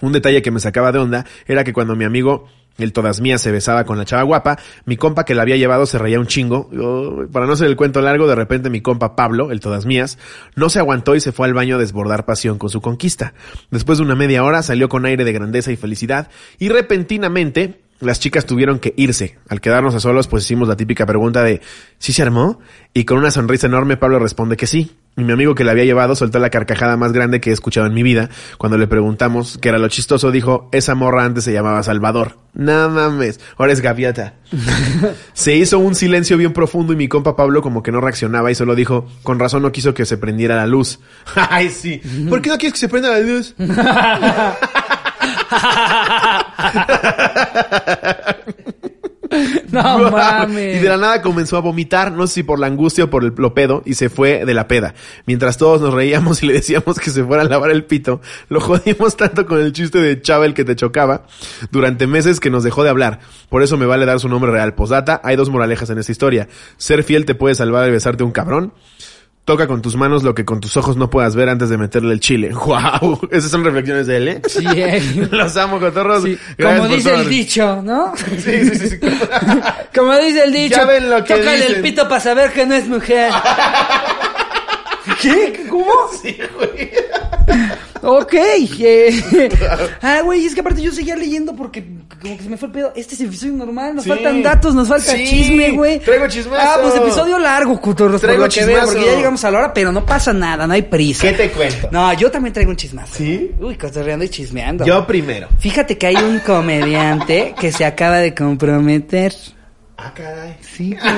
[SPEAKER 2] Un detalle que me sacaba de onda era que cuando mi amigo, el todas mías, se besaba con la chava guapa, mi compa que la había llevado se reía un chingo. Oh, para no hacer el cuento largo, de repente mi compa Pablo, el todas mías, no se aguantó y se fue al baño a desbordar pasión con su conquista. Después de una media hora salió con aire de grandeza y felicidad y repentinamente las chicas tuvieron que irse. Al quedarnos a solos, pues hicimos la típica pregunta de ¿sí se armó? Y con una sonrisa enorme Pablo responde que sí. Y mi amigo que la había llevado soltó la carcajada más grande que he escuchado en mi vida. Cuando le preguntamos qué era lo chistoso, dijo, esa morra antes se llamaba Salvador. No mames, ahora es gaviota. se hizo un silencio bien profundo y mi compa Pablo como que no reaccionaba y solo dijo, con razón no quiso que se prendiera la luz. Ay, sí. ¿Por qué no quieres que se prenda la luz?
[SPEAKER 1] no
[SPEAKER 2] Wow.
[SPEAKER 1] mames.
[SPEAKER 2] Y de la nada comenzó a vomitar, no sé si por la angustia o por el lo pedo, y se fue de la peda. Mientras todos nos reíamos y le decíamos que se fuera a lavar el pito, lo jodimos tanto con el chiste de Chava el que te chocaba durante meses que nos dejó de hablar. Por eso me vale dar su nombre real. Posdata, hay dos moralejas en esta historia. Ser fiel te puede salvar de besarte un cabrón. Toca con tus manos lo que con tus ojos no puedas ver antes de meterle el chile. ¡Wow! Esas son reflexiones de él, ¿eh?
[SPEAKER 1] Sí, eh.
[SPEAKER 2] Los amo, cotorros.
[SPEAKER 1] Sí,
[SPEAKER 2] Gracias
[SPEAKER 1] Como
[SPEAKER 2] por
[SPEAKER 1] dice
[SPEAKER 2] todo.
[SPEAKER 1] el dicho, ¿no?
[SPEAKER 2] Sí, sí, sí, sí.
[SPEAKER 1] Como dice el dicho,
[SPEAKER 2] Ya ven lo que
[SPEAKER 1] tócale el
[SPEAKER 2] dicen.
[SPEAKER 1] pito para saber que no es mujer. ¿Qué? ¿Cómo?
[SPEAKER 2] Sí, güey.
[SPEAKER 1] Ok. eh. Ah, güey, es que aparte yo seguía leyendo porque como que se me fue el pedo. Este es episodio normal, nos
[SPEAKER 2] Sí.
[SPEAKER 1] faltan datos, nos falta
[SPEAKER 2] Sí,
[SPEAKER 1] chisme, güey.
[SPEAKER 2] traigo chismazo.
[SPEAKER 1] Ah, pues episodio largo, Cutorros, por
[SPEAKER 2] Traigo
[SPEAKER 1] lo que veo,
[SPEAKER 2] chismazo.
[SPEAKER 1] porque ya llegamos a la hora, pero no pasa nada, no hay prisa.
[SPEAKER 2] ¿Qué te cuento?
[SPEAKER 1] No, yo también traigo un chismazo.
[SPEAKER 2] ¿Sí?
[SPEAKER 1] Uy, cotorreando y chismeando.
[SPEAKER 2] Yo primero.
[SPEAKER 1] Fíjate que hay un comediante que se acaba de comprometer.
[SPEAKER 2] Ah, caray.
[SPEAKER 1] Sí, güey.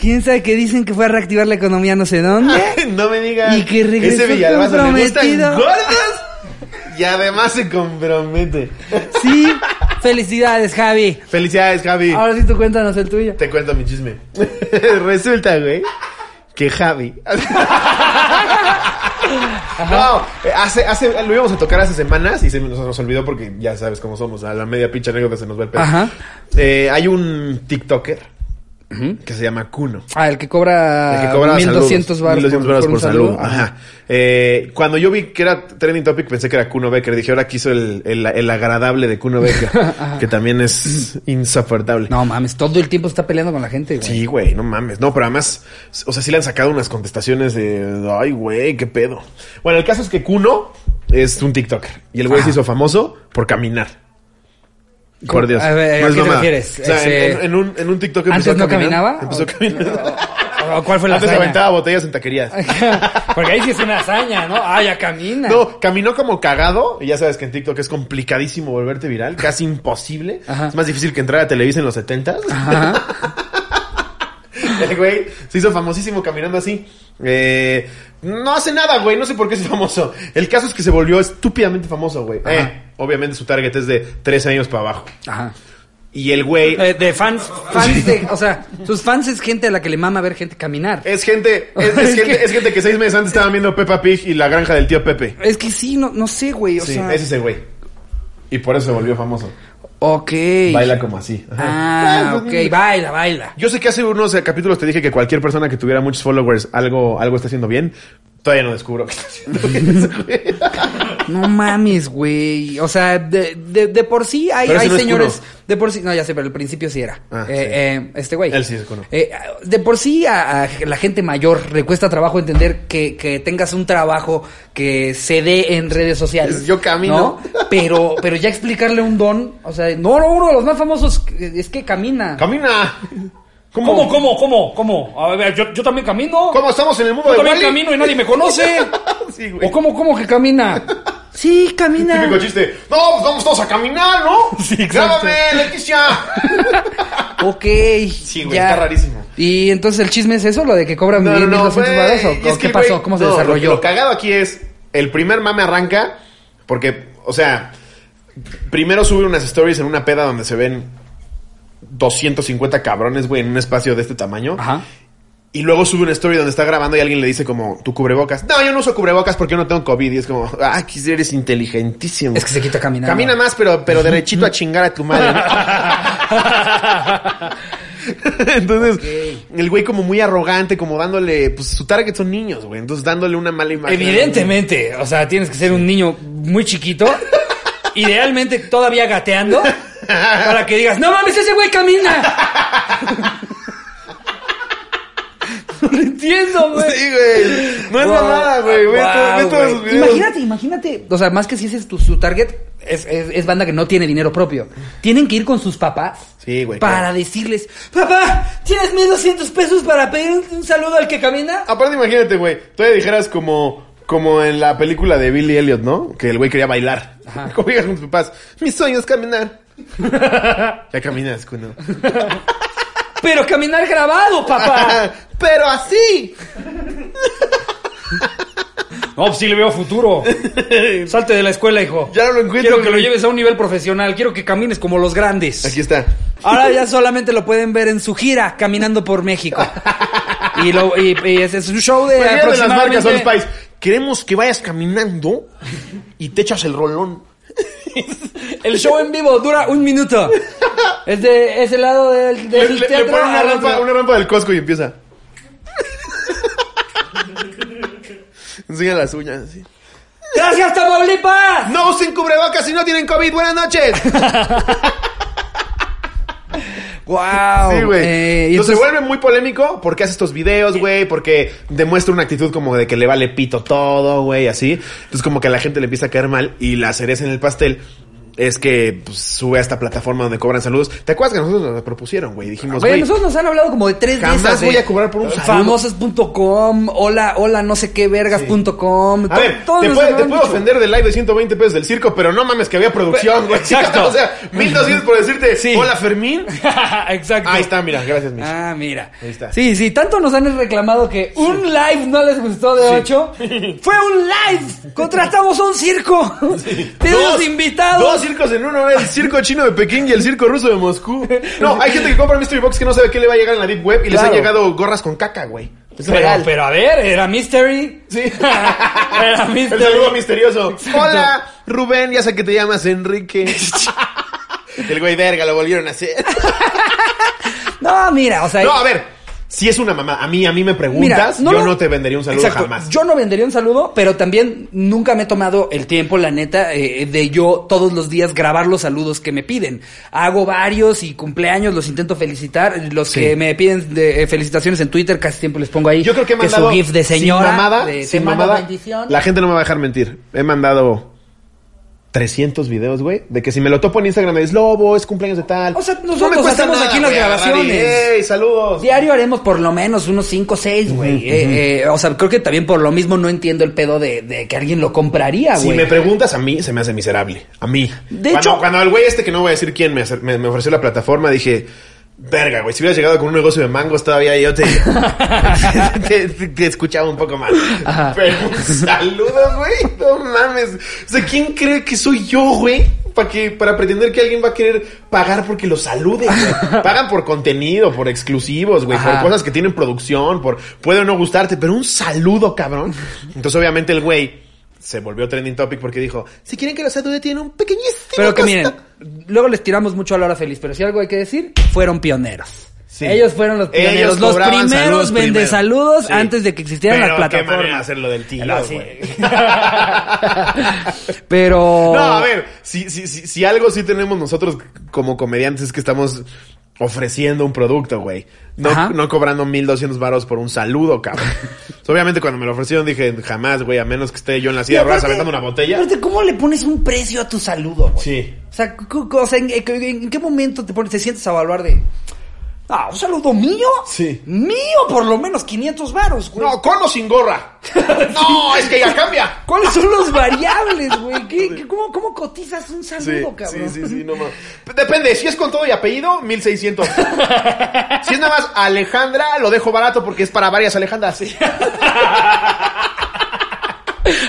[SPEAKER 1] ¿Quién sabe que dicen que fue a reactivar la economía no sé dónde?
[SPEAKER 2] No me digas.
[SPEAKER 1] Y que regresó
[SPEAKER 2] Ese Villalbazo me gustan
[SPEAKER 1] comprometido.
[SPEAKER 2] gordos y además se compromete.
[SPEAKER 1] Sí. Felicidades, Javi.
[SPEAKER 2] Felicidades, Javi.
[SPEAKER 1] Ahora sí tú cuéntanos el tuyo.
[SPEAKER 2] Te cuento mi chisme. Resulta, güey, que Javi. No, eh, hace, hace, lo íbamos a tocar hace semanas y se nos, nos olvidó porque ya sabes cómo somos. A la media pinche anécdota se nos va el pedo.
[SPEAKER 1] Ajá.
[SPEAKER 2] Eh, hay un TikToker que se llama Kuno.
[SPEAKER 1] Ah, el que cobra,
[SPEAKER 2] El que cobra
[SPEAKER 1] 1200
[SPEAKER 2] saludos.
[SPEAKER 1] baros
[SPEAKER 2] 1200 baros por, saludo.
[SPEAKER 1] Ajá.
[SPEAKER 2] Ajá. Eh, cuando yo vi que era trending topic, pensé que era Kuno Becker. Dije, ahora quiso el, el, el agradable de Kuno Becker, que también es insoportable.
[SPEAKER 1] No mames, todo el tiempo está peleando con la gente, güey.
[SPEAKER 2] Sí, güey, no mames. No, pero además, o sea, sí le han sacado unas contestaciones de, ay, güey, qué pedo. Bueno, el caso es que Kuno es un TikToker y el güey se hizo famoso por caminar. Por Dios.
[SPEAKER 1] A ver, ¿a
[SPEAKER 2] no es
[SPEAKER 1] qué te
[SPEAKER 2] nómada.
[SPEAKER 1] refieres?
[SPEAKER 2] O sea,
[SPEAKER 1] Ese-
[SPEAKER 2] en, en- en un, en un TikTok empezó
[SPEAKER 1] ¿Antes
[SPEAKER 2] a
[SPEAKER 1] no
[SPEAKER 2] caminar,
[SPEAKER 1] caminaba?
[SPEAKER 2] Empezó a caminar.
[SPEAKER 1] ¿O- o Ah, ¿Cuál fue la
[SPEAKER 2] Antes
[SPEAKER 1] hazaña?
[SPEAKER 2] aventaba botellas en taquerías.
[SPEAKER 1] Porque ahí sí es una hazaña, ¿no? Ah, ya camina.
[SPEAKER 2] No, caminó como cagado. Y ya sabes que en TikTok es complicadísimo volverte viral, casi imposible.
[SPEAKER 1] Ajá.
[SPEAKER 2] Es más difícil que entrar a Televisa en los 70
[SPEAKER 1] Ajá.
[SPEAKER 2] El güey se hizo famosísimo caminando así. Eh, no hace nada, güey. No sé por qué es famoso. El caso es que se volvió estúpidamente famoso, güey.
[SPEAKER 1] Ajá.
[SPEAKER 2] Eh, obviamente su target es de 13 años para abajo.
[SPEAKER 1] Ajá.
[SPEAKER 2] Y el güey
[SPEAKER 1] Eh, de fans, fans de- o sea, sus fans es gente a la que le mama ver gente caminar.
[SPEAKER 2] es gente, es, es
[SPEAKER 1] Es
[SPEAKER 2] gente,
[SPEAKER 1] que-
[SPEAKER 2] es gente que seis meses antes estaban viendo Peppa Pig y la granja del tío Pepe.
[SPEAKER 1] Es que sí, no, no sé, güey, o
[SPEAKER 2] Sí,
[SPEAKER 1] sea,
[SPEAKER 2] es ese güey. Y por eso se volvió famoso.
[SPEAKER 1] Ok.
[SPEAKER 2] Baila como así. pues,
[SPEAKER 1] Ah, ok. Baila, baila.
[SPEAKER 2] Yo sé que hace unos eh, capítulos te dije que cualquier persona que tuviera muchos followers algo, algo está haciendo bien. Todavía no descubro que está haciendo bien. ese güey.
[SPEAKER 1] No mames, güey. O sea, de, de, de por sí hay,
[SPEAKER 2] Pero ese
[SPEAKER 1] hay
[SPEAKER 2] no es
[SPEAKER 1] señores.
[SPEAKER 2] Kuno.
[SPEAKER 1] De por sí. No, ya sé, pero al principio sí era.
[SPEAKER 2] Ah,
[SPEAKER 1] Eh,
[SPEAKER 2] sí.
[SPEAKER 1] eh, este güey.
[SPEAKER 2] Él sí es Kuno.
[SPEAKER 1] Eh, de por sí a, a la gente mayor le cuesta trabajo entender que, que tengas un trabajo que se dé en redes sociales.
[SPEAKER 2] Pues yo camino.
[SPEAKER 1] ¿no? Pero, pero ya explicarle un don. O sea, no, no, uno de los más famosos es que camina.
[SPEAKER 2] ¡Camina!
[SPEAKER 5] ¿Cómo, cómo, cómo, cómo? A ver, yo, yo también camino.
[SPEAKER 2] ¿Cómo estamos en el mundo
[SPEAKER 5] Yo
[SPEAKER 2] de
[SPEAKER 5] también
[SPEAKER 2] Wall-E?
[SPEAKER 5] camino y nadie me conoce.
[SPEAKER 2] Sí, güey.
[SPEAKER 1] ¿O cómo, cómo que camina? Sí, camina.
[SPEAKER 2] Típico chiste. No, pues vamos todos a caminar, ¿no?
[SPEAKER 5] Sí, exacto.
[SPEAKER 2] Grábame, Leticia.
[SPEAKER 1] Ok. Sí,
[SPEAKER 2] güey, está rarísimo.
[SPEAKER 1] Y entonces el chisme es eso, lo de que cobran mil, mil doscientos
[SPEAKER 2] fue-
[SPEAKER 1] varos,
[SPEAKER 2] y
[SPEAKER 1] o,
[SPEAKER 2] es
[SPEAKER 1] o qué
[SPEAKER 2] que,
[SPEAKER 1] pasó,
[SPEAKER 2] güey,
[SPEAKER 1] cómo se
[SPEAKER 2] no, lo-
[SPEAKER 1] desarrolló.
[SPEAKER 2] Lo, cagado aquí es, el primer mame arranca porque, o sea, primero sube unas stories en una peda donde se ven 250 cabrones, güey, en un espacio de este tamaño.
[SPEAKER 1] Ajá.
[SPEAKER 2] Y luego sube una story donde está grabando y alguien le dice como, tu cubrebocas. No, yo no uso cubrebocas porque yo no tengo COVID. Y es como, ah, que eres inteligentísimo.
[SPEAKER 1] Es que se quita caminando.
[SPEAKER 2] Camina más, pero, pero derechito a chingar a tu madre. Entonces, el güey como muy arrogante, como dándole, pues su target son niños, güey. Entonces dándole una mala imagen.
[SPEAKER 5] Evidentemente, o sea, tienes que ser un niño muy chiquito, idealmente todavía gateando, para que digas, no mames, ese güey camina. no lo entiendo, güey.
[SPEAKER 2] Sí, güey. No es
[SPEAKER 1] Wow,
[SPEAKER 2] mamada, güey. Ve
[SPEAKER 1] wow,
[SPEAKER 2] todo- ve todos
[SPEAKER 1] güey.
[SPEAKER 2] sus videos.
[SPEAKER 1] Imagínate, imagínate. O sea, más que si ese es tu, su target, es, es- es banda que no tiene dinero propio. Tienen que ir con sus papás.
[SPEAKER 2] Sí, güey,
[SPEAKER 1] Para
[SPEAKER 2] claro.
[SPEAKER 1] decirles, papá, ¿tienes 1200 pesos para pedir un, un saludo al que camina?
[SPEAKER 2] Aparte, imagínate, güey. Todavía dijeras como, como en la película de Billy Elliot, ¿no? Que el güey quería bailar. Como digas con tus papás, mi sueño es caminar. ya caminas, cuno.
[SPEAKER 1] Pero caminar grabado, papá.
[SPEAKER 2] Pero así.
[SPEAKER 5] No, pues sí le veo futuro. Salte de la escuela, hijo.
[SPEAKER 2] Ya no lo encuentro,
[SPEAKER 5] Quiero que lo
[SPEAKER 2] güey.
[SPEAKER 5] lleves a un nivel profesional, quiero que camines como los grandes.
[SPEAKER 2] Aquí está.
[SPEAKER 1] Ahora ya solamente lo pueden ver en su gira, caminando por México. Y, lo, y, y ese es un show de
[SPEAKER 2] Primero Pues de las marcas All
[SPEAKER 1] aproximadamente...
[SPEAKER 2] Spice. Queremos que vayas caminando y te echas el rolón.
[SPEAKER 1] El show en vivo dura un minuto. Es de ese lado del,
[SPEAKER 2] Le,
[SPEAKER 1] del
[SPEAKER 2] le- le
[SPEAKER 1] teatro.
[SPEAKER 2] ponen una
[SPEAKER 1] al
[SPEAKER 2] rampa,
[SPEAKER 1] otro.
[SPEAKER 2] una rampa del Costco y empieza. Enseña las uñas. así.
[SPEAKER 1] ¡Gracias, Tamaulipas!
[SPEAKER 2] No usen cubrebocas si no tienen COVID. Buenas noches.
[SPEAKER 1] ¡Wow!
[SPEAKER 2] Sí, güey.
[SPEAKER 1] Eh, y
[SPEAKER 2] entonces,
[SPEAKER 1] entonces-
[SPEAKER 2] se vuelve muy polémico porque hace estos videos, güey, porque demuestra una actitud como de que le vale pito todo, güey, así. Entonces como que a la gente le empieza a caer mal y la cereza en el pastel es que pues, sube a esta plataforma donde cobran saludos. ¿Te acuerdas que nosotros nos la propusieron, güey?
[SPEAKER 1] Güey,
[SPEAKER 2] Dijimos, pues, güey,
[SPEAKER 1] nosotros nos han hablado como de tres de
[SPEAKER 2] Jamás
[SPEAKER 1] esas,
[SPEAKER 2] voy
[SPEAKER 1] eh.
[SPEAKER 2] a cobrar por un saludo.
[SPEAKER 1] Famosas.com, hola, hola, no sé qué vergas.com.
[SPEAKER 2] a ver, te, puede, te puedo ofender del live de 120 pesos del circo, pero no mames que había producción, güey.
[SPEAKER 5] exacto.
[SPEAKER 2] o sea, 1200 por decirte,
[SPEAKER 5] Sí.
[SPEAKER 2] hola Fermín.
[SPEAKER 5] Exacto.
[SPEAKER 2] Ahí está, mira, gracias, Mish.
[SPEAKER 1] Ah, mira.
[SPEAKER 2] Ahí está.
[SPEAKER 1] Sí, sí, tanto nos han reclamado que un live no les gustó de 8. ¡Fue un live! ¡Contratamos un circo! ¡Tenemos invitados!
[SPEAKER 2] Dos circos en uno, ¿eh? el circo chino de Pekín y el circo ruso de Moscú. No, hay gente que compra Mystery Box que no sabe qué le va a llegar en la Deep Web y les
[SPEAKER 1] Claro.
[SPEAKER 2] han llegado gorras con caca, güey. Es
[SPEAKER 5] Pero,
[SPEAKER 2] real.
[SPEAKER 5] pero a ver, era Mystery.
[SPEAKER 2] Sí.
[SPEAKER 5] Era
[SPEAKER 2] el
[SPEAKER 5] Mystery.
[SPEAKER 2] saludo misterioso. Hola, Rubén, ya sé que te llamas Enrique. el güey verga, lo volvieron a hacer.
[SPEAKER 1] No, mira, o sea.
[SPEAKER 2] No, a ver, si es una mamá, a mí, a mí me preguntas,
[SPEAKER 1] no
[SPEAKER 2] yo
[SPEAKER 1] lo-
[SPEAKER 2] no te vendería un saludo
[SPEAKER 1] Exacto.
[SPEAKER 2] jamás.
[SPEAKER 1] Yo no vendería un saludo, pero también nunca me he tomado el tiempo, la neta, eh, de yo todos los días grabar los saludos que me piden. Hago varios y cumpleaños los intento felicitar. Los que me piden de, eh, felicitaciones en Twitter casi siempre les pongo ahí.
[SPEAKER 2] Yo creo que he mandado.
[SPEAKER 1] su gif de señora.
[SPEAKER 2] Sin mamada.
[SPEAKER 1] de,
[SPEAKER 2] sin
[SPEAKER 1] "Te mando
[SPEAKER 2] mamada,
[SPEAKER 1] bendición".
[SPEAKER 2] La gente no me va a dejar mentir. He mandado 300 videos, güey. De que si me lo topo en Instagram, es lobo, es cumpleaños de tal.
[SPEAKER 1] O sea,
[SPEAKER 2] No me
[SPEAKER 1] nosotros
[SPEAKER 2] cuesta
[SPEAKER 1] hacemos aquí las
[SPEAKER 2] güey, agarrar y,
[SPEAKER 1] grabaciones.
[SPEAKER 2] ¡Ey, saludos!
[SPEAKER 1] Diario haremos por lo menos unos 5 o 6, güey. Eh, eh, o sea, creo que también por lo mismo no entiendo el pedo de, de que alguien lo compraría,
[SPEAKER 2] Si
[SPEAKER 1] güey.
[SPEAKER 2] me preguntas a mí, se me hace miserable. A mí.
[SPEAKER 1] De
[SPEAKER 2] cuando,
[SPEAKER 1] hecho-
[SPEAKER 2] Cuando el güey este, que no voy a decir quién, me, acer- me- me ofreció la plataforma, dije... Verga, güey, si hubieras llegado con un negocio de mangos todavía yo te, te, te- te escuchaba un poco más. Pero saludos, güey, no mames. O sea, ¿quién cree que soy yo, güey? Para que, para pretender que alguien va a querer pagar porque lo salude, güey. Pagan por contenido, por exclusivos, güey, por
[SPEAKER 1] Ajá.
[SPEAKER 2] cosas que tienen producción, por puede o no gustarte, pero un saludo, cabrón. Entonces, obviamente, el güey se volvió trending topic porque dijo: Si quieren que los salude, tiene un pequeñísimo
[SPEAKER 1] Pero que miren, luego les tiramos mucho a la hora feliz, pero si algo hay que decir, fueron pioneros.
[SPEAKER 2] Sí.
[SPEAKER 1] Ellos fueron los
[SPEAKER 2] Ellos
[SPEAKER 1] pioneros, los
[SPEAKER 2] cobraban
[SPEAKER 1] primeros
[SPEAKER 2] saludos primero.
[SPEAKER 1] vendesaludos
[SPEAKER 2] Sí.
[SPEAKER 1] antes de que existieran
[SPEAKER 2] Pero
[SPEAKER 1] las
[SPEAKER 2] Qué manera de
[SPEAKER 1] plataformas.
[SPEAKER 2] hacer lo del tío,
[SPEAKER 1] Así.
[SPEAKER 2] güey.
[SPEAKER 1] Pero.
[SPEAKER 2] No, a ver, si, si, si, si algo sí tenemos nosotros como comediantes es que estamos ofreciendo un producto, güey.
[SPEAKER 1] Ajá.
[SPEAKER 2] No, no cobrando 1200 varos por un saludo, cabrón. Entonces, obviamente cuando me lo ofrecieron dije, jamás, güey, a menos que esté yo en la
[SPEAKER 1] Y
[SPEAKER 2] silla de ruedas
[SPEAKER 1] aparte-
[SPEAKER 2] aventando una botella.
[SPEAKER 1] aparte, ¿cómo le pones un precio a tu saludo, güey?
[SPEAKER 2] Sí.
[SPEAKER 1] O sea, cu- cu- o sea, ¿en, en- en qué momento te pones, te sientes a evaluar de. Ah, un saludo mío?
[SPEAKER 2] Sí.
[SPEAKER 1] Mío, por lo menos 500 varos, güey.
[SPEAKER 2] No, con o sin gorra. no, es que ya cambia.
[SPEAKER 1] ¿Cuáles son los variables, güey? ¿Qué- qué- cómo, cómo cotizas un saludo, cabrón?
[SPEAKER 2] sí, sí, sí, no mames. Depende, si es con todo y apellido, 1600. si es nada más Alejandra, lo dejo barato porque es para varias Alejandras.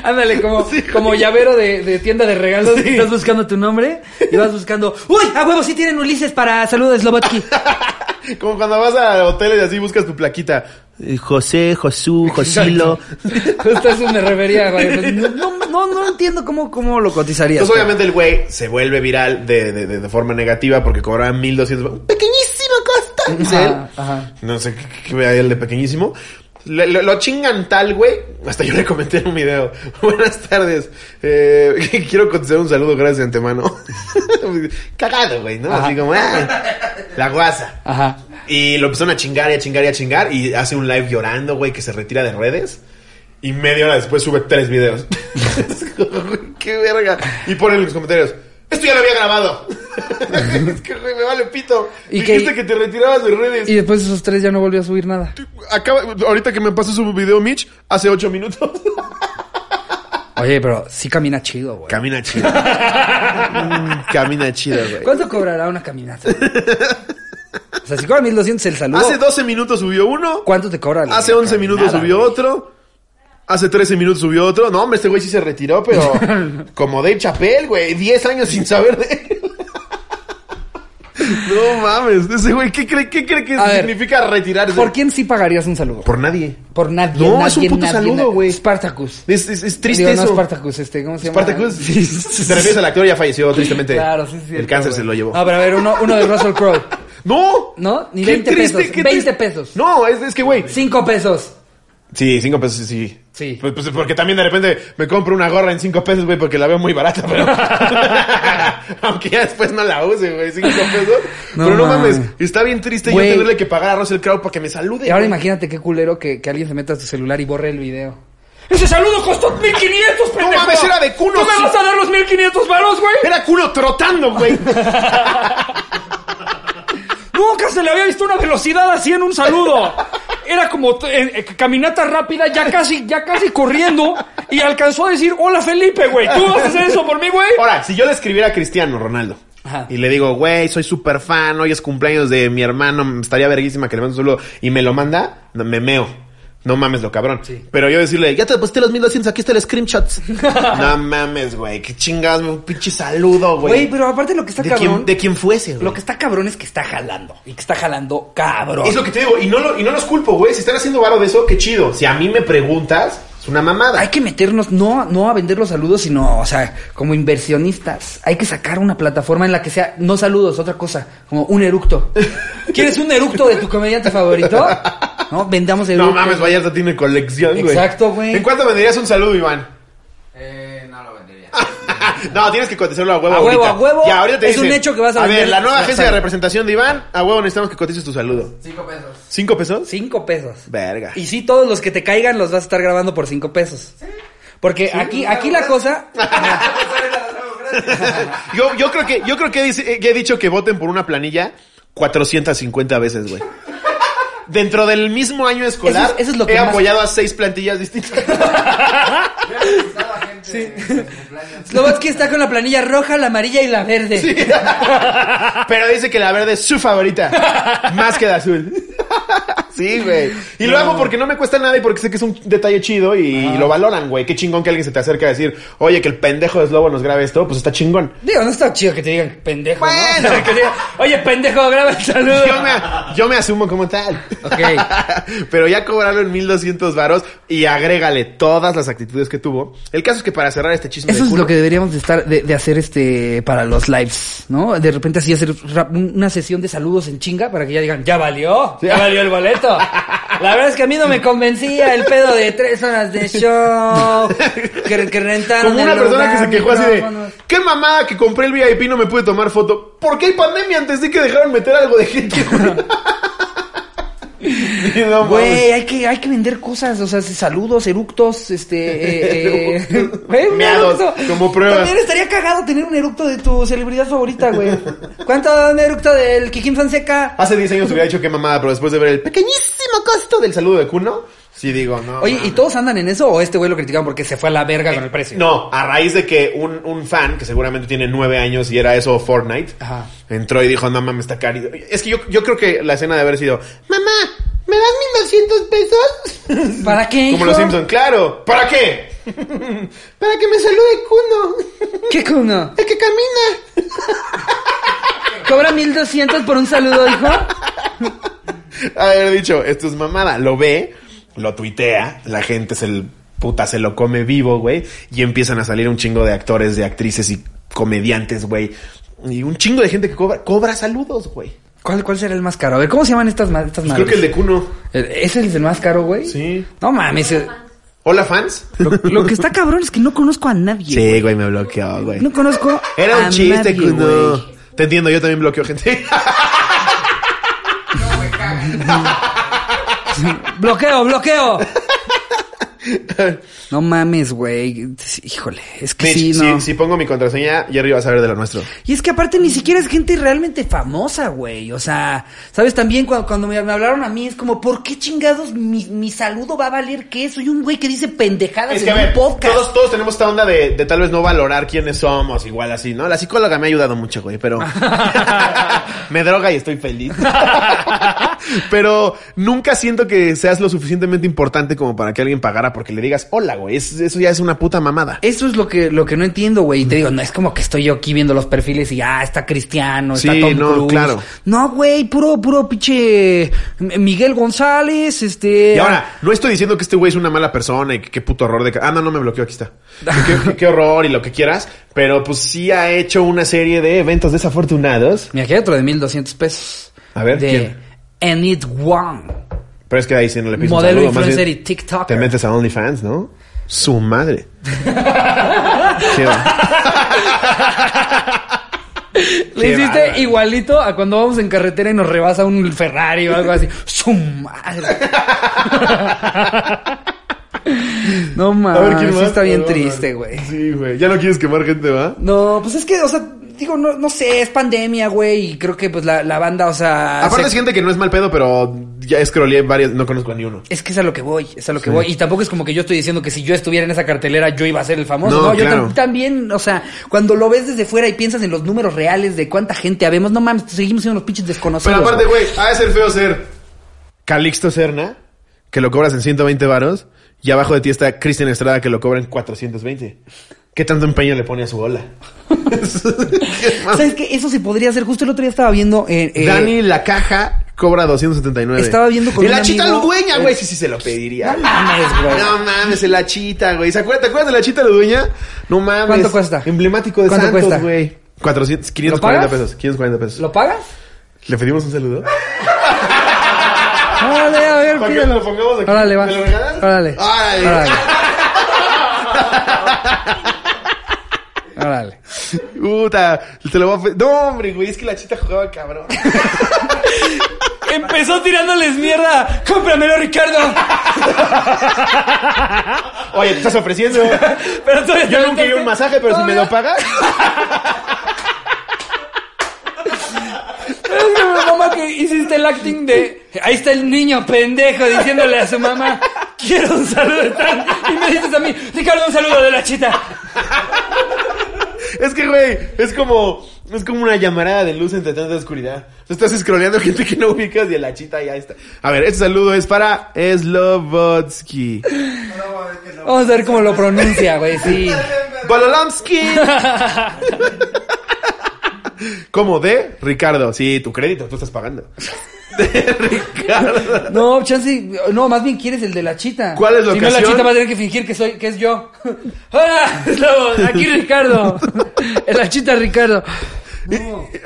[SPEAKER 1] Ándale, como, como llavero de, de tienda de regalos. Estás buscando tu nombre y vas buscando. ¡Uy! ¡A huevo! Sí tienen Ulises para saludos de Slobotki.
[SPEAKER 2] Como cuando vas a hoteles y así buscas tu plaquita. Eh, José, Josú, Josilo.
[SPEAKER 1] Justo eso me refería, güey. Pues, no, no, no, no entiendo cómo, cómo lo cotizarías.
[SPEAKER 2] Entonces, Pues, obviamente, el güey se vuelve viral de, de- de- de forma negativa porque cobraba 1200. ¡Pequeñísimo costa! dice él.
[SPEAKER 1] Ajá, ajá.
[SPEAKER 2] No sé qué- qué vea él de pequeñísimo. Le- le- lo chingan tal, güey. Hasta yo le comenté en un video. Buenas tardes. Eh, quiero contestar un saludo, gracias de antemano. Cagado, güey, ¿no? Así como, "Ah, la guasa.
[SPEAKER 1] Ajá.
[SPEAKER 2] Y lo empezaron a chingar y a chingar y a chingar. Y hace un live llorando, güey, que se retira de redes. Y media hora después sube tres videos. Es como, güey, ¡Qué verga! Y pone en los comentarios. Esto ya lo había grabado. es que güey, me vale pito.
[SPEAKER 1] Y que-
[SPEAKER 2] Dijiste que... te retirabas de redes.
[SPEAKER 1] Y después de esos tres ya no volvió a subir nada.
[SPEAKER 2] Acaba, ahorita que me pasó su video, Mitch, hace ocho minutos.
[SPEAKER 1] Oye, pero sí camina chido, güey.
[SPEAKER 2] Camina chido. Mm, Camina chido, güey.
[SPEAKER 1] ¿Cuánto cobrará una caminata? O sea, si cobra 1200 el saludo.
[SPEAKER 2] Hace 12 minutos subió uno.
[SPEAKER 1] ¿Cuánto te cobra? la
[SPEAKER 2] Hace 11 minutos
[SPEAKER 1] caminada,
[SPEAKER 2] subió
[SPEAKER 1] güey?
[SPEAKER 2] otro. Hace 13 minutos subió otro. No, hombre, este güey sí se retiró, pero como de chapel, güey. 10 años sin saber de él. No mames, ese güey, ¿qué cree, qué cree que
[SPEAKER 1] A ver,
[SPEAKER 2] significa retirarse?
[SPEAKER 1] ¿Por quién sí pagarías un saludo?
[SPEAKER 2] Por nadie.
[SPEAKER 1] Por nadie.
[SPEAKER 2] No,
[SPEAKER 1] nadie,
[SPEAKER 2] es un puto
[SPEAKER 1] nadie,
[SPEAKER 2] saludo,
[SPEAKER 1] nadie.
[SPEAKER 2] güey.
[SPEAKER 1] Spartacus.
[SPEAKER 2] Es, es- es triste
[SPEAKER 1] Digo,
[SPEAKER 2] eso.
[SPEAKER 1] no Spartacus, este, ¿cómo se llama?
[SPEAKER 2] Spartacus. Si te refieres al actor, ya falleció, tristemente.
[SPEAKER 1] Claro, sí, sí.
[SPEAKER 2] El cáncer se lo llevó.
[SPEAKER 1] No, pero a ver, uno, uno de Russell Crowe.
[SPEAKER 2] ¡No!
[SPEAKER 1] ¿No? Ni
[SPEAKER 2] ¡Qué
[SPEAKER 1] 20 pesos, 20
[SPEAKER 2] qué triste!
[SPEAKER 1] pesos.
[SPEAKER 2] No, es, es que, güey.
[SPEAKER 1] Cinco pesos.
[SPEAKER 2] Sí, 5 pesos, sí, sí.
[SPEAKER 1] Sí.
[SPEAKER 2] Pues, pues, porque también de repente me compro una gorra en 5 pesos, güey, porque la veo muy barata, pero. Aunque ya después no la use, güey, 5 pesos.
[SPEAKER 1] No
[SPEAKER 2] pero no
[SPEAKER 1] mames.
[SPEAKER 2] mames, está bien triste
[SPEAKER 1] Güey.
[SPEAKER 2] yo tenerle que pagar a Russell Crowe para que me salude.
[SPEAKER 1] Y ahora
[SPEAKER 2] güey.
[SPEAKER 1] imagínate qué culero que, que alguien se meta a tu celular y borre el video. ¡Ese saludo costó 1500, pendejo!
[SPEAKER 2] mames, era de culo,
[SPEAKER 1] ¿Tú me
[SPEAKER 2] sí.
[SPEAKER 1] vas a dar los 1500 varos, güey?
[SPEAKER 2] Era culo trotando, güey.
[SPEAKER 1] Nunca se le había visto una velocidad así en un saludo. Era como eh, eh, caminata rápida, ya casi, ya casi corriendo, y alcanzó a decir, hola Felipe, güey, ¿tú vas a hacer eso por mí, güey?
[SPEAKER 2] Ahora, si yo le escribiera a Cristiano Ronaldo
[SPEAKER 1] Ajá.
[SPEAKER 2] y le digo, güey, soy súper fan, hoy es cumpleaños de mi hermano, estaría verguísima que le mando un saludo y me lo manda, no, me meo. No mames, lo cabrón. Pero yo decirle, ya te deposité los 1200, aquí está el screenshot. no mames, güey, qué chingados, un pinche saludo, güey.
[SPEAKER 1] Güey, pero aparte lo que está
[SPEAKER 2] de
[SPEAKER 1] cabrón,
[SPEAKER 2] quien, de quien fuese, güey.
[SPEAKER 1] lo que está cabrón es que está jalando, y que está jalando cabrón.
[SPEAKER 2] Es lo que te digo, y no, lo- y no los culpo, güey. Si están haciendo varo de eso, qué chido. Si a mí me preguntas, es una mamada.
[SPEAKER 1] Hay que meternos, no, no a vender los saludos, sino, o sea, como inversionistas. Hay que sacar una plataforma en la que sea, no saludos, otra cosa, como un eructo. ¿Quieres un eructo de tu comediante favorito? No, vendamos
[SPEAKER 2] no
[SPEAKER 1] eructos.
[SPEAKER 2] mames, Vallarta tiene colección, güey.
[SPEAKER 1] Exacto, güey.
[SPEAKER 2] ¿En cuánto venderías un saludo, Iván?
[SPEAKER 3] Eh, no lo vendería.
[SPEAKER 2] no, tienes que cotizarlo a huevo.
[SPEAKER 1] A huevo,
[SPEAKER 2] ahorita.
[SPEAKER 1] a huevo.
[SPEAKER 2] Ya, ahorita te
[SPEAKER 1] Es un
[SPEAKER 2] dicen,
[SPEAKER 1] hecho que vas a
[SPEAKER 2] A ver,
[SPEAKER 1] vender
[SPEAKER 2] la nueva
[SPEAKER 1] la
[SPEAKER 2] agencia de
[SPEAKER 1] sala".
[SPEAKER 2] representación de Iván, a huevo necesitamos que cotices tu saludo.
[SPEAKER 3] Cinco pesos.
[SPEAKER 2] ¿Cinco pesos?
[SPEAKER 1] Cinco pesos.
[SPEAKER 2] Verga.
[SPEAKER 1] Y sí, todos los que te caigan los vas a estar grabando por cinco pesos. Porque aquí, aquí la cosa.
[SPEAKER 2] yo, yo creo que, yo creo que, dice- eh, que he dicho que voten por una planilla 450 veces, güey. Dentro del mismo año escolar,
[SPEAKER 1] Eso es- eso es lo que
[SPEAKER 2] he
[SPEAKER 1] más-
[SPEAKER 2] apoyado a seis plantillas distintas.
[SPEAKER 3] Yo he visitado a gente en sus cumpleaños.
[SPEAKER 1] Slovatsky está con la planilla roja, la amarilla y la verde.
[SPEAKER 2] Pero dice que la verde es su favorita, más que la azul. Sí, güey. Y lo hago porque no me cuesta nada y porque sé que es un detalle chido y lo valoran, güey. Qué chingón que alguien se te acerque a decir, oye, que el pendejo de Slobo nos grabe esto, pues está chingón.
[SPEAKER 5] Digo, no está chido que te digan pendejo. ¿no?
[SPEAKER 2] Bueno.
[SPEAKER 5] O sea, que digan, Oye, pendejo, graba el saludo.
[SPEAKER 2] Yo me, yo me asumo como tal.
[SPEAKER 1] Ok.
[SPEAKER 2] Pero ya cobrarlo en 1200 varos y agrégale todas las actitudes que tuvo. El caso es que para cerrar este chisme
[SPEAKER 1] Eso
[SPEAKER 2] de
[SPEAKER 1] es
[SPEAKER 2] culo-
[SPEAKER 1] lo que deberíamos de estar de, de hacer este para los lives, ¿no? De repente así hacer rap- una sesión de saludos en chinga para que ya digan
[SPEAKER 5] Ya valió, ya valió el boleto. La verdad es que a mí no me convencía el pedo de tres horas de show. Que, que rentaron
[SPEAKER 2] Como una
[SPEAKER 5] el
[SPEAKER 2] persona que
[SPEAKER 5] lugar,
[SPEAKER 2] se quejó así de,
[SPEAKER 5] micrófonos.
[SPEAKER 2] qué mamada que compré el VIP y no me pude tomar foto. ¿Por qué hay pandemia antes de que dejaron meter algo de gente? Y no mames.
[SPEAKER 1] Güey, hay que, hay que vender cosas, o sea, saludos, eructos, este... eh, eh, güey, un
[SPEAKER 2] Meados, como pruebas.
[SPEAKER 1] También estaría cagado tener un eructo de tu celebridad favorita, güey. ¿Cuánto da un eructo del Kikín Fonseca?
[SPEAKER 2] Hace 10 años hubiera dicho qué mamada, pero después de ver el pequeñísimo costo del saludo de Cuno, sí digo, no.
[SPEAKER 1] Oye, ¿y
[SPEAKER 2] mames.
[SPEAKER 1] todos andan en eso o este güey lo criticaron porque se fue a la verga con el precio?
[SPEAKER 2] No, a raíz de que un, un fan, que seguramente tiene nueve años y era eso Fortnite,
[SPEAKER 1] Ajá.
[SPEAKER 2] entró y dijo, no mames, está caro. Es que yo, yo creo que la escena de haber sido, mamá, ¿me das 1200 pesos?
[SPEAKER 1] ¿Para qué,
[SPEAKER 2] Como
[SPEAKER 1] hijo?
[SPEAKER 2] los Simpson, claro. ¿Para qué? Para que me salude Kuno,
[SPEAKER 1] ¿Qué cuno?
[SPEAKER 2] el que camina.
[SPEAKER 1] ¿Cobra 1200 por un saludo, hijo?
[SPEAKER 2] Haber dicho, esto es mamada. Lo ve, lo tuitea, la gente se el puta se lo come vivo, güey, y empiezan a salir un chingo de actores, de actrices y comediantes, güey. Y un chingo de gente que cobra, cobra saludos, güey.
[SPEAKER 1] ¿Cuál, ¿Cuál será el más caro? A ver, ¿cómo se llaman estas, ma- estas
[SPEAKER 2] Creo que
[SPEAKER 1] madres?
[SPEAKER 2] el de Kuno.
[SPEAKER 1] El- ¿Ese es el más caro, güey?
[SPEAKER 2] Sí.
[SPEAKER 1] No mames. eh,
[SPEAKER 2] Hola, fans.
[SPEAKER 1] Lo, lo que está cabrón es que no conozco a nadie.
[SPEAKER 2] Sí, güey, me bloqueó, güey.
[SPEAKER 1] No conozco
[SPEAKER 2] Era un
[SPEAKER 1] a
[SPEAKER 2] chiste,
[SPEAKER 1] nadie,
[SPEAKER 2] Kuno.
[SPEAKER 1] güey.
[SPEAKER 2] Te entiendo, yo también bloqueo gente.
[SPEAKER 5] Bloqueo, bloqueo.
[SPEAKER 1] No mames, güey. Híjole, es que
[SPEAKER 2] Mitch,
[SPEAKER 1] sí,
[SPEAKER 2] si,
[SPEAKER 1] no.
[SPEAKER 2] si pongo mi contraseña, Jerry va a saber de lo nuestro.
[SPEAKER 1] Y es que aparte
[SPEAKER 2] Mm.
[SPEAKER 1] ni siquiera es gente realmente famosa, güey. O sea, ¿sabes? También cuando, cuando me, me hablaron a mí es como, ¿por qué chingados mi, mi saludo va a valer qué? Soy un güey que dice pendejadas
[SPEAKER 2] Es
[SPEAKER 1] en
[SPEAKER 2] que a ver,
[SPEAKER 1] un podcast.
[SPEAKER 2] todos, todos tenemos esta onda de, de tal vez no valorar quiénes somos, igual así, ¿no? La psicóloga me ha ayudado mucho, güey, pero me droga y estoy feliz. pero nunca siento que seas lo suficientemente importante como para que alguien pagara porque le digas, hola, güey, es- eso ya es una puta mamada.
[SPEAKER 1] Eso es lo que, lo que no entiendo, güey. Y te digo, no es como que estoy yo aquí viendo los perfiles y ah, está Cristiano, está
[SPEAKER 2] Sí,
[SPEAKER 1] Tom
[SPEAKER 2] no,
[SPEAKER 1] Cruise.
[SPEAKER 2] claro.
[SPEAKER 1] No, güey, puro, puro pinche M- Miguel González, este.
[SPEAKER 2] Y ahora, no estoy diciendo que este güey es una mala persona y que qué puto horror de... ca- Ah, no, no me bloqueó, aquí está. Qué, qué- qué horror y lo que quieras, pero pues sí ha hecho una serie de eventos desafortunados.
[SPEAKER 1] Mira, aquí hay otro de 1200 pesos.
[SPEAKER 2] A ver,
[SPEAKER 1] de
[SPEAKER 2] ¿quién?
[SPEAKER 1] Enid Wong.
[SPEAKER 2] Pero es que ahí sí no le pides un
[SPEAKER 1] Modelo,
[SPEAKER 2] saludo, más
[SPEAKER 1] influencer
[SPEAKER 2] bien
[SPEAKER 1] y TikToker.
[SPEAKER 2] Te metes a OnlyFans, ¿no? Su madre. Qué va-
[SPEAKER 1] Le
[SPEAKER 2] Qué
[SPEAKER 1] hiciste
[SPEAKER 2] bárbaro.
[SPEAKER 1] igualito a cuando vamos en carretera y nos rebasa un Ferrari o algo así. ¡Su madre! no
[SPEAKER 2] A ver,
[SPEAKER 1] mames,
[SPEAKER 2] ¿quién
[SPEAKER 1] sí
[SPEAKER 2] más?
[SPEAKER 1] está bien
[SPEAKER 2] No,
[SPEAKER 1] triste,
[SPEAKER 2] mames.
[SPEAKER 1] güey.
[SPEAKER 2] Sí, güey. Ya no quieres quemar gente, ¿va?
[SPEAKER 1] No, pues es que, o sea, digo, no, no sé, es pandemia, güey, y creo que pues la, la banda, o sea...
[SPEAKER 2] Aparte
[SPEAKER 1] se-
[SPEAKER 2] es gente que no es mal pedo, pero ya scrollé varias, no conozco a ni uno.
[SPEAKER 1] es que es a lo que voy, es a lo que voy. Y tampoco es como que yo estoy diciendo que si yo estuviera en esa cartelera yo iba a ser el famoso. No,
[SPEAKER 2] No,
[SPEAKER 1] yo
[SPEAKER 2] claro.
[SPEAKER 1] tam- también, o sea, cuando lo ves desde fuera y piensas en los números reales de cuánta gente habemos, no mames, seguimos siendo unos pinches desconocidos.
[SPEAKER 2] Pero aparte, güey, ha de ser feo ser Calixto Serna, que lo cobras en 120 varos, y abajo de ti está Cristian Estrada, que lo cobra en 420. ¿Qué tanto empeño le pone a su ola?
[SPEAKER 1] ¿Sabes qué? Eso se podría hacer. Justo el otro día estaba viendo... eh, eh,
[SPEAKER 2] Dani La Caja cobra 279.
[SPEAKER 1] Estaba viendo con
[SPEAKER 2] Y la
[SPEAKER 1] un
[SPEAKER 2] chita
[SPEAKER 1] amigo-
[SPEAKER 2] Ludueña, güey. Sí, sí, se lo pediría.
[SPEAKER 1] No mames, güey.
[SPEAKER 2] No mames, la chita, güey. ¿Se acuerdan- ¿Te acuerdas de la chita Ludueña? No mames.
[SPEAKER 1] ¿Cuánto cuesta?
[SPEAKER 2] Emblemático de
[SPEAKER 1] ¿Cuánto cuesta?
[SPEAKER 2] Santos, güey. 400, 540
[SPEAKER 1] pagas?
[SPEAKER 2] pesos. 540 pesos.
[SPEAKER 1] ¿Lo pagas?
[SPEAKER 2] ¿Le pedimos un saludo?
[SPEAKER 1] Órale, a ver,
[SPEAKER 2] ¿Para qué
[SPEAKER 1] pídelo.
[SPEAKER 2] lo pongamos aquí?
[SPEAKER 1] Órale, va.
[SPEAKER 2] ¿Me lo regalas?
[SPEAKER 1] Órale.
[SPEAKER 2] Órale.
[SPEAKER 1] Órale. Órale.
[SPEAKER 2] Puta, te lo voy a... pe- No, hombre, güey, es que la chita jugaba cabrón.
[SPEAKER 5] Empezó tirándoles mierda. Cómpramelo, Ricardo.
[SPEAKER 2] Oye, te estás ofreciendo.
[SPEAKER 5] Pero todavía
[SPEAKER 2] Yo nunca iba a un masaje, pero si me lo pagas...
[SPEAKER 5] Es que mi mamá que hiciste el acting de. Ahí está el niño pendejo diciéndole a su mamá. Quiero un saludo de tal. Y me dices a mí, Ricardo, un saludo de la chita.
[SPEAKER 2] Es que, güey, es como... Es como una llamarada de luz entre tanta oscuridad. Tú estás scrolleando gente que no ubicas y la chita ya está. A ver, este saludo es para Slobodsky.
[SPEAKER 1] Vamos a ver cómo lo pronuncia, güey, sí.
[SPEAKER 2] Bololamsky. como de Ricardo. Sí, tu crédito, tú estás pagando. De Ricardo.
[SPEAKER 1] No, chance, no, más bien quieres el de la chita.
[SPEAKER 2] ¿Cuál es la
[SPEAKER 1] Si no, la
[SPEAKER 2] ocasión?
[SPEAKER 1] chita va a tener que fingir que soy, que es yo. Hola, Slobo, aquí Ricardo. Es la chita Ricardo.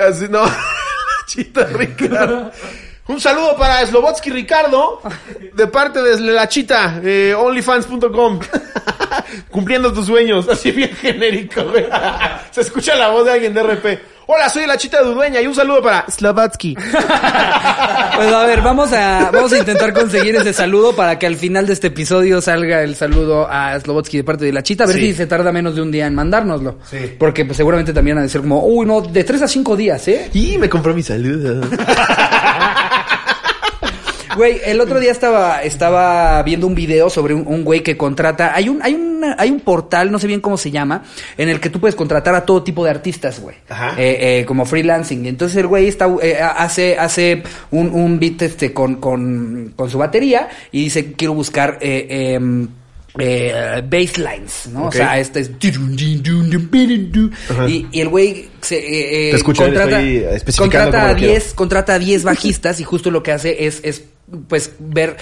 [SPEAKER 2] Así, no. Chita Ricardo. Un saludo para Slobotsky Ricardo, de parte de La Chita, eh, onlyfans.com. Cumpliendo tus sueños, así bien genérico, güey. Se escucha la voz de alguien de RP. Hola, soy La Chita Dudueña y un saludo para Slobotsky.
[SPEAKER 1] Pues a ver, vamos a, vamos a intentar conseguir ese saludo para que al final de este episodio salga el saludo a Slobotsky de parte de la chita, a ver
[SPEAKER 2] Sí.
[SPEAKER 1] si se tarda menos de un día en mandárnoslo.
[SPEAKER 2] Sí.
[SPEAKER 1] Porque pues, seguramente también ha de ser como, uy, no, de tres a cinco días, ¿eh?
[SPEAKER 2] Y me compró mi saludo.
[SPEAKER 1] Güey, el otro día estaba, estaba viendo un video sobre un, un güey que contrata. Hay un, hay un, hay un portal, no sé bien cómo se llama, en el que tú puedes contratar a todo tipo de artistas, güey.
[SPEAKER 2] Ajá.
[SPEAKER 1] Eh, eh, como freelancing. Entonces el güey está, eh, hace, hace un, un beat este con, con, con su batería y dice quiero buscar eh, em, eh, basslines, ¿no?
[SPEAKER 2] Ok.
[SPEAKER 1] O sea, este es... Y, y el güey se, eh, eh,
[SPEAKER 2] Te escucho,
[SPEAKER 1] contrata,
[SPEAKER 2] estoy especificando
[SPEAKER 1] contrata
[SPEAKER 2] cómo
[SPEAKER 1] a
[SPEAKER 2] lo quiero.
[SPEAKER 1] 10 contrata a 10 bajistas y justo lo que hace es, es pues ver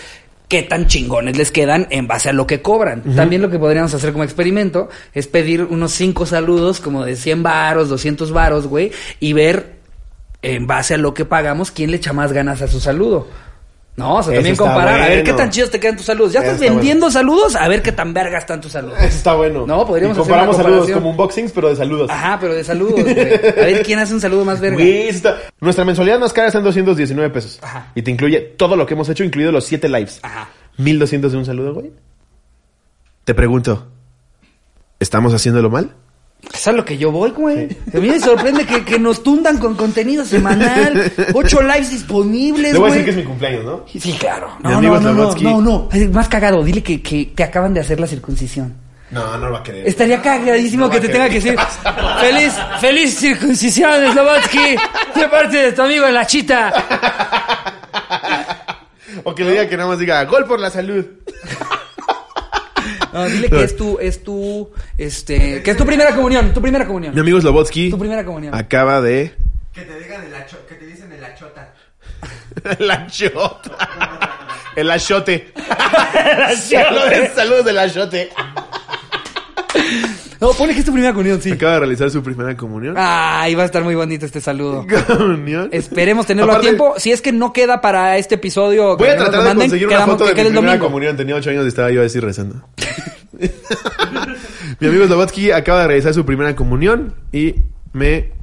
[SPEAKER 1] qué tan chingones les quedan en base a lo que cobran. También lo que podríamos hacer como experimento es pedir unos 5 saludos como de 100 varos, 200 varos, güey, y ver en base a lo que pagamos quién le echa más ganas a su saludo. No, o sea,
[SPEAKER 2] Eso
[SPEAKER 1] también
[SPEAKER 2] está
[SPEAKER 1] comparar, a ver qué
[SPEAKER 2] bueno.
[SPEAKER 1] tan chidos te quedan tus saludos. Ya
[SPEAKER 2] Eso
[SPEAKER 1] estás
[SPEAKER 2] está
[SPEAKER 1] vendiendo saludos, a ver qué tan vergas están tus saludos.
[SPEAKER 2] Eso está bueno.
[SPEAKER 1] No, podríamos
[SPEAKER 2] Y comparamos
[SPEAKER 1] hacer una
[SPEAKER 2] saludos
[SPEAKER 1] comparación.
[SPEAKER 2] como unboxings, pero de saludos.
[SPEAKER 1] Ajá, pero de saludos, güey. A ver quién hace un saludo más verga.
[SPEAKER 2] Güey, eso está- Nuestra mensualidad más cara está en 219 pesos.
[SPEAKER 1] Ajá.
[SPEAKER 2] Y te incluye todo lo que hemos hecho, incluido los 7 lives.
[SPEAKER 1] Ajá.
[SPEAKER 2] 1200 de un saludo, güey. Te pregunto, ¿estamos haciéndolo mal?
[SPEAKER 1] Es a lo que yo voy, güey. A mí me sorprende que, que nos tundan con contenido semanal. Ocho lives disponibles,
[SPEAKER 2] Le voy a decir que es
[SPEAKER 1] güey.
[SPEAKER 2] mi cumpleaños, ¿no?
[SPEAKER 1] Sí, claro.
[SPEAKER 2] Mi
[SPEAKER 1] No,
[SPEAKER 2] amigo
[SPEAKER 1] no, no, no,
[SPEAKER 2] Slobodsky.
[SPEAKER 1] no, no. Ay, Más cagado, dile que, que te acaban de hacer la circuncisión.
[SPEAKER 2] No, no lo va a querer.
[SPEAKER 1] Estaría cagadísimo
[SPEAKER 2] No va
[SPEAKER 1] que
[SPEAKER 2] a
[SPEAKER 1] te tenga
[SPEAKER 2] querer.
[SPEAKER 1] que decir feliz, feliz circuncisión, Slobodsky, de parte de tu amigo La Chita.
[SPEAKER 2] O que le diga que nada más diga, gol por la salud.
[SPEAKER 1] No, dile que es tu, es tu, este, que es tu primera comunión, tu primera
[SPEAKER 2] Mi
[SPEAKER 1] comunión.
[SPEAKER 2] amigo Slobotsky
[SPEAKER 1] Tu primera comunión.
[SPEAKER 2] acaba de...
[SPEAKER 3] Que te digan el acho- que te dicen el achota.
[SPEAKER 2] el achota. El achote. Saludos, saludos del achote.
[SPEAKER 1] No, pone que es tu primera comunión, sí.
[SPEAKER 2] Acaba de realizar su primera
[SPEAKER 1] Ah.
[SPEAKER 2] comunión.
[SPEAKER 1] Ay, va a estar muy bonito este saludo.
[SPEAKER 2] Comunión.
[SPEAKER 1] Esperemos tenerlo
[SPEAKER 2] Aparte-
[SPEAKER 1] a tiempo. Si es que no queda para este episodio,
[SPEAKER 2] Voy
[SPEAKER 1] que
[SPEAKER 2] a
[SPEAKER 1] no nos
[SPEAKER 2] tratar
[SPEAKER 1] lo
[SPEAKER 2] de
[SPEAKER 1] manden,
[SPEAKER 2] conseguir una
[SPEAKER 1] quedamos
[SPEAKER 2] foto
[SPEAKER 1] que
[SPEAKER 2] de mi
[SPEAKER 1] quede el
[SPEAKER 2] primera
[SPEAKER 1] domingo.
[SPEAKER 2] comunión. Tenía ocho años y estaba yo así rezando. mi amigo Slobotsky acaba de realizar su primera comunión y me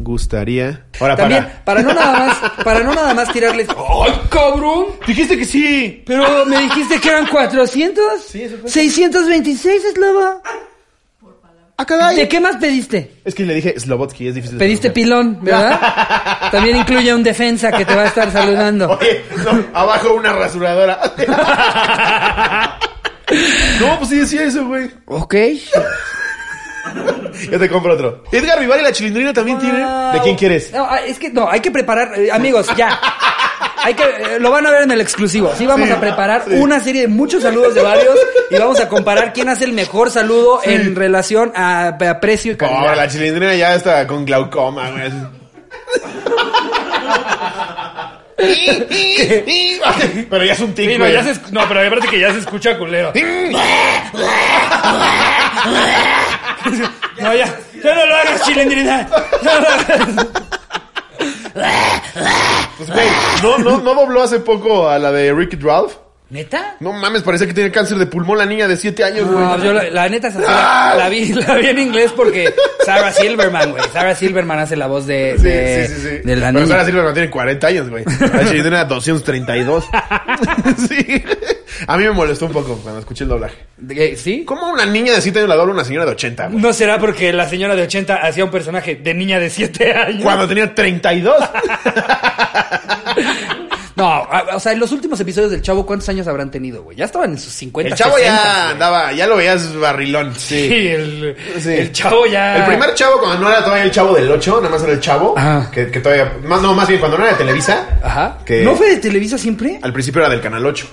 [SPEAKER 2] gustaría... Ahora
[SPEAKER 1] También,
[SPEAKER 2] para.
[SPEAKER 1] para. no nada más, para no nada más tirarles. ¡Ay, cabrón!
[SPEAKER 2] Dijiste que sí.
[SPEAKER 1] Pero me dijiste que eran 400.
[SPEAKER 2] Sí, eso fue.
[SPEAKER 1] 626, Eslava.
[SPEAKER 2] Ah, caray.
[SPEAKER 1] ¿De qué más pediste?
[SPEAKER 2] Es que le dije Slobotsky, es difícil. de
[SPEAKER 1] Pediste
[SPEAKER 2] pronunciar.
[SPEAKER 1] pilón, ¿verdad? También incluye un defensa que te va a estar saludando.
[SPEAKER 2] Oye, no, abajo una rasuradora. no, pues sí decía eso, güey.
[SPEAKER 1] Ok.
[SPEAKER 2] Ya te compro otro. Edgar Vivar y la chilindrina también tiene. ¿De quién quieres?
[SPEAKER 1] No, ah, es que no, hay que preparar, eh, amigos, ya. Hay que, eh, lo van a ver en el exclusivo. Sí, vamos
[SPEAKER 2] Sí,
[SPEAKER 1] a preparar
[SPEAKER 2] sí.
[SPEAKER 1] una serie de muchos saludos de varios y vamos a comparar quién hace el mejor saludo en relación a, a precio y
[SPEAKER 2] Pobre,
[SPEAKER 1] calidad.
[SPEAKER 2] la chilindrina ya está con glaucoma, güey. Pero ya es un tic,
[SPEAKER 5] Sí, no,
[SPEAKER 2] güey.
[SPEAKER 5] ya se esc- no, pero aparte que ya se escucha culero. no, ya, ya no lo hagas, chilindrina. Ya no lo hagas.
[SPEAKER 2] Pues, güey, ¿no, no, ¿No dobló hace poco a la de Ricky Ralph?
[SPEAKER 1] ¿Neta?
[SPEAKER 2] No mames, parece que tiene cáncer de pulmón la niña de 7 años,
[SPEAKER 5] Ah,
[SPEAKER 2] güey.
[SPEAKER 1] No, yo la, la neta esa sí la, la vi, la vi en inglés porque Sarah Silverman, güey. Sarah Silverman hace la voz de,
[SPEAKER 2] Sí,
[SPEAKER 1] de-
[SPEAKER 2] sí, sí, sí.
[SPEAKER 1] de la
[SPEAKER 2] Pero
[SPEAKER 1] niña.
[SPEAKER 2] Sara Silva no tiene 40 años, güey. La chilindrina 232. sí. A mí me molestó un poco cuando escuché el doblaje.
[SPEAKER 1] ¿De- ¿Sí?
[SPEAKER 2] ¿Cómo una niña de 7 años la dobla una señora de 80, güey?
[SPEAKER 5] No será porque la señora de 80 hacía un personaje de niña de 7 años.
[SPEAKER 2] Cuando tenía 32.
[SPEAKER 1] No, a- o sea, en los últimos episodios del Chavo, ¿cuántos años habrán tenido, güey? Ya estaban en sus 50,
[SPEAKER 2] El chavo
[SPEAKER 1] 60,
[SPEAKER 2] ya
[SPEAKER 1] güey.
[SPEAKER 2] andaba, ya lo veías barrilón. Sí.
[SPEAKER 5] Sí, el,
[SPEAKER 2] Sí.
[SPEAKER 5] el chavo ya.
[SPEAKER 2] El primer chavo, cuando no era todavía el chavo del 8, nada más era el chavo.
[SPEAKER 1] Ajá.
[SPEAKER 2] Que, que todavía. Más, no, más bien cuando no era de Televisa.
[SPEAKER 1] Ajá.
[SPEAKER 2] Que
[SPEAKER 1] ¿No fue de Televisa siempre?
[SPEAKER 2] al principio era del canal 8.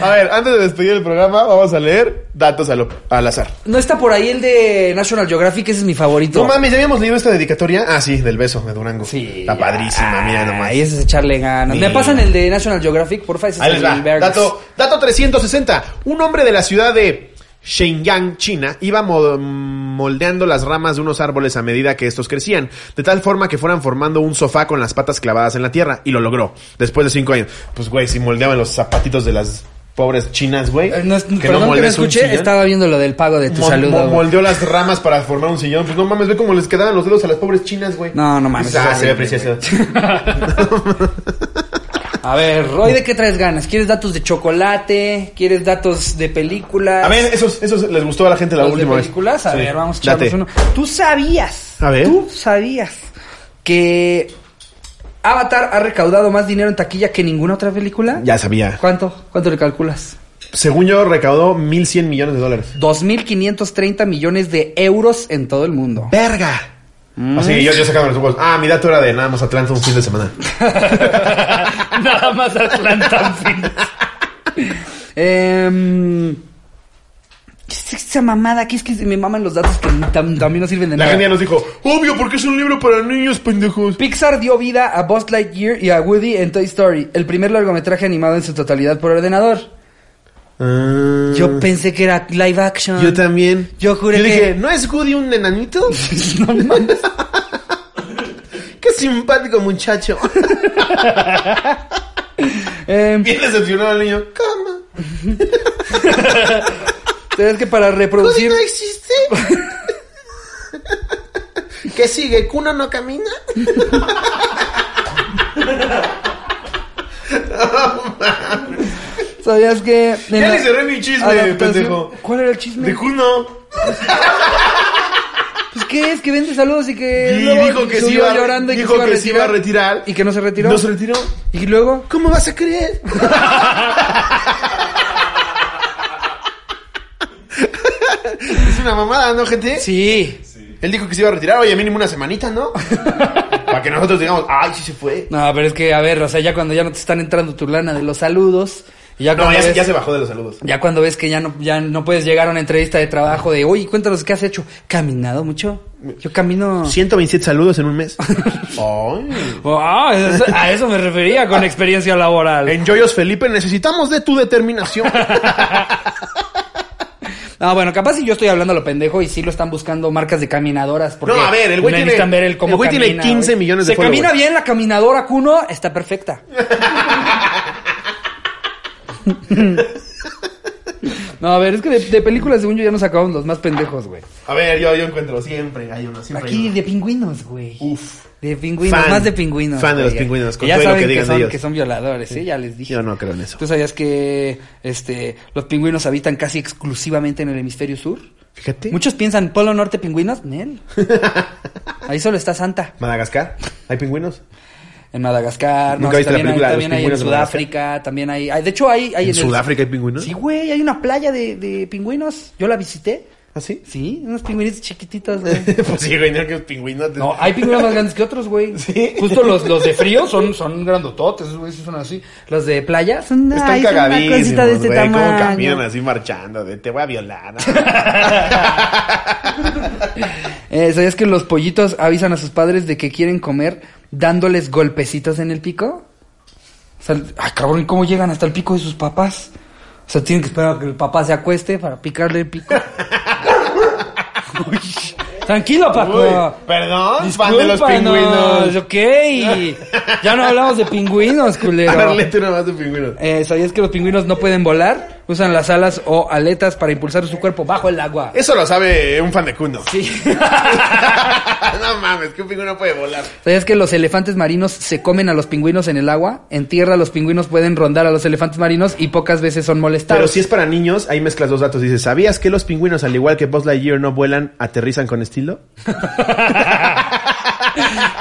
[SPEAKER 2] A ver, antes de despedir el programa, vamos a leer datos al, al azar.
[SPEAKER 1] ¿No está por ahí el de National Geographic? Ese es mi favorito.
[SPEAKER 2] No mames, ¿ya habíamos leído esta dedicatoria? Ah, sí, del beso de Durango.
[SPEAKER 1] Sí.
[SPEAKER 2] Está padrísima, mira nomás.
[SPEAKER 1] Ahí es echarle ganas.
[SPEAKER 2] Sí.
[SPEAKER 1] ¿Me pasan el de National Geographic? Porfa, ese
[SPEAKER 2] Ahí
[SPEAKER 1] es
[SPEAKER 2] les
[SPEAKER 1] el
[SPEAKER 2] va.
[SPEAKER 1] Bergs.
[SPEAKER 2] Dato, dato 360. Un hombre de la ciudad de Shenyang, China, iba mo- moldeando las ramas de unos árboles a medida que estos crecían, de tal forma que fueran formando un sofá con las patas clavadas en la tierra, y lo logró, después de cinco años. Pues, güey, si moldeaban los zapatitos de las pobres chinas, güey.
[SPEAKER 1] Eh, no es- perdón que no
[SPEAKER 2] moldes un
[SPEAKER 1] escuché,
[SPEAKER 2] sillón.
[SPEAKER 1] estaba viendo lo del pago de tu
[SPEAKER 2] Mo-
[SPEAKER 1] saludo.
[SPEAKER 2] mo-
[SPEAKER 1] güey.
[SPEAKER 2] moldeó las ramas para formar un sillón. Pues no mames, ve cómo les quedaban los dedos a las pobres chinas, güey.
[SPEAKER 1] No, no mames,
[SPEAKER 2] Ah,
[SPEAKER 1] es
[SPEAKER 2] se ve
[SPEAKER 1] horrible,
[SPEAKER 2] precioso.
[SPEAKER 1] A ver, Roy, ¿de qué traes ganas? ¿Quieres datos de chocolate? ¿Quieres datos de películas?
[SPEAKER 2] A ver, esos, esos les gustó a la gente la
[SPEAKER 1] ¿Los de
[SPEAKER 2] última vez.
[SPEAKER 1] películas? A
[SPEAKER 2] Sí.
[SPEAKER 1] ver, vamos a
[SPEAKER 2] Date.
[SPEAKER 1] echarnos uno. Tú sabías.
[SPEAKER 2] A ver.
[SPEAKER 1] Tú sabías que Avatar ha recaudado más dinero en taquilla que ninguna otra película.
[SPEAKER 2] Ya sabía.
[SPEAKER 1] ¿Cuánto? ¿Cuánto le calculas?
[SPEAKER 2] Según yo, recaudó 1.100 millones de dólares.
[SPEAKER 1] 2.530 millones de euros en todo el mundo.
[SPEAKER 2] ¡Verga!
[SPEAKER 1] Mm.
[SPEAKER 2] Así que yo, yo sacaba los ojos. Ah, mi dato era de nada más Atlanta un fin de semana.
[SPEAKER 5] Nada más Atlanta. fin.
[SPEAKER 1] Em, ¿Qué es esa mamada? ¿Qué es que me maman los datos que tam- también no sirven de
[SPEAKER 2] La
[SPEAKER 1] nada?
[SPEAKER 2] gente ya nos dijo, obvio, porque es un libro para niños pendejos.
[SPEAKER 1] Pixar dio vida a Buzz Lightyear y a Woody en Toy Story, el primer largometraje animado en su totalidad por ordenador.
[SPEAKER 2] Ah.
[SPEAKER 1] Yo pensé que era live action.
[SPEAKER 2] Yo también.
[SPEAKER 1] Yo juré que-
[SPEAKER 2] dije, ¿no es Woody un enanito?
[SPEAKER 1] No mames.
[SPEAKER 2] Qué simpático muchacho.
[SPEAKER 1] Em,
[SPEAKER 2] Bien decepcionado el niño. ¿Cómo?
[SPEAKER 1] ¿Sabes que para
[SPEAKER 2] ¿Woody
[SPEAKER 1] reproducir...
[SPEAKER 2] no existe? ¿Qué sigue? ¿Cuno no camina?
[SPEAKER 1] ¿Sabías que... en
[SPEAKER 2] Ya
[SPEAKER 1] la
[SPEAKER 2] le cerré mi chisme,
[SPEAKER 1] adaptación-
[SPEAKER 2] pendejo.
[SPEAKER 1] ¿Cuál era el chisme?
[SPEAKER 2] De Cuno.
[SPEAKER 1] Pues qué es, que vende saludos y que...
[SPEAKER 2] Y
[SPEAKER 1] luego
[SPEAKER 2] dijo que sí
[SPEAKER 1] subió
[SPEAKER 2] iba,
[SPEAKER 1] llorando y
[SPEAKER 2] dijo que se iba a retirar.
[SPEAKER 1] Y que no se retiró.
[SPEAKER 2] No se retiró.
[SPEAKER 1] Y luego...
[SPEAKER 2] ¿Cómo vas a creer? es una mamada, ¿no, gente?
[SPEAKER 1] Sí.
[SPEAKER 2] Él dijo que se iba a retirar, oye, mínimo una semanita, ¿no? Para que nosotros digamos, ay, sí se fue.
[SPEAKER 1] No, pero es que, a ver, o sea, ya cuando ya no te están entrando tu lana de los saludos... Y ya
[SPEAKER 2] No,
[SPEAKER 1] cuando
[SPEAKER 2] ya, se-
[SPEAKER 1] ves-
[SPEAKER 2] ya se bajó de los saludos.
[SPEAKER 1] Ya cuando ves que ya no, ya no puedes llegar a una entrevista de trabajo de, oye, cuéntanos qué has hecho. ¿Caminado mucho? Yo camino... Oh,
[SPEAKER 2] 127 saludos en un mes. Ay.
[SPEAKER 5] Ah, eso- a eso me refería con experiencia laboral.
[SPEAKER 2] En Joyos Felipe necesitamos de tu determinación.
[SPEAKER 1] Ah, bueno, capaz si yo estoy hablando a lo pendejo y sí lo están buscando marcas de caminadoras. Porque
[SPEAKER 2] No, a ver, el güey tiene-
[SPEAKER 1] necesitan ver el cómo
[SPEAKER 2] el güey tiene
[SPEAKER 1] camina,
[SPEAKER 2] 15 millones de
[SPEAKER 1] Se camina
[SPEAKER 2] followers.
[SPEAKER 1] bien la caminadora Cuno, está perfecta. no, a ver, es que de, de películas, según yo, ya nos acabamos los más pendejos, güey.
[SPEAKER 2] A ver, yo, yo encuentro siempre, hay uno, siempre. hay
[SPEAKER 1] Aquí
[SPEAKER 2] uno.
[SPEAKER 1] de pingüinos, güey.
[SPEAKER 2] Uf.
[SPEAKER 1] De pingüinos,
[SPEAKER 2] Fan.
[SPEAKER 1] más de pingüinos.
[SPEAKER 2] Fan de
[SPEAKER 1] güey.
[SPEAKER 2] los pingüinos, con
[SPEAKER 1] ya
[SPEAKER 2] todo y lo
[SPEAKER 1] saben
[SPEAKER 2] que digan
[SPEAKER 1] son,
[SPEAKER 2] ellos.
[SPEAKER 1] que son violadores, ¿eh? Ya les dije.
[SPEAKER 2] Yo no creo en eso.
[SPEAKER 1] ¿Tú sabías que este, los pingüinos habitan casi exclusivamente en el hemisferio sur?
[SPEAKER 2] Fíjate.
[SPEAKER 1] Muchos piensan Polo Norte pingüinos, Nel. Ahí solo está Santa.
[SPEAKER 2] Madagascar, hay pingüinos.
[SPEAKER 1] En Madagascar, sí,
[SPEAKER 2] ¿Nunca viste la
[SPEAKER 1] también
[SPEAKER 2] película
[SPEAKER 1] hay,
[SPEAKER 2] de los
[SPEAKER 1] también hay en
[SPEAKER 2] pingüinos de Madagascar?
[SPEAKER 1] Sudáfrica, también hay, hay- de hecho hay, hay
[SPEAKER 2] ¿En
[SPEAKER 1] el-
[SPEAKER 2] Sudáfrica hay pingüinos?
[SPEAKER 1] Sí, güey, hay una playa de, de pingüinos. Yo la visité.
[SPEAKER 2] ¿Ah, sí?
[SPEAKER 1] Sí, unos pingüinitos chiquititos, güey.
[SPEAKER 2] pues sí, güey, no, que los pingüinos.
[SPEAKER 1] No, hay pingüinos más grandes que otros, güey.
[SPEAKER 2] Sí.
[SPEAKER 1] Justo los, los de frío son, son grandototes, esos güeyes son así. Los de playa son,
[SPEAKER 2] Están
[SPEAKER 1] ay, son una
[SPEAKER 2] cagadísimos,
[SPEAKER 1] cosita de este
[SPEAKER 2] güey. ¿Cómo
[SPEAKER 1] tamaño.
[SPEAKER 2] caminan así marchando? De, te voy a violar. ¿no?
[SPEAKER 1] Eh, ¿Sabías que los pollitos avisan a sus padres de que quieren comer dándoles golpecitos en el pico? O sea, ay, cabrón, ¿y cómo llegan hasta el pico de sus papás? O sea, tienen que esperar a que el papá se acueste para picarle el pico. Uy, Tranquilo, Paco.
[SPEAKER 2] Uy, perdón, fan de los
[SPEAKER 1] Discúlpanos,
[SPEAKER 2] pingüinos.
[SPEAKER 1] ok. Ya no hablamos de pingüinos, culero.
[SPEAKER 2] A ver, léete una más de pingüinos.
[SPEAKER 1] Eh, ¿Sabías que los pingüinos no pueden volar? Usan las alas o aletas para impulsar su cuerpo bajo el agua.
[SPEAKER 2] Eso lo sabe un fan de Kuno.
[SPEAKER 1] Sí.
[SPEAKER 2] no mames, que un pingüino puede volar.
[SPEAKER 1] ¿Sabías que los elefantes marinos se comen a los pingüinos en el agua? En tierra los pingüinos pueden rondar a los elefantes marinos y pocas veces son molestados.
[SPEAKER 2] Pero si es para niños, ahí mezclas dos datos. Dices, ¿sabías que los pingüinos, al igual que Buzz Lightyear, no vuelan, aterrizan con estilo?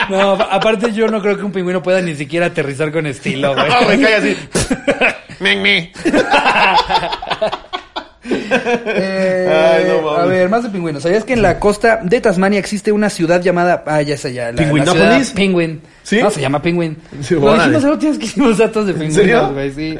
[SPEAKER 5] No, aparte yo no creo que un pingüino pueda ni siquiera aterrizar con estilo, güey.
[SPEAKER 2] Ah, güey, cae así. Ming, ming.
[SPEAKER 1] Eh,
[SPEAKER 2] Ay, no mames.
[SPEAKER 1] a ver, más de pingüinos. ¿Sabías que en la costa de Tasmania existe una ciudad llamada. Ah, ya sé, ya. La,
[SPEAKER 2] ¿Pingüinópolis?
[SPEAKER 1] La ciudad Penguin.
[SPEAKER 2] ¿Sí?
[SPEAKER 1] No, se llama Penguin.
[SPEAKER 2] Sí,
[SPEAKER 1] Lo
[SPEAKER 2] órale.
[SPEAKER 1] dijimos, solo tienes que decir los datos de
[SPEAKER 2] serio?
[SPEAKER 1] pingüinos, güey. Sí.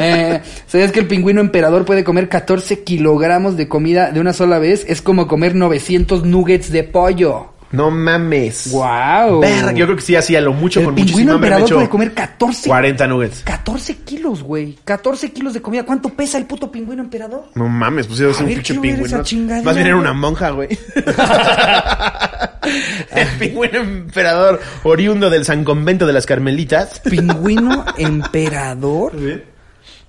[SPEAKER 1] Eh, ¿Sabías que el pingüino emperador puede comer 14 kilogramos de comida de una sola vez? Es como comer 900 nuggets de pollo.
[SPEAKER 2] No mames.
[SPEAKER 1] ¡Wow!
[SPEAKER 2] Verga, yo creo que sí hacía lo mucho
[SPEAKER 1] El
[SPEAKER 2] con
[SPEAKER 1] pingüino
[SPEAKER 2] muchísimo hambre. me
[SPEAKER 1] emperador
[SPEAKER 2] hecho
[SPEAKER 1] puede comer 14
[SPEAKER 2] 40 nuggets.
[SPEAKER 1] 14 kilos, güey. 14 kilos de comida. ¿Cuánto pesa el puto pingüino emperador?
[SPEAKER 2] No mames, pues yo soy
[SPEAKER 1] A
[SPEAKER 2] un
[SPEAKER 1] ver,
[SPEAKER 2] pinche
[SPEAKER 1] quiero ver
[SPEAKER 2] pingüino.
[SPEAKER 1] esa chingadera,
[SPEAKER 2] Más bien era
[SPEAKER 1] güey.
[SPEAKER 2] una monja, güey. el pingüino emperador oriundo del San Convento de las Carmelitas.
[SPEAKER 1] ¿Pingüino emperador?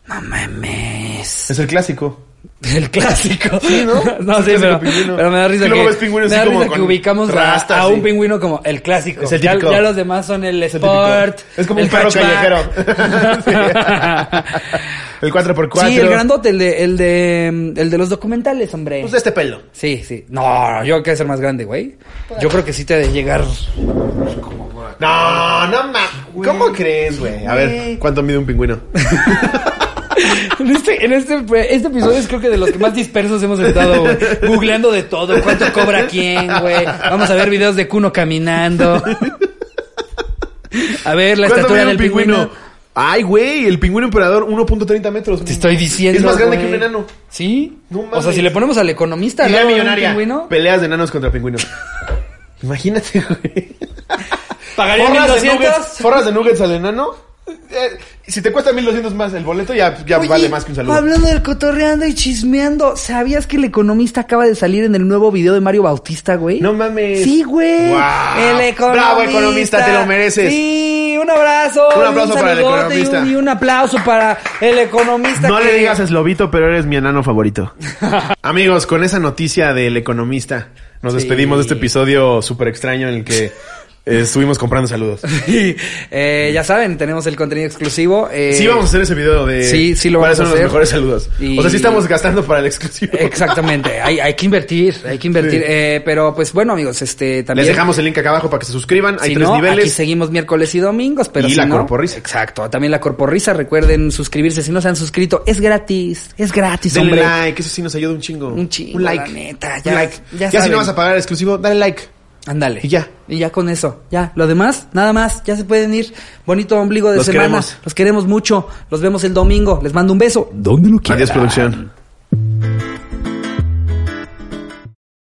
[SPEAKER 1] No mames.
[SPEAKER 2] Es el clásico.
[SPEAKER 5] El clásico.
[SPEAKER 2] ¿no?
[SPEAKER 5] No, sí,
[SPEAKER 2] El clásico
[SPEAKER 5] pero,
[SPEAKER 2] pingüino.
[SPEAKER 5] pero me da risa
[SPEAKER 2] Que
[SPEAKER 5] que,
[SPEAKER 2] luego ves pingüinos
[SPEAKER 5] me da
[SPEAKER 2] así como
[SPEAKER 5] risa que
[SPEAKER 2] con
[SPEAKER 5] ubicamos a-
[SPEAKER 2] rastas,
[SPEAKER 5] a,
[SPEAKER 2] sí.
[SPEAKER 5] un pingüino como el clásico.
[SPEAKER 2] Es el
[SPEAKER 5] ya,
[SPEAKER 2] típico.
[SPEAKER 5] ya los demás son el
[SPEAKER 2] el típico.
[SPEAKER 5] sport.
[SPEAKER 2] Es como un perro
[SPEAKER 5] hatchback.
[SPEAKER 2] El 4x4.
[SPEAKER 1] Sí, el grandote, el de, el de, el de los documentales, hombre.
[SPEAKER 2] Pues de este pelo.
[SPEAKER 1] Sí, sí. No, yo quiero ser más grande, güey. Yo creo que sí te ha de llegar.
[SPEAKER 2] No, no mames. ¿Cómo crees, güey? A ver, ¿cuánto mide un pingüino?
[SPEAKER 5] En este, en este, este episodio es creo que de los que más dispersos hemos estado, güey. Googleando de todo, cuánto cobra quién, güey. Vamos a ver videos de Cuno caminando.
[SPEAKER 1] A ver, la
[SPEAKER 2] ¿Cuánto
[SPEAKER 1] estatura
[SPEAKER 2] mide
[SPEAKER 1] del pingüino.
[SPEAKER 2] Ay, güey, el pingüino emperador 1.30 metros.
[SPEAKER 5] Te estoy diciendo.
[SPEAKER 2] Es más grande
[SPEAKER 5] güey.
[SPEAKER 2] que un enano.
[SPEAKER 5] ¿Sí?
[SPEAKER 2] No
[SPEAKER 5] o sea,
[SPEAKER 2] mames.
[SPEAKER 5] si le ponemos al economista,
[SPEAKER 2] Idea
[SPEAKER 5] ¿no?
[SPEAKER 2] millonaria.
[SPEAKER 5] Pingüino,
[SPEAKER 2] Peleas de enanos contra pingüinos. Imagínate, güey.
[SPEAKER 5] ¿Pagaría
[SPEAKER 2] Forras de, nuggets,
[SPEAKER 5] 1200?
[SPEAKER 2] forras de nuggets al enano. Eh, si te cuesta 1200 más el boleto, ya, ya
[SPEAKER 1] Oye,
[SPEAKER 2] vale más que un saludo.
[SPEAKER 1] Hablando del cotorreando y chismeando, ¿sabías que el economista acaba de salir en el nuevo video de Mario Bautista, güey?
[SPEAKER 2] No mames.
[SPEAKER 1] Sí, güey.
[SPEAKER 2] Guau.
[SPEAKER 1] El economista.
[SPEAKER 2] Bravo, economista, te lo mereces.
[SPEAKER 1] Sí, un abrazo.
[SPEAKER 2] Un aplauso para el
[SPEAKER 1] saludote
[SPEAKER 2] economista.
[SPEAKER 1] Y un, y un aplauso para el economista.
[SPEAKER 2] No le
[SPEAKER 1] que-
[SPEAKER 2] digas eslobito, pero eres mi enano favorito. Amigos, con esa noticia del economista, nos despedimos de este episodio súper extraño en el que eh, estuvimos comprando saludos.
[SPEAKER 1] Eh, ya saben, tenemos el contenido exclusivo. eh,
[SPEAKER 2] Sí, vamos a hacer ese video de
[SPEAKER 1] sí, sí lo
[SPEAKER 2] cuáles son
[SPEAKER 1] vamos a hacer.
[SPEAKER 2] los mejores saludos.
[SPEAKER 1] Y-
[SPEAKER 2] O sea, sí estamos gastando para el exclusivo.
[SPEAKER 1] Exactamente, hay, hay que invertir, hay que invertir.
[SPEAKER 2] Sí.
[SPEAKER 1] Eh, pero pues bueno, amigos, este también.
[SPEAKER 2] Les dejamos el link acá abajo para que se suscriban. Hay
[SPEAKER 1] si
[SPEAKER 2] tres
[SPEAKER 1] no, aquí
[SPEAKER 2] niveles.
[SPEAKER 1] seguimos miércoles y domingos, pero
[SPEAKER 2] Y
[SPEAKER 1] si
[SPEAKER 2] la
[SPEAKER 1] no-
[SPEAKER 2] corporrisa.
[SPEAKER 1] Exacto, también la corporrisa. Recuerden suscribirse si no se han suscrito. Es gratis, es gratis,
[SPEAKER 2] Denle
[SPEAKER 1] hombre.
[SPEAKER 2] like, eso sí nos ayuda un chingo.
[SPEAKER 1] Un chingo,
[SPEAKER 2] Un like.
[SPEAKER 1] la neta,
[SPEAKER 2] Un
[SPEAKER 1] ya-
[SPEAKER 2] like.
[SPEAKER 1] ya
[SPEAKER 2] Ya, si
[SPEAKER 1] saben.
[SPEAKER 2] no vas a pagar el exclusivo, dale like.
[SPEAKER 1] Ándale.
[SPEAKER 2] Y ya.
[SPEAKER 1] Y ya con eso. Ya. Lo demás, nada más. Ya se pueden ir. Bonito ombligo de
[SPEAKER 2] Los
[SPEAKER 1] semana.
[SPEAKER 2] queremos.
[SPEAKER 1] Los queremos mucho. Los vemos el domingo. Les mando un beso. Donde lo quieran.
[SPEAKER 2] Adiós, producción.